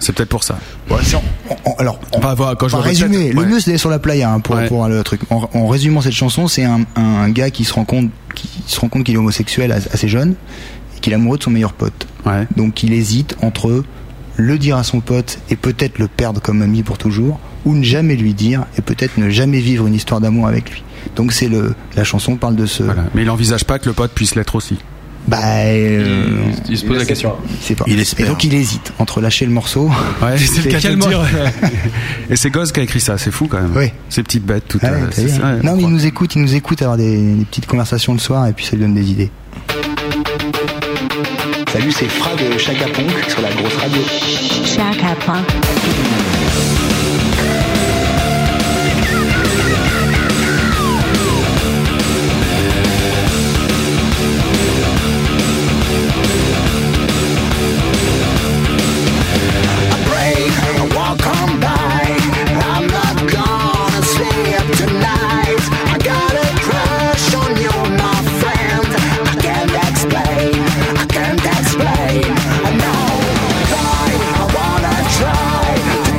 [SPEAKER 4] c'est peut-être pour ça.
[SPEAKER 5] Ouais, si on- on- alors, on-
[SPEAKER 4] Enfin, voilà, quand je
[SPEAKER 5] Enfin,
[SPEAKER 4] le répète,
[SPEAKER 5] résumé, le
[SPEAKER 4] ouais.
[SPEAKER 5] mieux c'est d'aller sur la playa hein, pour,
[SPEAKER 4] Ouais.
[SPEAKER 5] pour le truc. En, en résumant cette chanson, c'est un, un gars qui se rend compte qui se rend compte qu'il est homosexuel as- assez jeune et qu'il est amoureux de son meilleur pote.
[SPEAKER 4] Ouais.
[SPEAKER 5] Donc il hésite entre le dire à son pote et peut-être le perdre comme ami pour toujours ou ne jamais lui dire et peut-être ne jamais vivre une histoire d'amour avec lui. Donc c'est le la chanson parle de ce
[SPEAKER 4] Voilà. Mais il envisage pas que le pote puisse l'être aussi.
[SPEAKER 5] bah euh,
[SPEAKER 2] Il se pose la question.
[SPEAKER 5] il sait pas.
[SPEAKER 4] Il espère.
[SPEAKER 5] Et donc il hésite entre lâcher le morceau.
[SPEAKER 4] Ouais, c'est le cas de
[SPEAKER 5] Quel
[SPEAKER 4] le
[SPEAKER 5] mot-
[SPEAKER 4] dire. Et c'est Goz qui a écrit ça, c'est fou quand même.
[SPEAKER 5] Oui.
[SPEAKER 4] Ces petites bêtes, tout
[SPEAKER 5] Ah ouais,
[SPEAKER 4] euh,
[SPEAKER 5] t'as
[SPEAKER 4] c'est-
[SPEAKER 5] vu,
[SPEAKER 4] c'est-
[SPEAKER 5] hein.
[SPEAKER 4] ouais.
[SPEAKER 5] non mais il nous écoute, il nous écoute avoir des, des petites conversations le soir et puis ça lui donne des idées. Salut, c'est Fra de Chaka Ponk sur la grosse radio.
[SPEAKER 13] Shaka Punk.
[SPEAKER 14] break and walk on by. I'm not gonna sleep tonight. I got a crush on you, my friend. I can't explain, I can't explain. No, boy, I wanna try to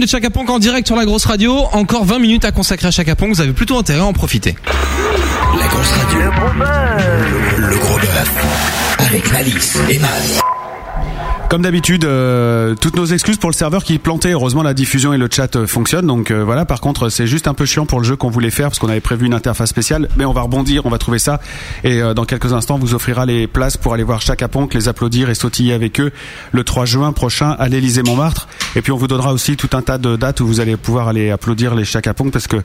[SPEAKER 6] de Chaka Ponk en direct sur la grosse radio. Encore 20 minutes à consacrer à Chaka Ponk. Vous avez plutôt intérêt à en profiter.
[SPEAKER 1] La grosse radio. Le gros bœuf. Le, gros bœuf. Avec Malice et Mal.
[SPEAKER 4] Comme d'habitude, euh, toutes nos excuses pour le serveur qui est planté. Heureusement, la diffusion et le chat euh, fonctionnent. Donc euh, voilà. Par contre, c'est juste un peu chiant pour le jeu qu'on voulait faire parce qu'on avait prévu une interface spéciale. Mais on va rebondir, on va trouver ça. Et euh, dans quelques instants, on vous offrira les places pour aller voir Chaka Ponk, les applaudir et sautiller avec eux le 3 juin prochain à l'Élysée Montmartre. Et puis on vous donnera aussi tout un tas de dates où vous allez pouvoir aller applaudir les Chaka Ponk parce que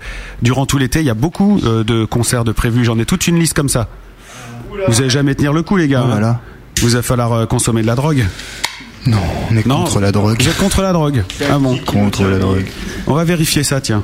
[SPEAKER 4] durant tout l'été, il y a beaucoup euh, de concerts de prévus. J'en ai toute une liste comme ça. Vous allez jamais tenir le coup, les gars. Voilà. Vous allez falloir euh, consommer de la drogue.
[SPEAKER 5] Non, on est contre la drogue.
[SPEAKER 4] Vous êtes contre la drogue Ah bon
[SPEAKER 5] Contre la drogue.
[SPEAKER 4] On va vérifier ça, tiens.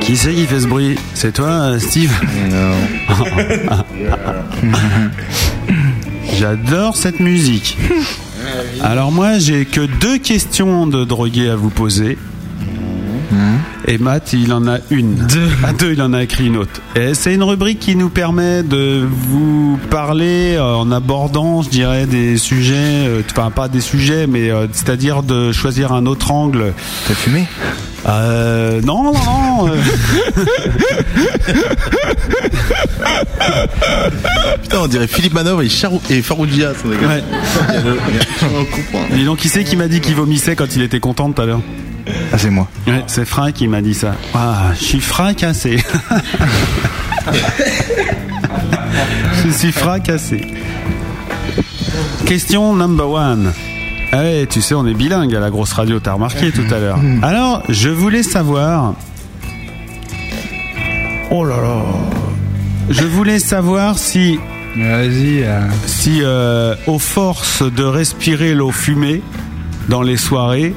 [SPEAKER 4] Qui c'est qui fait ce bruit C'est toi, euh, Steve Non. J'adore cette musique. Alors moi, j'ai que deux questions de drogué à vous poser. Et Matt, il en a une. Deux. À deux, il en a écrit une autre. Et c'est une rubrique qui nous permet de vous parler euh, en abordant, je dirais, des sujets, euh, enfin pas des sujets, mais euh, c'est-à-dire de choisir un autre angle. T'as fumé euh, Non, non, non. euh,
[SPEAKER 8] Ah, Putain, on dirait Philippe Manœuvre et, Charou et Farougia, son gars.
[SPEAKER 4] Ouais.
[SPEAKER 8] Il y a le- il y a- on comprend.
[SPEAKER 4] Dis donc, qui c'est qui m'a dit qu'il vomissait quand il était content tout à l'heure Ah, c'est moi. Ouais, c'est Franck qui m'a dit ça. Ah, je suis fracassé. je suis fracassé. Question number one. Ah ouais, tu sais, on est bilingue à la grosse radio, t'as remarqué tout à l'heure. Alors, je voulais savoir. Oh là là. Je voulais savoir si. Vas-y. Si, euh, aux forces de respirer l'eau fumée dans les soirées,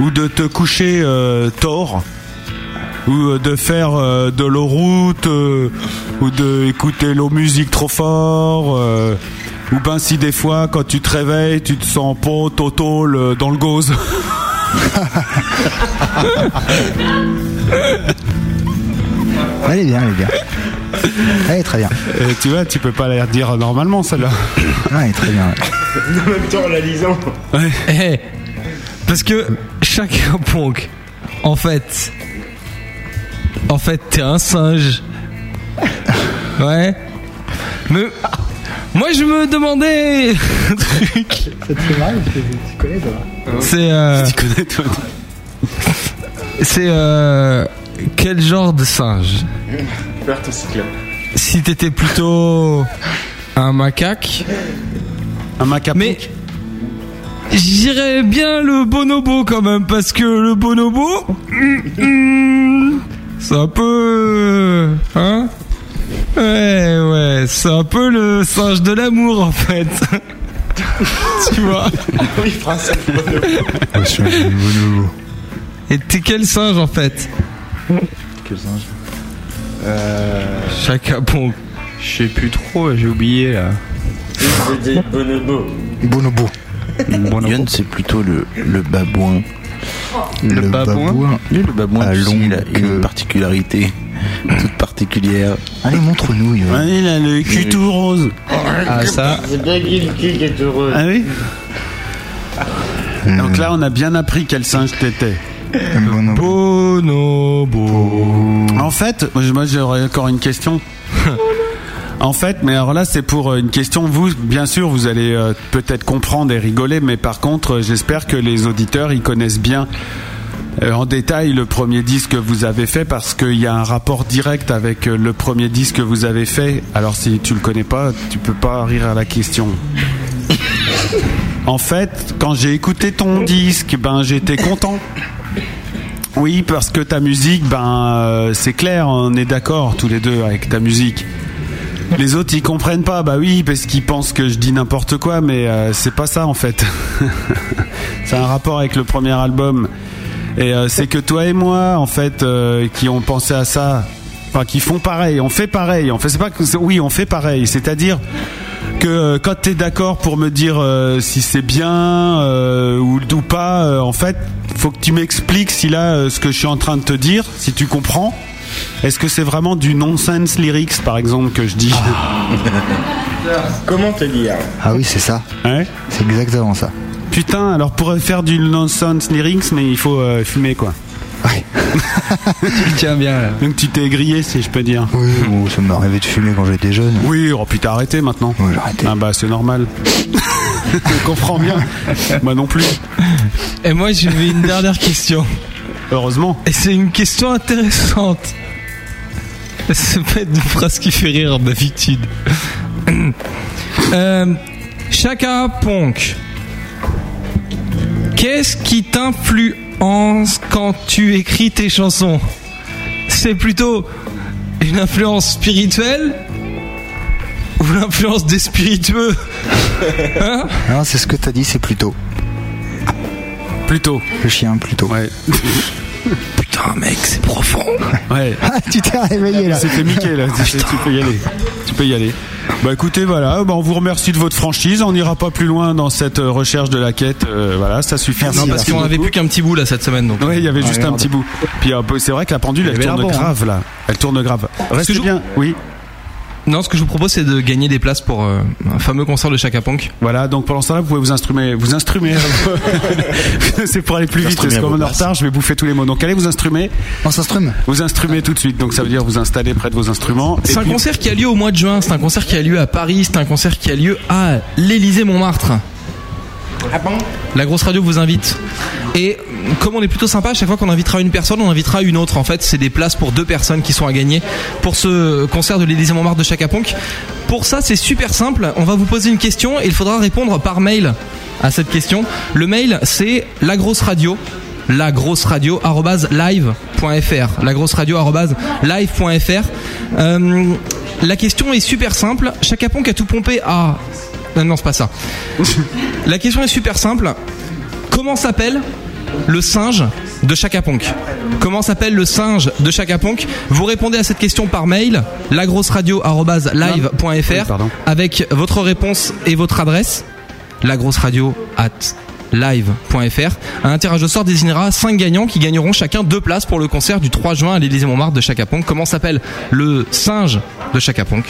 [SPEAKER 4] ou de te coucher euh, tort, ou euh, de faire euh, de l'eau route, euh, ou d'écouter l'eau musique trop fort, euh, ou ben si des fois, quand tu te réveilles, tu te sens pot, toto, le- dans le gauze.
[SPEAKER 5] Elle est bien, elle est bien. Elle est très bien.
[SPEAKER 4] Euh, tu vois, tu peux pas la dire normalement celle-là.
[SPEAKER 5] Ouais, très bien.
[SPEAKER 12] En même temps, en la lisant.
[SPEAKER 6] Eh, parce que Chaka Ponk, en fait, en fait, t'es un singe. Ouais. Mais moi, je me demandais un truc.
[SPEAKER 5] Ça te fait mal parce que tu connais, toi.
[SPEAKER 6] C'est. euh, C'est. euh, Quel genre de singe
[SPEAKER 12] Perds ton cycle.
[SPEAKER 6] Si t'étais plutôt un macaque.
[SPEAKER 4] Un macaque.
[SPEAKER 6] Mais j'irais bien le bonobo quand même parce que le bonobo, mm, mm, c'est un peu, euh, hein Ouais, ouais, c'est un peu le singe de l'amour en fait. tu vois
[SPEAKER 12] Oui, François.
[SPEAKER 6] Et t'es quel singe en fait
[SPEAKER 8] Quel singe
[SPEAKER 6] Chaka Ponk.
[SPEAKER 2] Je sais plus trop, j'ai oublié. là.
[SPEAKER 12] Je dis bonobo.
[SPEAKER 5] Bonobo.
[SPEAKER 8] Yann, c'est plutôt le, le babouin.
[SPEAKER 2] Le babouin
[SPEAKER 8] Oui, le babouin, tu sais, il a une particularité toute particulière.
[SPEAKER 5] Allez, montre-nous, Yann.
[SPEAKER 4] il a le cul tout rose.
[SPEAKER 6] Ah, ça.
[SPEAKER 12] C'est bien qu'il cul qui est heureux.
[SPEAKER 4] Ah oui Donc là, on a bien appris quel singe t'étais.
[SPEAKER 6] Bonobo.
[SPEAKER 4] En fait, moi, je- moi j'aurais encore une question. En fait, mais alors là, c'est pour euh, une question. Vous, bien sûr, vous allez euh, peut-être comprendre et rigoler, mais par contre, euh, j'espère que les auditeurs, ils connaissent bien euh, en détail le premier disque que vous avez fait, parce qu'il y a un rapport direct avec euh, le premier disque que vous avez fait. Alors, si tu le connais pas, tu peux pas rire à la question. En fait, quand j'ai écouté ton disque, ben j'étais content. Oui, parce que ta musique, ben euh, c'est clair, on est d'accord tous les deux avec ta musique. Les autres, ils comprennent pas, bah oui, parce qu'ils pensent que je dis n'importe quoi, mais euh, c'est pas ça en fait. c'est un rapport avec le premier album. Et euh, c'est que toi et moi, en fait, euh, qui ont pensé à ça, enfin qui font pareil, on fait pareil, on fait c'est pas que c'est- oui, on fait pareil, c'est-à-dire que euh, quand t'es d'accord pour me dire euh, si c'est bien euh, ou, ou pas, euh, en fait, faut que tu m'expliques si là euh, ce que je suis en train de te dire, si tu comprends. Est-ce que c'est vraiment du nonsense lyrics par exemple que je dis
[SPEAKER 12] Comment te dire
[SPEAKER 4] Ah oui, c'est ça. c'est exactement ça. Putain, alors pour faire du nonsense lyrics, mais il faut euh, fumer quoi. tu tiens bien là. Donc tu t'es grillé si je peux dire.
[SPEAKER 5] Oui, bon, ça m'est arrivé de fumer quand j'étais jeune.
[SPEAKER 4] Oui, oh, puis t'as arrêté maintenant. Oui, j'ai arrêté. Ah bah c'est normal. Je comprends bien. Moi non plus.
[SPEAKER 6] Et moi, j'avais une dernière question.
[SPEAKER 4] Heureusement.
[SPEAKER 6] Et c'est une question intéressante. C'est pas une phrase qui fait rire d'habitude. Euh, Chaka Ponk, qu'est-ce qui t'influence quand tu écris tes chansons C'est plutôt une influence spirituelle ou l'influence des spiritueux Hein
[SPEAKER 5] Non, c'est ce que t'as dit, c'est plutôt.
[SPEAKER 4] Plutôt.
[SPEAKER 5] Le chien, plutôt.
[SPEAKER 4] Ouais.
[SPEAKER 5] Putain, mec, c'est profond.
[SPEAKER 4] Ouais.
[SPEAKER 5] Ah, tu t'es réveillé là.
[SPEAKER 4] C'était Mickey là, tu, tu peux y aller. Tu peux y aller. Bah écoutez, voilà, bah, on vous remercie de votre franchise. On n'ira pas plus loin dans cette euh, recherche de la quête. Euh, voilà, ça suffit.
[SPEAKER 6] Non, parce qu'on avait plus qu'un petit bout là cette semaine. Donc.
[SPEAKER 4] Ouais, il y avait
[SPEAKER 6] Ah,
[SPEAKER 4] juste un
[SPEAKER 6] merde.
[SPEAKER 4] petit bout. Puis euh, c'est vrai que la pendule, elle
[SPEAKER 6] avait l'air
[SPEAKER 4] tourne
[SPEAKER 6] bon,
[SPEAKER 4] grave
[SPEAKER 6] hein.
[SPEAKER 4] là. Elle tourne grave.
[SPEAKER 6] Reste
[SPEAKER 4] Reste bien. Oui.
[SPEAKER 6] Non, ce que je vous propose, c'est de gagner des places pour euh, un fameux concert de Chaka Punk.
[SPEAKER 4] Voilà, donc pendant ce temps-là, vous pouvez vous instrumer. Vous instrumer. c'est pour aller plus vite, parce
[SPEAKER 6] Instrumer à
[SPEAKER 4] qu'on est
[SPEAKER 6] vos
[SPEAKER 4] en
[SPEAKER 6] places.
[SPEAKER 4] retard, je vais bouffer tous les mots. Donc allez vous instrumer.
[SPEAKER 5] On s'instrume.
[SPEAKER 4] Vous instrumez tout de suite. Donc ça veut dire vous installer près de vos instruments. Et
[SPEAKER 6] C'est un
[SPEAKER 4] puis-
[SPEAKER 6] concert qui a lieu au mois de juin, c'est un concert qui a lieu à Paris, c'est un concert qui a lieu à l'Élysée-Montmartre. La grosse radio vous invite. Et comme on est plutôt sympa, à chaque fois qu'on invitera une personne, on invitera une autre. En fait, c'est des places pour deux personnes qui sont à gagner pour ce concert de l'Élysée Montmartre de Chaka Ponk. Pour ça, c'est super simple. On va vous poser une question et il faudra répondre par mail à cette question. Le mail, c'est la grosse radio la grosse radio live.fr la grosse radio live.fr Euh, la question est super simple Chaka Ponk a tout pompé à non non c'est pas ça la question est super simple comment s'appelle le singe de Chaka Ponk comment s'appelle le singe de Chaka Ponk vous répondez à cette question par mail la grosse radio live.fr avec votre réponse et votre adresse la grosse radio at live.fr. Un tirage au sort désignera 5 gagnants qui gagneront chacun deux places pour le concert du 3 juin à l'Élysée Montmartre de Chaka Ponk. Comment s'appelle le singe de Chaka Ponk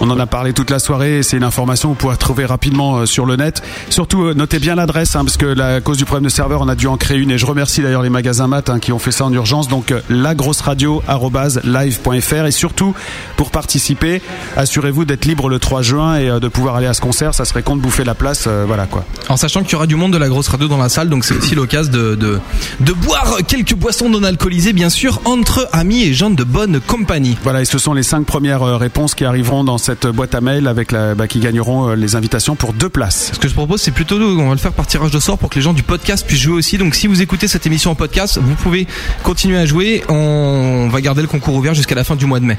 [SPEAKER 4] On en a parlé toute la soirée, et c'est une information que vous pouvez trouver rapidement euh, sur le net. Surtout, euh, notez bien l'adresse, hein, parce que la à cause du problème de serveur, on a dû en créer une, et je remercie d'ailleurs les magasins mat hein, qui ont fait ça en urgence. Donc, euh, lagrosseradio.live.fr, et surtout, pour participer, assurez-vous d'être libre le 3 juin et euh, de pouvoir aller à ce concert, ça serait con de bouffer la place, euh, voilà quoi.
[SPEAKER 6] En sachant qu'il y aura du monde de la grosse radio dans la salle, donc c'est aussi l'occasion de, de, de boire quelques boissons non alcoolisées, bien sûr, entre amis et gens de bonne compagnie.
[SPEAKER 4] Voilà, et ce sont les cinq premières euh, réponses qui arriveront dans cette boîte à mail avec la, bah, qui gagneront euh, les invitations pour deux places.
[SPEAKER 6] Ce que je propose, c'est plutôt, on va le faire par tirage de sort pour que les gens du podcast puissent jouer aussi. Donc, si vous écoutez cette émission en podcast, vous pouvez continuer à jouer. On va garder le concours ouvert jusqu'à la fin du mois de mai.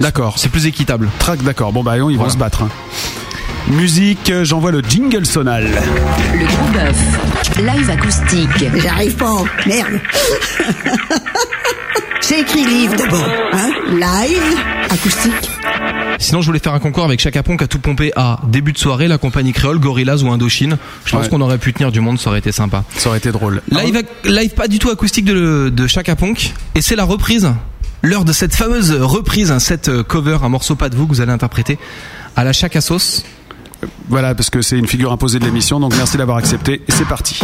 [SPEAKER 4] D'accord.
[SPEAKER 6] C'est plus équitable.
[SPEAKER 4] Trac, d'accord. Bon, bah, on, ils vont
[SPEAKER 6] Voilà.
[SPEAKER 4] se battre. hein. Musique, euh, j'envoie le jingle sonal.
[SPEAKER 10] Le gros bœuf. Live acoustique.
[SPEAKER 3] J'arrive pas, hein. merde. J'ai écrit livre d'abord, hein. Live, acoustique.
[SPEAKER 6] Sinon, je voulais faire un concours avec Chaka Ponk à tout pomper à début de soirée, la compagnie créole, Gorillaz ou Indochine. Je pense
[SPEAKER 4] Ouais.
[SPEAKER 6] qu'on aurait pu tenir du monde, ça aurait été sympa.
[SPEAKER 4] Ça aurait été drôle.
[SPEAKER 6] Live, ac- live pas du tout acoustique de, de Chaka Ponk. Et c'est la reprise. L'heure de cette fameuse reprise, hein, cette euh, cover, un morceau pas de vous que vous allez interpréter à la Chaka Sauce.
[SPEAKER 4] Voilà, parce que c'est une figure imposée de l'émission, donc merci d'avoir accepté. Et c'est parti.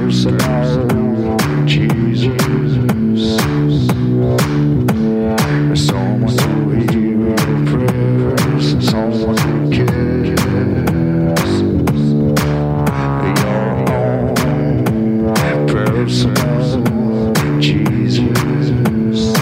[SPEAKER 11] personal Jesus. Someone to hear your prayers, someone to kiss. Your own personal Jesus.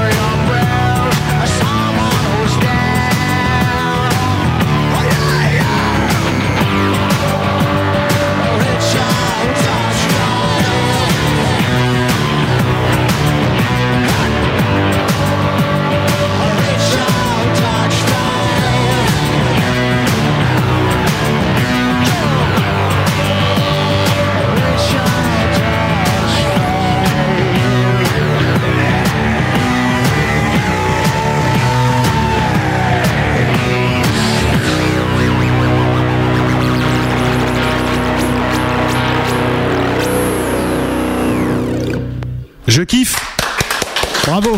[SPEAKER 11] Oh,
[SPEAKER 4] Je kiffe. Bravo.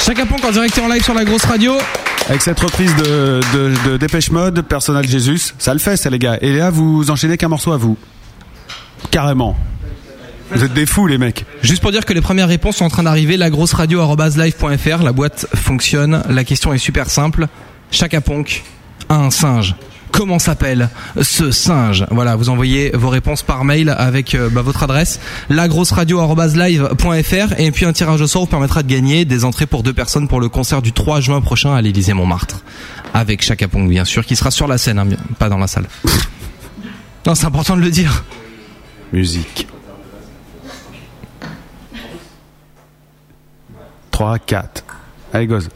[SPEAKER 6] Chacun Ponk en direct et en live sur la grosse radio.
[SPEAKER 4] Avec cette reprise de, de, de Dépêche Mode, Personnel Jésus, ça le fait, ça, les gars. Et là, vous enchaînez qu'un morceau à vous. Carrément. Vous êtes des fous, les mecs.
[SPEAKER 6] Juste pour dire que les premières réponses sont en train d'arriver, la grosse radio@live.fr, la boîte fonctionne, la question est super simple. Chaka Ponk a un singe. Comment s'appelle ce singe Voilà, vous envoyez vos réponses par mail avec euh, bah, votre adresse, lagrosseradio@live.fr et puis un tirage au sort vous permettra de gagner des entrées pour deux personnes pour le concert du 3 juin prochain à l'Élysée Montmartre avec Chaka Ponk bien sûr qui sera sur la scène hein, bien- pas dans la salle. non, c'est important de le dire.
[SPEAKER 4] Musique. 3, 4. Allez, gosse.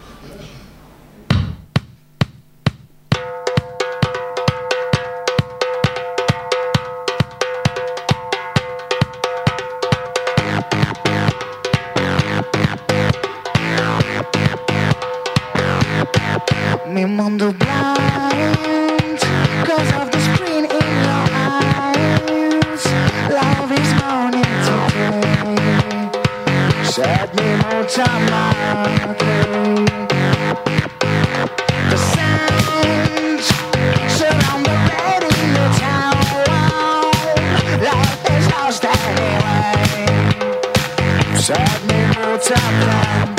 [SPEAKER 11] Me mundo blind Cause of the screen in your eyes Love is burning today Set me more time The sounds surround the bed in the town Life is lost anyway Set me more time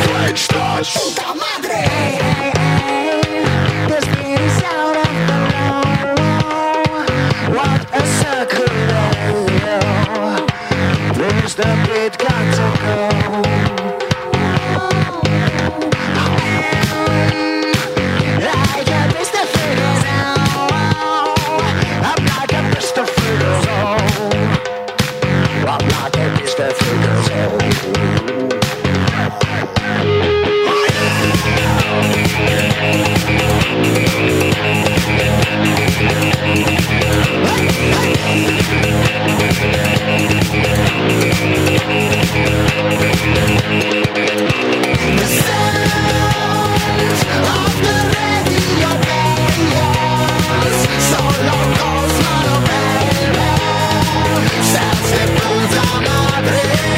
[SPEAKER 11] Puta madre! This beat is out of control. What a circle Where's the beat got to go? And I got Mr. Fiddles I'm like a Mr. Fiddles I'm like a Mr. Fiddles Solo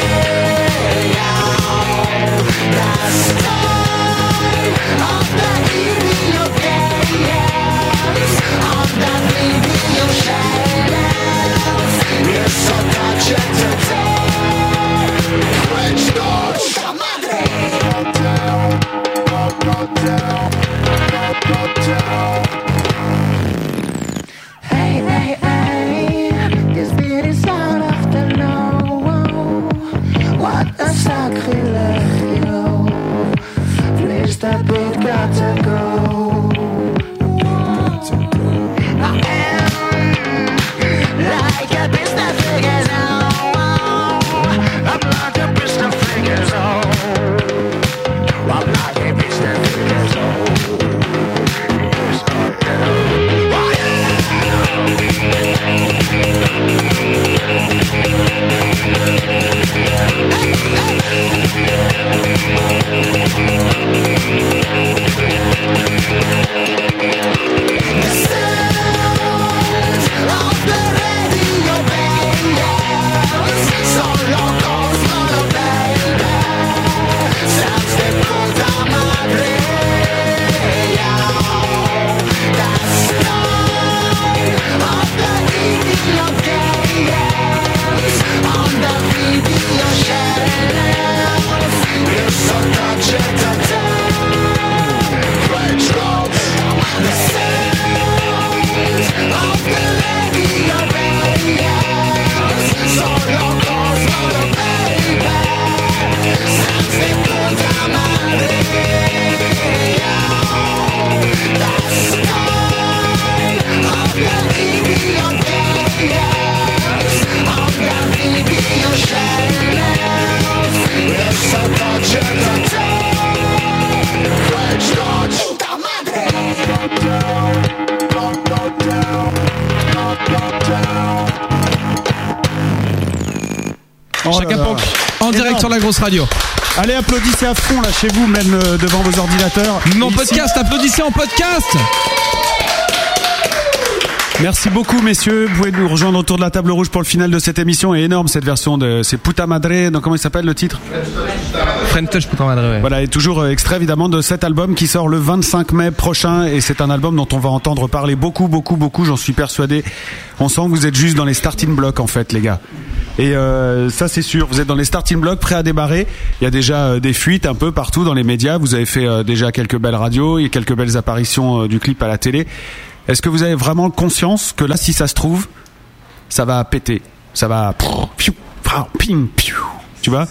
[SPEAKER 11] calls not a baby, says it puta madre.
[SPEAKER 6] Chaka Ponk, en direct sur la grosse radio.
[SPEAKER 4] Allez, applaudissez à fond, là, chez vous, même euh, devant vos ordinateurs.
[SPEAKER 6] Mon podcast, applaudissez en podcast
[SPEAKER 4] Merci beaucoup, messieurs. Vous pouvez nous rejoindre autour de la table rouge pour le final de cette émission. Et énorme cette version de. C'est Puta Madre. Donc, comment il s'appelle le titre
[SPEAKER 6] French Touch Puta Madre, ouais.
[SPEAKER 4] Voilà, et toujours euh, extrait évidemment de cet album qui sort le 25 mai prochain. Et c'est un album dont on va entendre parler beaucoup, beaucoup, beaucoup. J'en suis persuadé. On sent que vous êtes juste dans les starting blocks, en fait, les gars. Et euh, ça, c'est sûr. Vous êtes dans les starting blocks, prêts à démarrer. Il y a déjà euh, des fuites un peu partout dans les médias. Vous avez fait euh, déjà quelques belles radios et quelques belles apparitions euh, du clip à la télé. Est-ce que vous avez vraiment conscience que là, si ça se trouve, ça va péter Ça va. Piou, prou, ping, piou. Tu vois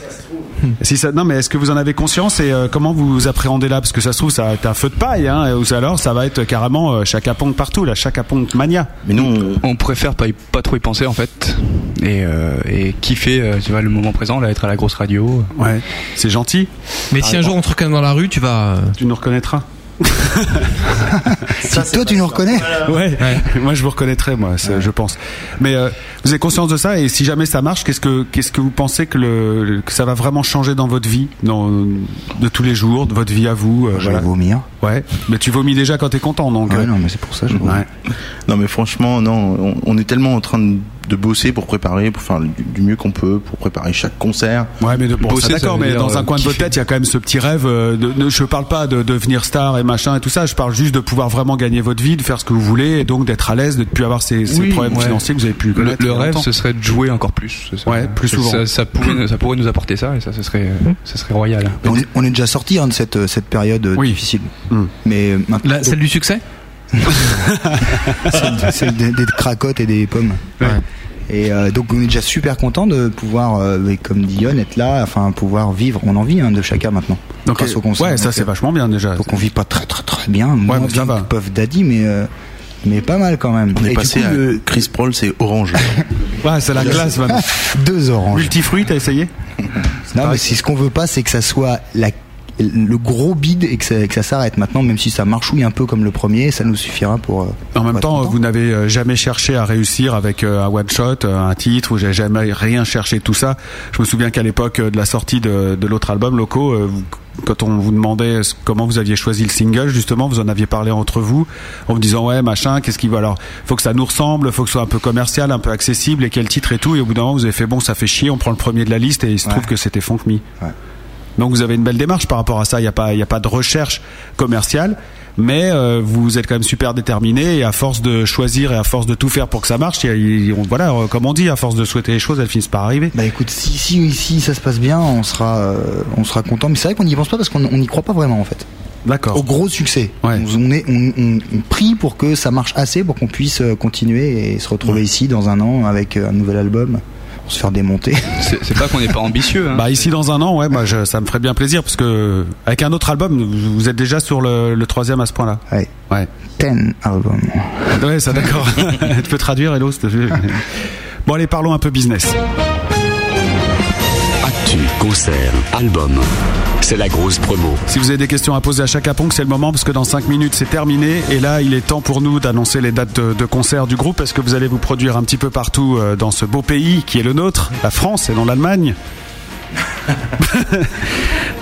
[SPEAKER 2] Hmm.
[SPEAKER 4] si ça, non mais est-ce que vous en avez conscience et euh, comment vous, vous appréhendez là parce que ça se trouve ça va être un feu de paille hein, ou alors ça va être carrément euh, chaka ponk partout là chaka ponk mania
[SPEAKER 8] mais non
[SPEAKER 2] on préfère pas, y- pas trop y penser en fait et, euh, et kiffer euh, tu vois, le moment présent là être à la grosse radio
[SPEAKER 4] ouais c'est gentil
[SPEAKER 6] Mais si un jour on te reconnaît dans la rue, tu vas.
[SPEAKER 4] Ah,
[SPEAKER 6] euh,
[SPEAKER 4] Tu nous reconnaîtras.
[SPEAKER 5] Si toi tu nous reconnais
[SPEAKER 4] Ouais. moi je vous reconnaîtrais, moi, c'est- je pense. Mais euh, vous avez conscience de ça et si jamais ça marche, qu'est-ce que qu'est-ce que vous pensez que le le- que ça va vraiment changer dans votre vie, dans de tous les jours, de votre vie à vous euh, voilà.
[SPEAKER 5] vomir.
[SPEAKER 4] Ouais. Mais tu vomis déjà quand t'es content, donc. euh,
[SPEAKER 5] non, mais c'est pour ça. Je
[SPEAKER 8] Non, mais franchement, non, on, on est tellement en train de, de bosser pour préparer, pour faire du, du mieux qu'on peut, pour préparer chaque concert.
[SPEAKER 4] Ouais, mais de, bon, ça, d'accord, mais dans
[SPEAKER 2] euh,
[SPEAKER 8] euh,
[SPEAKER 4] un coin de votre tête, il y a quand même ce petit rêve. euh, De, ne- je parle pas de devenir star et machin et tout ça. Je parle juste de pouvoir vraiment gagner votre vie, de faire ce que vous voulez, et donc d'être à l'aise, de ne plus avoir ces, ces
[SPEAKER 2] Oui,
[SPEAKER 4] problèmes
[SPEAKER 2] ouais.
[SPEAKER 4] financiers que vous avez pu
[SPEAKER 2] le,
[SPEAKER 4] connaître.
[SPEAKER 2] le
[SPEAKER 4] il y a
[SPEAKER 2] rêve
[SPEAKER 4] longtemps.
[SPEAKER 2] ce serait de jouer encore plus ce serait-
[SPEAKER 4] Ouais, plus
[SPEAKER 2] ça-
[SPEAKER 4] souvent.
[SPEAKER 2] ça, ça pourrait, ça pourrait nous apporter ça et ça, ça serait euh, ça serait royal
[SPEAKER 5] On est, on est déjà sorti hein, de cette, euh, cette période euh, difficile.
[SPEAKER 4] Mm.
[SPEAKER 5] Mais euh, maintenant-
[SPEAKER 6] La- celle du succès
[SPEAKER 5] celle, celle des, des cracottes et des pommes. Et euh, donc on est déjà super content de pouvoir, euh, mais comme dit Yon, être là, enfin pouvoir vivre. On en vit hein, de chacun maintenant.
[SPEAKER 4] Donc,
[SPEAKER 5] Grâce
[SPEAKER 4] euh,
[SPEAKER 5] au concert.
[SPEAKER 4] ouais, ça,
[SPEAKER 5] Donc,
[SPEAKER 4] c'est
[SPEAKER 5] euh,
[SPEAKER 4] vachement bien déjà.
[SPEAKER 5] Donc on vit pas très très très bien. Moins
[SPEAKER 4] mais ça
[SPEAKER 5] bien que Puff Daddy, mais euh, mais pas mal quand même.
[SPEAKER 8] On est
[SPEAKER 5] Et du
[SPEAKER 8] passé
[SPEAKER 5] coup,
[SPEAKER 8] à
[SPEAKER 5] le-
[SPEAKER 8] Chris Prol, c'est orange.
[SPEAKER 4] Ouais, c'est la classe, man.
[SPEAKER 5] Deux oranges.
[SPEAKER 4] Multifruit, t'as essayé
[SPEAKER 5] Non, mais si ce qu'on veut pas, c'est que ça soit la- le gros bide et que ça, que ça s'arrête maintenant, même si ça marchouille un peu comme le premier, ça nous suffira pour. euh,
[SPEAKER 4] En
[SPEAKER 5] pour
[SPEAKER 4] même
[SPEAKER 5] être
[SPEAKER 4] temps,
[SPEAKER 5] content.
[SPEAKER 4] vous n'avez euh, jamais cherché à réussir avec euh, un one shot, euh, un titre, ou j'ai jamais rien cherché de tout ça. Je me souviens qu'à l'époque euh, de la sortie de, de l'autre album, Loco, euh, vous- quand on vous demandait ce- comment vous aviez choisi le single, justement, vous en aviez parlé entre vous, en vous disant ouais machin, qu'est-ce qui va alors Faut que ça nous ressemble, faut que ce soit un peu commercial, un peu accessible, et quel titre et tout. Et au bout d'un moment, vous avez fait bon, ça fait chier, on prend le premier de la liste, et il se trouve que c'était Funk Me. Donc vous avez une belle démarche par rapport à ça. Il n'y a pas, il y a pas de recherche commerciale, mais euh, vous êtes quand même super déterminé et à force de choisir et à force de tout faire pour que ça marche, il y a- il- on- voilà, euh, comme on dit, à force de souhaiter les choses, elles finissent par arriver.
[SPEAKER 5] Bah écoute, si, si, si ça se passe bien, on sera, euh, on sera content. Mais c'est vrai qu'on n'y pense pas parce qu'on on n'y croit pas vraiment en fait.
[SPEAKER 4] D'accord.
[SPEAKER 5] Au gros succès. On, on est, on, on- on prie pour que ça marche assez pour qu'on puisse euh, continuer et se retrouver ici dans un an avec euh, un nouvel album. On se faire démonter.
[SPEAKER 2] c'est c'est pas qu'on n'est pas ambitieux hein.
[SPEAKER 4] Bah ici dans un an, ouais, bah, je- ça me ferait bien plaisir parce que avec un autre album, vous vous êtes déjà sur le, le troisième à ce point-là.
[SPEAKER 5] Ouais.
[SPEAKER 4] Ouais.
[SPEAKER 5] Ten album.
[SPEAKER 4] Ouais, ça d'accord. tu peux traduire, Hello. s'il te plaît. bon, allez, parlons un peu business.
[SPEAKER 1] Actu, concert, album. C'est la grosse promo.
[SPEAKER 4] Si vous avez des questions à poser à chaque Ponk, c'est le moment parce que dans 5 minutes c'est terminé et là il est temps pour nous d'annoncer les dates de, de concert du groupe parce que vous allez vous produire un petit peu partout euh, dans ce beau pays qui est le nôtre, la France et non l'Allemagne.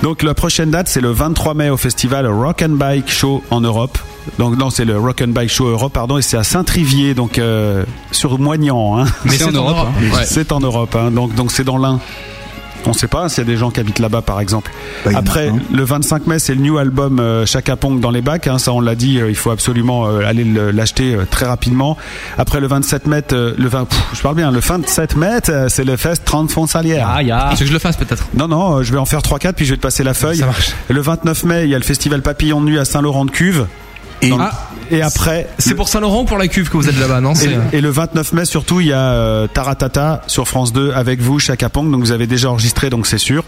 [SPEAKER 4] Donc la prochaine date c'est le 23 mai au festival Rock and Bike Show en Europe. Donc non c'est le Rock and Bike Show Europe pardon et c'est à Saint-Trivier donc euh, sur Moignan. hein.
[SPEAKER 6] Mais c'est en Europe, hein. Ouais.
[SPEAKER 4] C'est en Europe hein. donc donc c'est dans l'Ain. On sait pas s'il y a des gens qui habitent là-bas par exemple. Après le 25 mai c'est le new album euh, Chaka Ponk dans les bacs hein. ça on l'a dit euh, il faut absolument euh, aller le- l'acheter euh, très rapidement. Après le 27 mai euh, le 20 pff, je parle bien le 27 mai euh, c'est le Fest Transfrontalière. Ah
[SPEAKER 6] Tu veux que je le fasse peut-être
[SPEAKER 4] non, non, euh, je vais en faire 3-4 puis je vais te passer la feuille. Le 29 mai, il y a le festival Papillon de Nuit à Saint-Laurent-de-Cuve. Et, et après.
[SPEAKER 6] C'est pour Saint-Laurent ou pour la cuve que vous êtes là-bas, non C'est-
[SPEAKER 4] Et, et le 29 mai surtout, il y a euh, Taratata sur France 2 avec vous, Chaka Pong. Donc vous avez déjà enregistré, donc c'est sûr.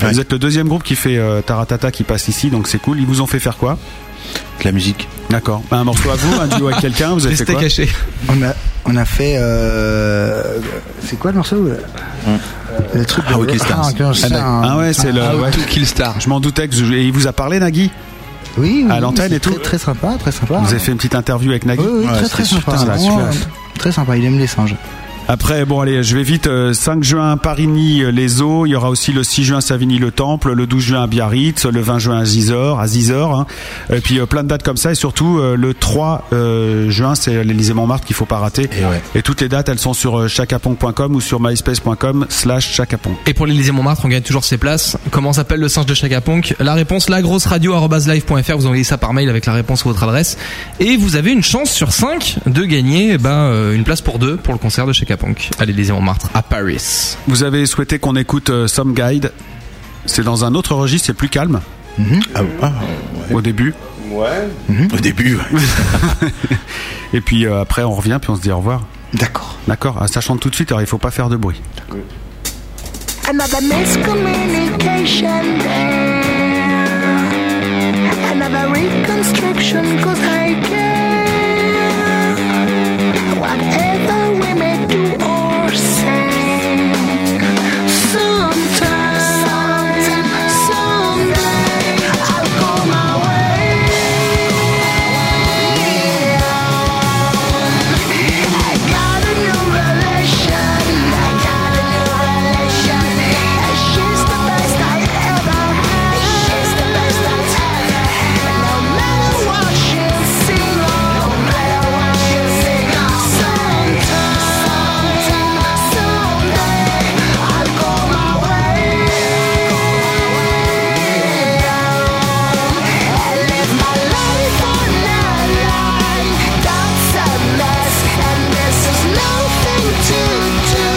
[SPEAKER 4] Vous êtes le deuxième groupe qui fait euh, Taratata qui passe ici, donc c'est cool. Ils vous ont fait faire quoi
[SPEAKER 8] De la musique.
[SPEAKER 4] D'accord. Bah, Un morceau à vous, un duo à quelqu'un. Vous avez fait quoi
[SPEAKER 5] On a, on a fait. euh, c'est quoi le morceau
[SPEAKER 4] Hum.
[SPEAKER 5] Le truc de
[SPEAKER 4] Ah, ok,
[SPEAKER 5] Ah,
[SPEAKER 4] Stars.
[SPEAKER 5] encore ça,
[SPEAKER 4] Ah,
[SPEAKER 5] un-
[SPEAKER 4] ouais, c'est le.
[SPEAKER 5] Ah,
[SPEAKER 4] ouais.
[SPEAKER 5] tout-
[SPEAKER 4] Je m'en doutais que. je- Et il vous a parlé, Nagui
[SPEAKER 5] Oui, oui,
[SPEAKER 4] À l'antenne
[SPEAKER 5] c'est
[SPEAKER 4] et tout.
[SPEAKER 5] Très, très sympa, très sympa.
[SPEAKER 4] Vous avez fait une petite interview avec Nagui
[SPEAKER 5] Oui, oui,
[SPEAKER 4] Ouais,
[SPEAKER 5] très
[SPEAKER 4] c'était
[SPEAKER 5] très sympa.
[SPEAKER 4] putain, là,
[SPEAKER 5] Vraiment,
[SPEAKER 4] super.
[SPEAKER 5] euh, très sympa, il aime les singes.
[SPEAKER 4] Après, bon, allez, je vais vite. euh, 5 juin, Parigny, euh, les Eaux. Il y aura aussi le 6 juin, Savigny-le-Temple. Le 12 juin, à Biarritz. Le 20 juin, à Zizor. À Zizor hein. Et puis, euh, plein de dates comme ça. Et surtout, euh, le 3 euh, juin, c'est l'Elysée-Montmartre qu'il faut pas rater. Et, toutes les dates, elles sont sur euh, chacapon.com ou sur myspace.com slash chacapon.
[SPEAKER 6] Et pour l'Elysée Montmartre, on gagne toujours ses places. Comment s'appelle le singe de Chakaponk La réponse, lagrosseradio.live.fr. Vous envoyez ça par mail avec la réponse ou votre adresse. Et vous avez une chance sur 5 de gagner eh ben, euh, une place pour deux pour le concert de Chakaponk à l'Elysée Montmartre à Paris.
[SPEAKER 4] Vous avez souhaité qu'on écoute euh, Some Guide. C'est dans un autre registre, c'est plus calme.
[SPEAKER 5] Mhm. Ah,
[SPEAKER 4] Au début.
[SPEAKER 17] Ouais.
[SPEAKER 4] Au début. Et puis euh, après, on revient, puis on se dit au revoir. D'accord. D'accord. Ah, ça chante tout de suite, alors il faut pas faire de bruit.
[SPEAKER 11] Another miscommunication there. Another reconstruction cause I care. Whatever we may do or say. Sometime, someday, I'll go my way. I got a new relation. I got a new relation. And she's the best I ever had. She's the best I ever had. No matter what she'll sing, no matter what she'll sing, sometime, sometime, someday I'll go my way. And live my life on the line. That's a mess, and this is nothing to do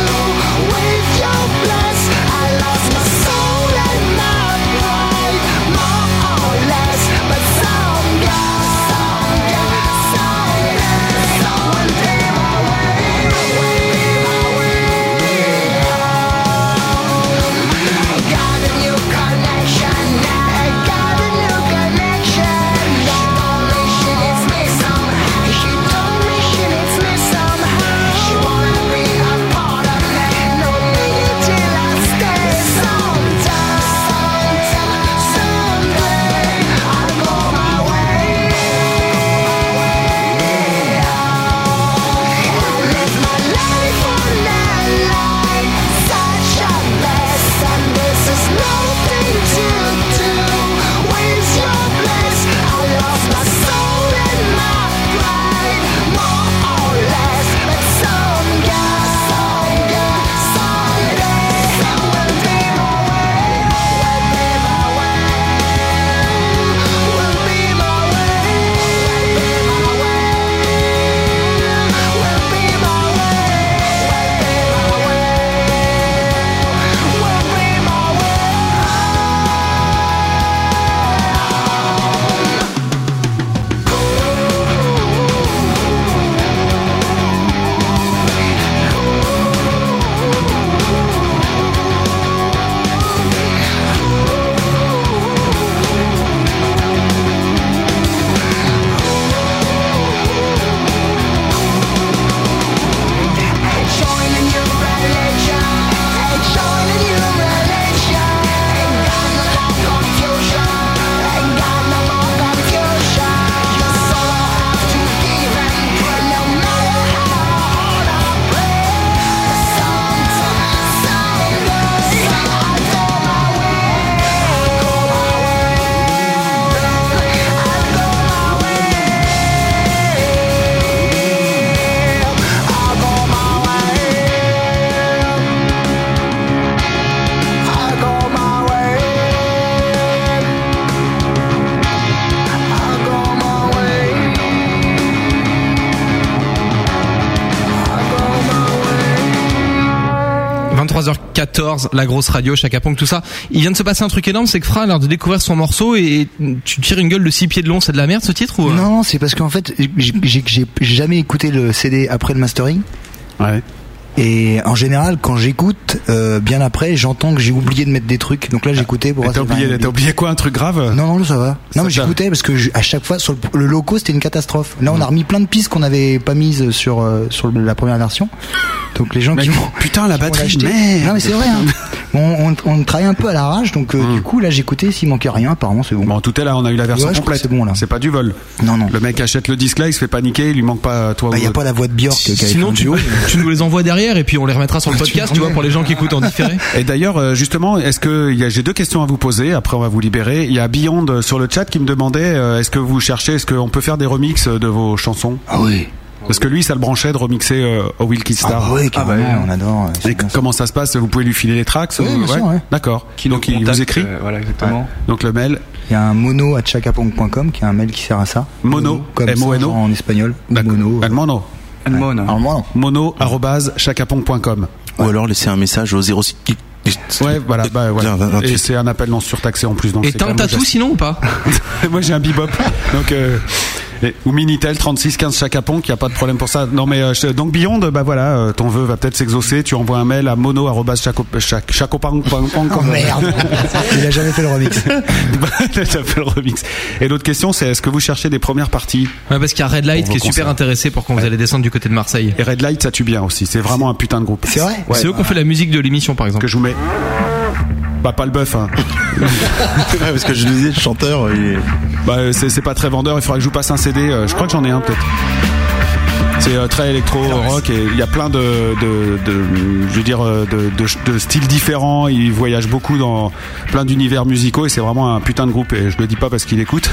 [SPEAKER 11] with your bless. I lost my soul and my pride, more or less, but some guy, some guy, some guy, someone day my way, my way. I got a new connection. I got a new connection. She told me she needs me somehow. She told me she needs me somehow. She wanna be a part of me. No need till I stay. Sometime, sometime, someday, I'll go my way. Live my life on the line. Such a mess, and this is nothing to do. Where's your bliss? I lost my soul and my pride, more or less. But some guy, some guy, someday, someone be my way. Will be my way. Will be my way. Will be my way. Join a new religion. Join a new religion. Ain't got no more confusion. Ain't got no more confusion. You solo have to give and pray, no matter how hard I pray. Sometime, someday, I'll go my way. I'll go my way. I'll go my way. I'll go my I'll go my way. I'll go my way. I'll go my way.
[SPEAKER 6] 23h14, la grosse radio, Chakaponk, tout ça. Il vient de se passer un truc énorme, c'est que Fra a l'air de découvrir son morceau et tu tires une gueule de 6 pieds de long, c'est de la merde ce titre ou euh
[SPEAKER 5] Non, c'est parce qu'en fait, j'ai- j'ai j'ai jamais écouté le CD après le mastering. Et en général, quand j'écoute, euh, bien après, j'entends que j'ai oublié de mettre des trucs. Donc là, j'écoutais pour.
[SPEAKER 4] Et T'as oublié, t'as oublié quoi Un truc grave
[SPEAKER 5] Non, non, là, ça va. Non,
[SPEAKER 4] Ça
[SPEAKER 5] mais j'écoutais parce que je- à chaque fois, sur le, le loco, c'était une catastrophe. Là, on a remis plein de pistes qu'on n'avait pas mises sur, euh, sur le- la première version. Donc les gens qui vont.
[SPEAKER 4] Putain, la batterie,
[SPEAKER 5] acheté.
[SPEAKER 4] merde.
[SPEAKER 5] Non, mais c'est vrai. hein. On, on- on travaille un peu à l'arrache, donc euh, du coup là j'écoutais s'il manquait rien, apparemment c'est bon.
[SPEAKER 4] Hmm. Bon, tout est là, on a eu la version complète. C'est bon là. C'est pas du vol.
[SPEAKER 5] Non, Bah, non.
[SPEAKER 4] Le mec achète le disque là, il se fait paniquer, il lui manque pas toi. Il n'y Bah, a pas
[SPEAKER 5] la voix de Björk.
[SPEAKER 6] Sinon, tu, tu nous les envoies derrière et puis on les remettra sur le podcast, tu vois, pour les gens qui écoutent en différé.
[SPEAKER 4] Et d'ailleurs, euh, justement, est-ce que il y a- j'ai deux questions à vous poser. Après, on va vous libérer. Il y a Beyond euh, sur le chat qui me demandait euh, est-ce que vous cherchez, est-ce qu'on peut faire des remixes euh, de vos chansons Ah oui. Parce que lui, ça le branchait de remixer euh, au Wilkie Star.
[SPEAKER 8] bah
[SPEAKER 5] Ah ouais, carrément, on adore.
[SPEAKER 4] Et comment ça se passe Vous pouvez lui filer les tracks
[SPEAKER 5] Oui, bien sûr, ouais.
[SPEAKER 4] D'accord. Donc il vous écrit
[SPEAKER 2] euh, Voilà, exactement.
[SPEAKER 4] Donc le mail.
[SPEAKER 5] Il y a un mono à chacapong.com qui est un mail qui sert à ça.
[SPEAKER 4] Mono,
[SPEAKER 5] comme ça,
[SPEAKER 4] M-O-N-O.
[SPEAKER 5] genre en espagnol. Mono. euh.
[SPEAKER 4] El mono.
[SPEAKER 2] El mono.
[SPEAKER 4] Mono, arrobase, chacapong.com.
[SPEAKER 8] Ou alors laisser un message au 06.
[SPEAKER 4] Ouais, voilà, bah ouais. Et c'est un appel non surtaxé en plus. Donc
[SPEAKER 6] Et
[SPEAKER 4] c'est
[SPEAKER 6] t'as
[SPEAKER 4] quand
[SPEAKER 6] un
[SPEAKER 4] même
[SPEAKER 6] tatou
[SPEAKER 4] juste-
[SPEAKER 6] sinon ou pas
[SPEAKER 4] Moi j'ai un bebop. Donc euh, et- ou Minitel 36 15 chacapon, qu'il n'y a pas de problème pour ça. Non mais euh, je- donc Beyond, bah voilà, euh, ton vœu va peut-être s'exaucer. Tu envoies un mail à mono arobase chaco- chac- chacopang- pang- pang-
[SPEAKER 5] Oh merde Il a jamais fait le remix.
[SPEAKER 4] Bah, ça fait le remix. Et l'autre question, c'est est-ce que vous cherchez des premières parties
[SPEAKER 6] Ouais, parce qu'il y a Red Light
[SPEAKER 4] Pour
[SPEAKER 6] qui est
[SPEAKER 4] vos
[SPEAKER 6] super
[SPEAKER 4] concerts.
[SPEAKER 6] intéressé pour quand vous allez descendre du côté de Marseille.
[SPEAKER 4] Et Red Light, ça tue bien aussi. C'est vraiment un putain de groupe.
[SPEAKER 6] C'est vrai
[SPEAKER 4] Ouais.
[SPEAKER 6] C'est eux qui ont fait la musique de l'émission par exemple.
[SPEAKER 4] Que je vous mets. Bah pas le bœuf hein.
[SPEAKER 8] parce que je disais le chanteur.
[SPEAKER 4] Bah euh, c'est c'est pas très vendeur. Il faudra que je vous passe un CD. euh, je crois que j'en ai un peut-être. C'est euh, très électro rock et il y a plein de, de, de- je veux dire euh, de, de- de styles différents. Il voyage beaucoup dans plein d'univers musicaux et c'est vraiment un putain de groupe. Et je le dis pas parce qu'il écoute.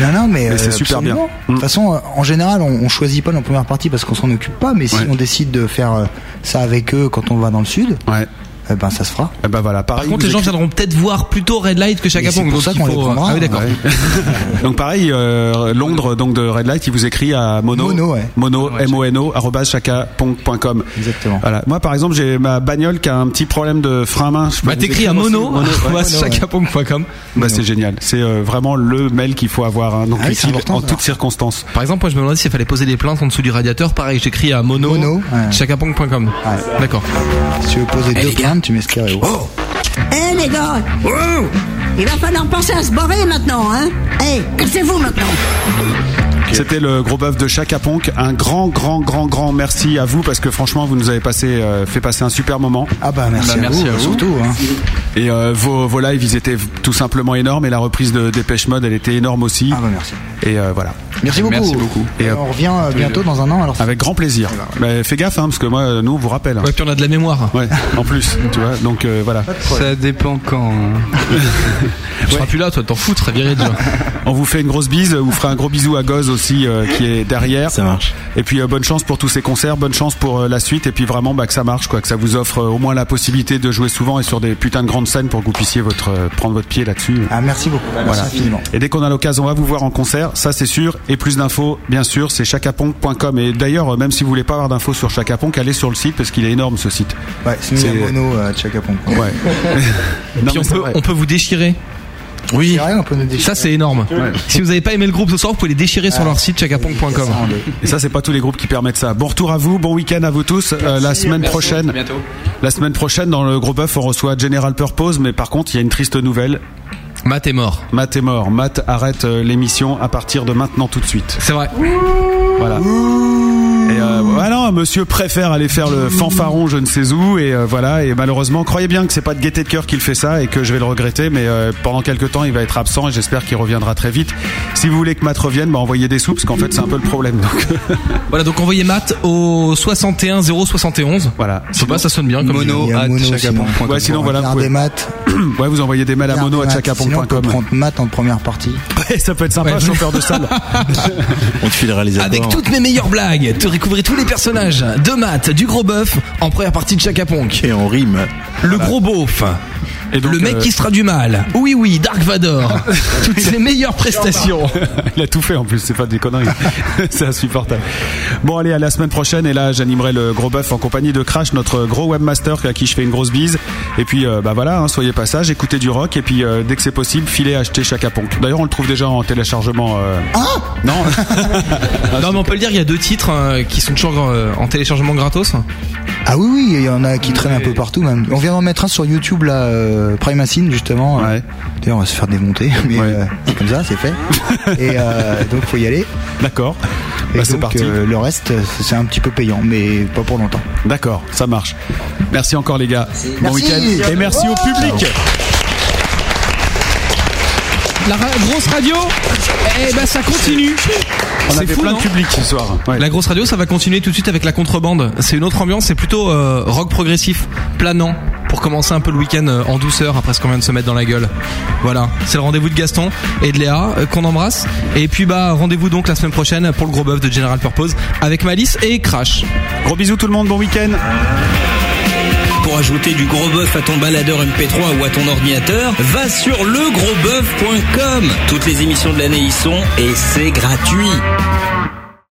[SPEAKER 5] Non, non, mais,
[SPEAKER 4] Mais c'est
[SPEAKER 5] euh,
[SPEAKER 4] super bien. Mm.
[SPEAKER 5] absolument. De toute façon, euh, en général, on, on choisit pas la première partie parce qu'on s'en occupe pas, mais si on décide de faire euh, ça avec eux quand on va dans le sud, eh ben ça se fera.
[SPEAKER 4] ben voilà,
[SPEAKER 6] Par contre, les gens viendront peut-être voir plutôt Red Light que Chaka
[SPEAKER 5] Et c'est
[SPEAKER 6] Pong,
[SPEAKER 5] pour
[SPEAKER 6] donc
[SPEAKER 5] ça
[SPEAKER 6] il
[SPEAKER 5] qu'on les
[SPEAKER 6] faut-
[SPEAKER 5] prendra,
[SPEAKER 6] Ah oui, d'accord.
[SPEAKER 4] donc pareil, euh, Londres, donc de Red Light, il vous écrit à mono,
[SPEAKER 5] Mono, ouais.
[SPEAKER 4] mono, M-O-N-O, arobase chacapong.com.
[SPEAKER 5] Exactement.
[SPEAKER 4] Voilà. Moi, par exemple, j'ai ma bagnole qui a un petit problème de frein à main. Je peux
[SPEAKER 6] Bah
[SPEAKER 4] vous
[SPEAKER 6] t'écris à
[SPEAKER 4] écrire aussi.
[SPEAKER 6] mono,
[SPEAKER 4] ouais.
[SPEAKER 6] arobase chacapong.com.
[SPEAKER 4] Bah, c'est génial. C'est euh, vraiment le mail qu'il faut avoir. hein. Donc,
[SPEAKER 6] Ah oui, c'est
[SPEAKER 4] utile
[SPEAKER 6] important,
[SPEAKER 4] en
[SPEAKER 6] ça.
[SPEAKER 4] toutes circonstances.
[SPEAKER 6] Par exemple, moi je me demandais s'il fallait poser des plaintes en dessous du radiateur. Pareil, j'écris à mono, chacapong.com. D'accord.
[SPEAKER 5] Si tu veux
[SPEAKER 6] Eh,
[SPEAKER 5] poser deux plaintes, tu m'espères. Oh
[SPEAKER 3] Eh les gars wow Il va falloir penser à se barrer maintenant, hein Eh, cassez-vous maintenant
[SPEAKER 4] C'était le gros bœuf de Chacaponc. Un grand, grand, grand, grand merci à vous parce que franchement, vous nous avez passé, euh, fait passer un super moment.
[SPEAKER 5] Ah bah merci,
[SPEAKER 4] Bah,
[SPEAKER 5] à,
[SPEAKER 4] merci
[SPEAKER 5] vous,
[SPEAKER 4] à vous.
[SPEAKER 5] surtout. hein.
[SPEAKER 4] Et euh, vos, vos lives, ils étaient tout simplement énormes. Et la reprise de Dépêche Mode, elle était énorme aussi. Ah
[SPEAKER 5] bah merci.
[SPEAKER 4] Et euh, voilà.
[SPEAKER 5] Merci beaucoup.
[SPEAKER 4] Et, euh,
[SPEAKER 5] on revient euh, bientôt dans un an. Alors
[SPEAKER 4] Avec grand plaisir. Mais fais gaffe, hein, parce que moi, euh, nous, on vous rappelle. Ouais,
[SPEAKER 6] puis on a de la mémoire.
[SPEAKER 4] Ouais, en plus, tu vois. Donc euh, voilà.
[SPEAKER 2] Ça dépend quand. hein.
[SPEAKER 6] Tu seras plus là, toi, t'en fous, très viré déjà.
[SPEAKER 4] On vous fait une grosse bise, on vous fera un gros bisou à Goz aussi euh, qui est derrière. Ça marche. Et puis euh, bonne chance pour tous ces concerts, bonne chance pour euh, la suite et puis vraiment bah, que ça marche quoi, que ça vous offre euh, au moins la possibilité de jouer souvent et sur des putains de grandes scènes pour que vous puissiez votre euh, prendre votre pied là-dessus.
[SPEAKER 5] Ah merci beaucoup. Merci infiniment.
[SPEAKER 4] Et dès qu'on a l'occasion, on va vous voir en concert, ça c'est sûr. Et plus d'infos, bien sûr, c'est chacapong.com. Et d'ailleurs, euh, même si vous voulez pas avoir d'infos sur Chacapong, allez sur le site parce qu'il est énorme ce site.
[SPEAKER 5] Ouais, c'est mis à mono à Chacapon.
[SPEAKER 4] Ouais. Non,
[SPEAKER 6] Puis
[SPEAKER 4] mais
[SPEAKER 6] on
[SPEAKER 4] c'est
[SPEAKER 6] peut,
[SPEAKER 4] vrai.
[SPEAKER 6] on peut vous déchirer.
[SPEAKER 5] Oui. on peut nous déchirer.
[SPEAKER 6] Ça c'est énorme.
[SPEAKER 4] Ouais.
[SPEAKER 6] Si vous n'avez pas aimé le groupe ce soir, vous pouvez les déchirer sur leur site chacapong.com.
[SPEAKER 4] Et ça, c'est pas tous les groupes qui permettent ça. Bon retour à vous, bon week-end à vous tous. Euh, la semaine
[SPEAKER 2] merci,
[SPEAKER 4] prochaine,
[SPEAKER 2] à bientôt.
[SPEAKER 4] la semaine prochaine dans le gros bœuf, on reçoit General Purpose, mais par contre, il y a une triste nouvelle.
[SPEAKER 6] Matt est mort.
[SPEAKER 4] Matt est mort. Matt arrête euh, l'émission à partir de maintenant tout de suite.
[SPEAKER 6] C'est vrai.
[SPEAKER 4] Voilà. Et euh, voilà, un monsieur préfère aller faire le fanfaron, je ne sais où, et euh, voilà. Et malheureusement, croyez bien que c'est pas de gaieté de cœur qu'il fait ça et que je vais le regretter, mais euh, pendant quelques temps, il va être absent et j'espère qu'il reviendra très vite. Si vous voulez que Matt revienne, bah, envoyez des sous parce qu'en fait, c'est un peu le problème. Donc.
[SPEAKER 6] Voilà, donc envoyez Matt au 61 071.
[SPEAKER 4] Voilà.
[SPEAKER 6] Je sais pas, ça sonne bien comme
[SPEAKER 5] Il y a mono sinon.
[SPEAKER 4] Ouais, sinon voilà. vous
[SPEAKER 5] Regardez
[SPEAKER 4] pouvez-
[SPEAKER 5] maths.
[SPEAKER 4] ouais, vous envoyez des mails à
[SPEAKER 5] Regardez
[SPEAKER 4] mono à
[SPEAKER 5] maths. Sinon, on peut
[SPEAKER 4] chacapon.com.
[SPEAKER 5] prendre maths en première partie.
[SPEAKER 4] Ouais, ça peut être sympa, chauffeur de salle.
[SPEAKER 8] On te filera les
[SPEAKER 6] Avec
[SPEAKER 8] accords.
[SPEAKER 6] toutes mes meilleures blagues, te découvrez tous les personnages de Matt, du gros bœuf, en première partie de Chakaponk.
[SPEAKER 8] Et en rime.
[SPEAKER 6] Le gros beauf.
[SPEAKER 4] Et donc,
[SPEAKER 6] le mec
[SPEAKER 4] euh,
[SPEAKER 6] qui sera du mal. Oui, oui, Dark Vador. Toutes ses meilleures prestations.
[SPEAKER 4] Il a tout fait en plus, c'est pas des conneries. c'est insupportable. Bon, allez, à la semaine prochaine. Et là, j'animerai le gros bœuf en compagnie de Crash, notre gros webmaster à qui je fais une grosse bise. Et puis, euh, bah voilà, hein, soyez pas sage, écoutez du rock. Et puis, euh, dès que c'est possible, filez acheter chaque ponk. D'ailleurs, on le trouve déjà en téléchargement. euh,
[SPEAKER 11] Ah.
[SPEAKER 4] Non
[SPEAKER 6] Non, mais on peut le dire, il y a deux titres euh, qui sont toujours euh, en téléchargement gratos.
[SPEAKER 5] Ah oui, oui, il y en a qui traînent un peu partout même. On vient d'en mettre un sur YouTube là, euh, Primacine justement. D'ailleurs, on va se faire démonter, mais euh, c'est comme ça, c'est fait. Et euh, donc, faut y aller.
[SPEAKER 4] D'accord.
[SPEAKER 5] Et
[SPEAKER 4] Bah, c'est
[SPEAKER 5] donc,
[SPEAKER 4] parti.
[SPEAKER 5] euh, le reste, c'est un petit peu payant, mais pas pour longtemps.
[SPEAKER 4] D'accord, ça marche. Merci encore les gars. Bon
[SPEAKER 6] Merci.
[SPEAKER 4] week-end et merci au public.
[SPEAKER 6] La ra- grosse radio, eh ben ça continue.
[SPEAKER 4] On
[SPEAKER 6] C'est
[SPEAKER 4] avait
[SPEAKER 6] fou,
[SPEAKER 4] plein
[SPEAKER 6] non
[SPEAKER 4] de public ce soir. Ouais.
[SPEAKER 6] La grosse radio, ça va continuer tout de suite avec la contrebande. C'est une autre ambiance, c'est plutôt euh, rock progressif, planant, pour commencer un peu le week-end euh, en douceur après ce qu'on vient de se mettre dans la gueule. Voilà, c'est le rendez-vous de Gaston et de Léa euh, qu'on embrasse. Et puis bah rendez-vous donc la semaine prochaine pour le gros bœuf de General Purpose avec Malice et Crash.
[SPEAKER 4] Gros bisous tout le monde, bon week-end.
[SPEAKER 1] Pour ajouter du gros bœuf à ton baladeur MP3 ou à ton ordinateur, va sur legrosboeuf.com. Toutes les émissions de l'année y sont et c'est gratuit.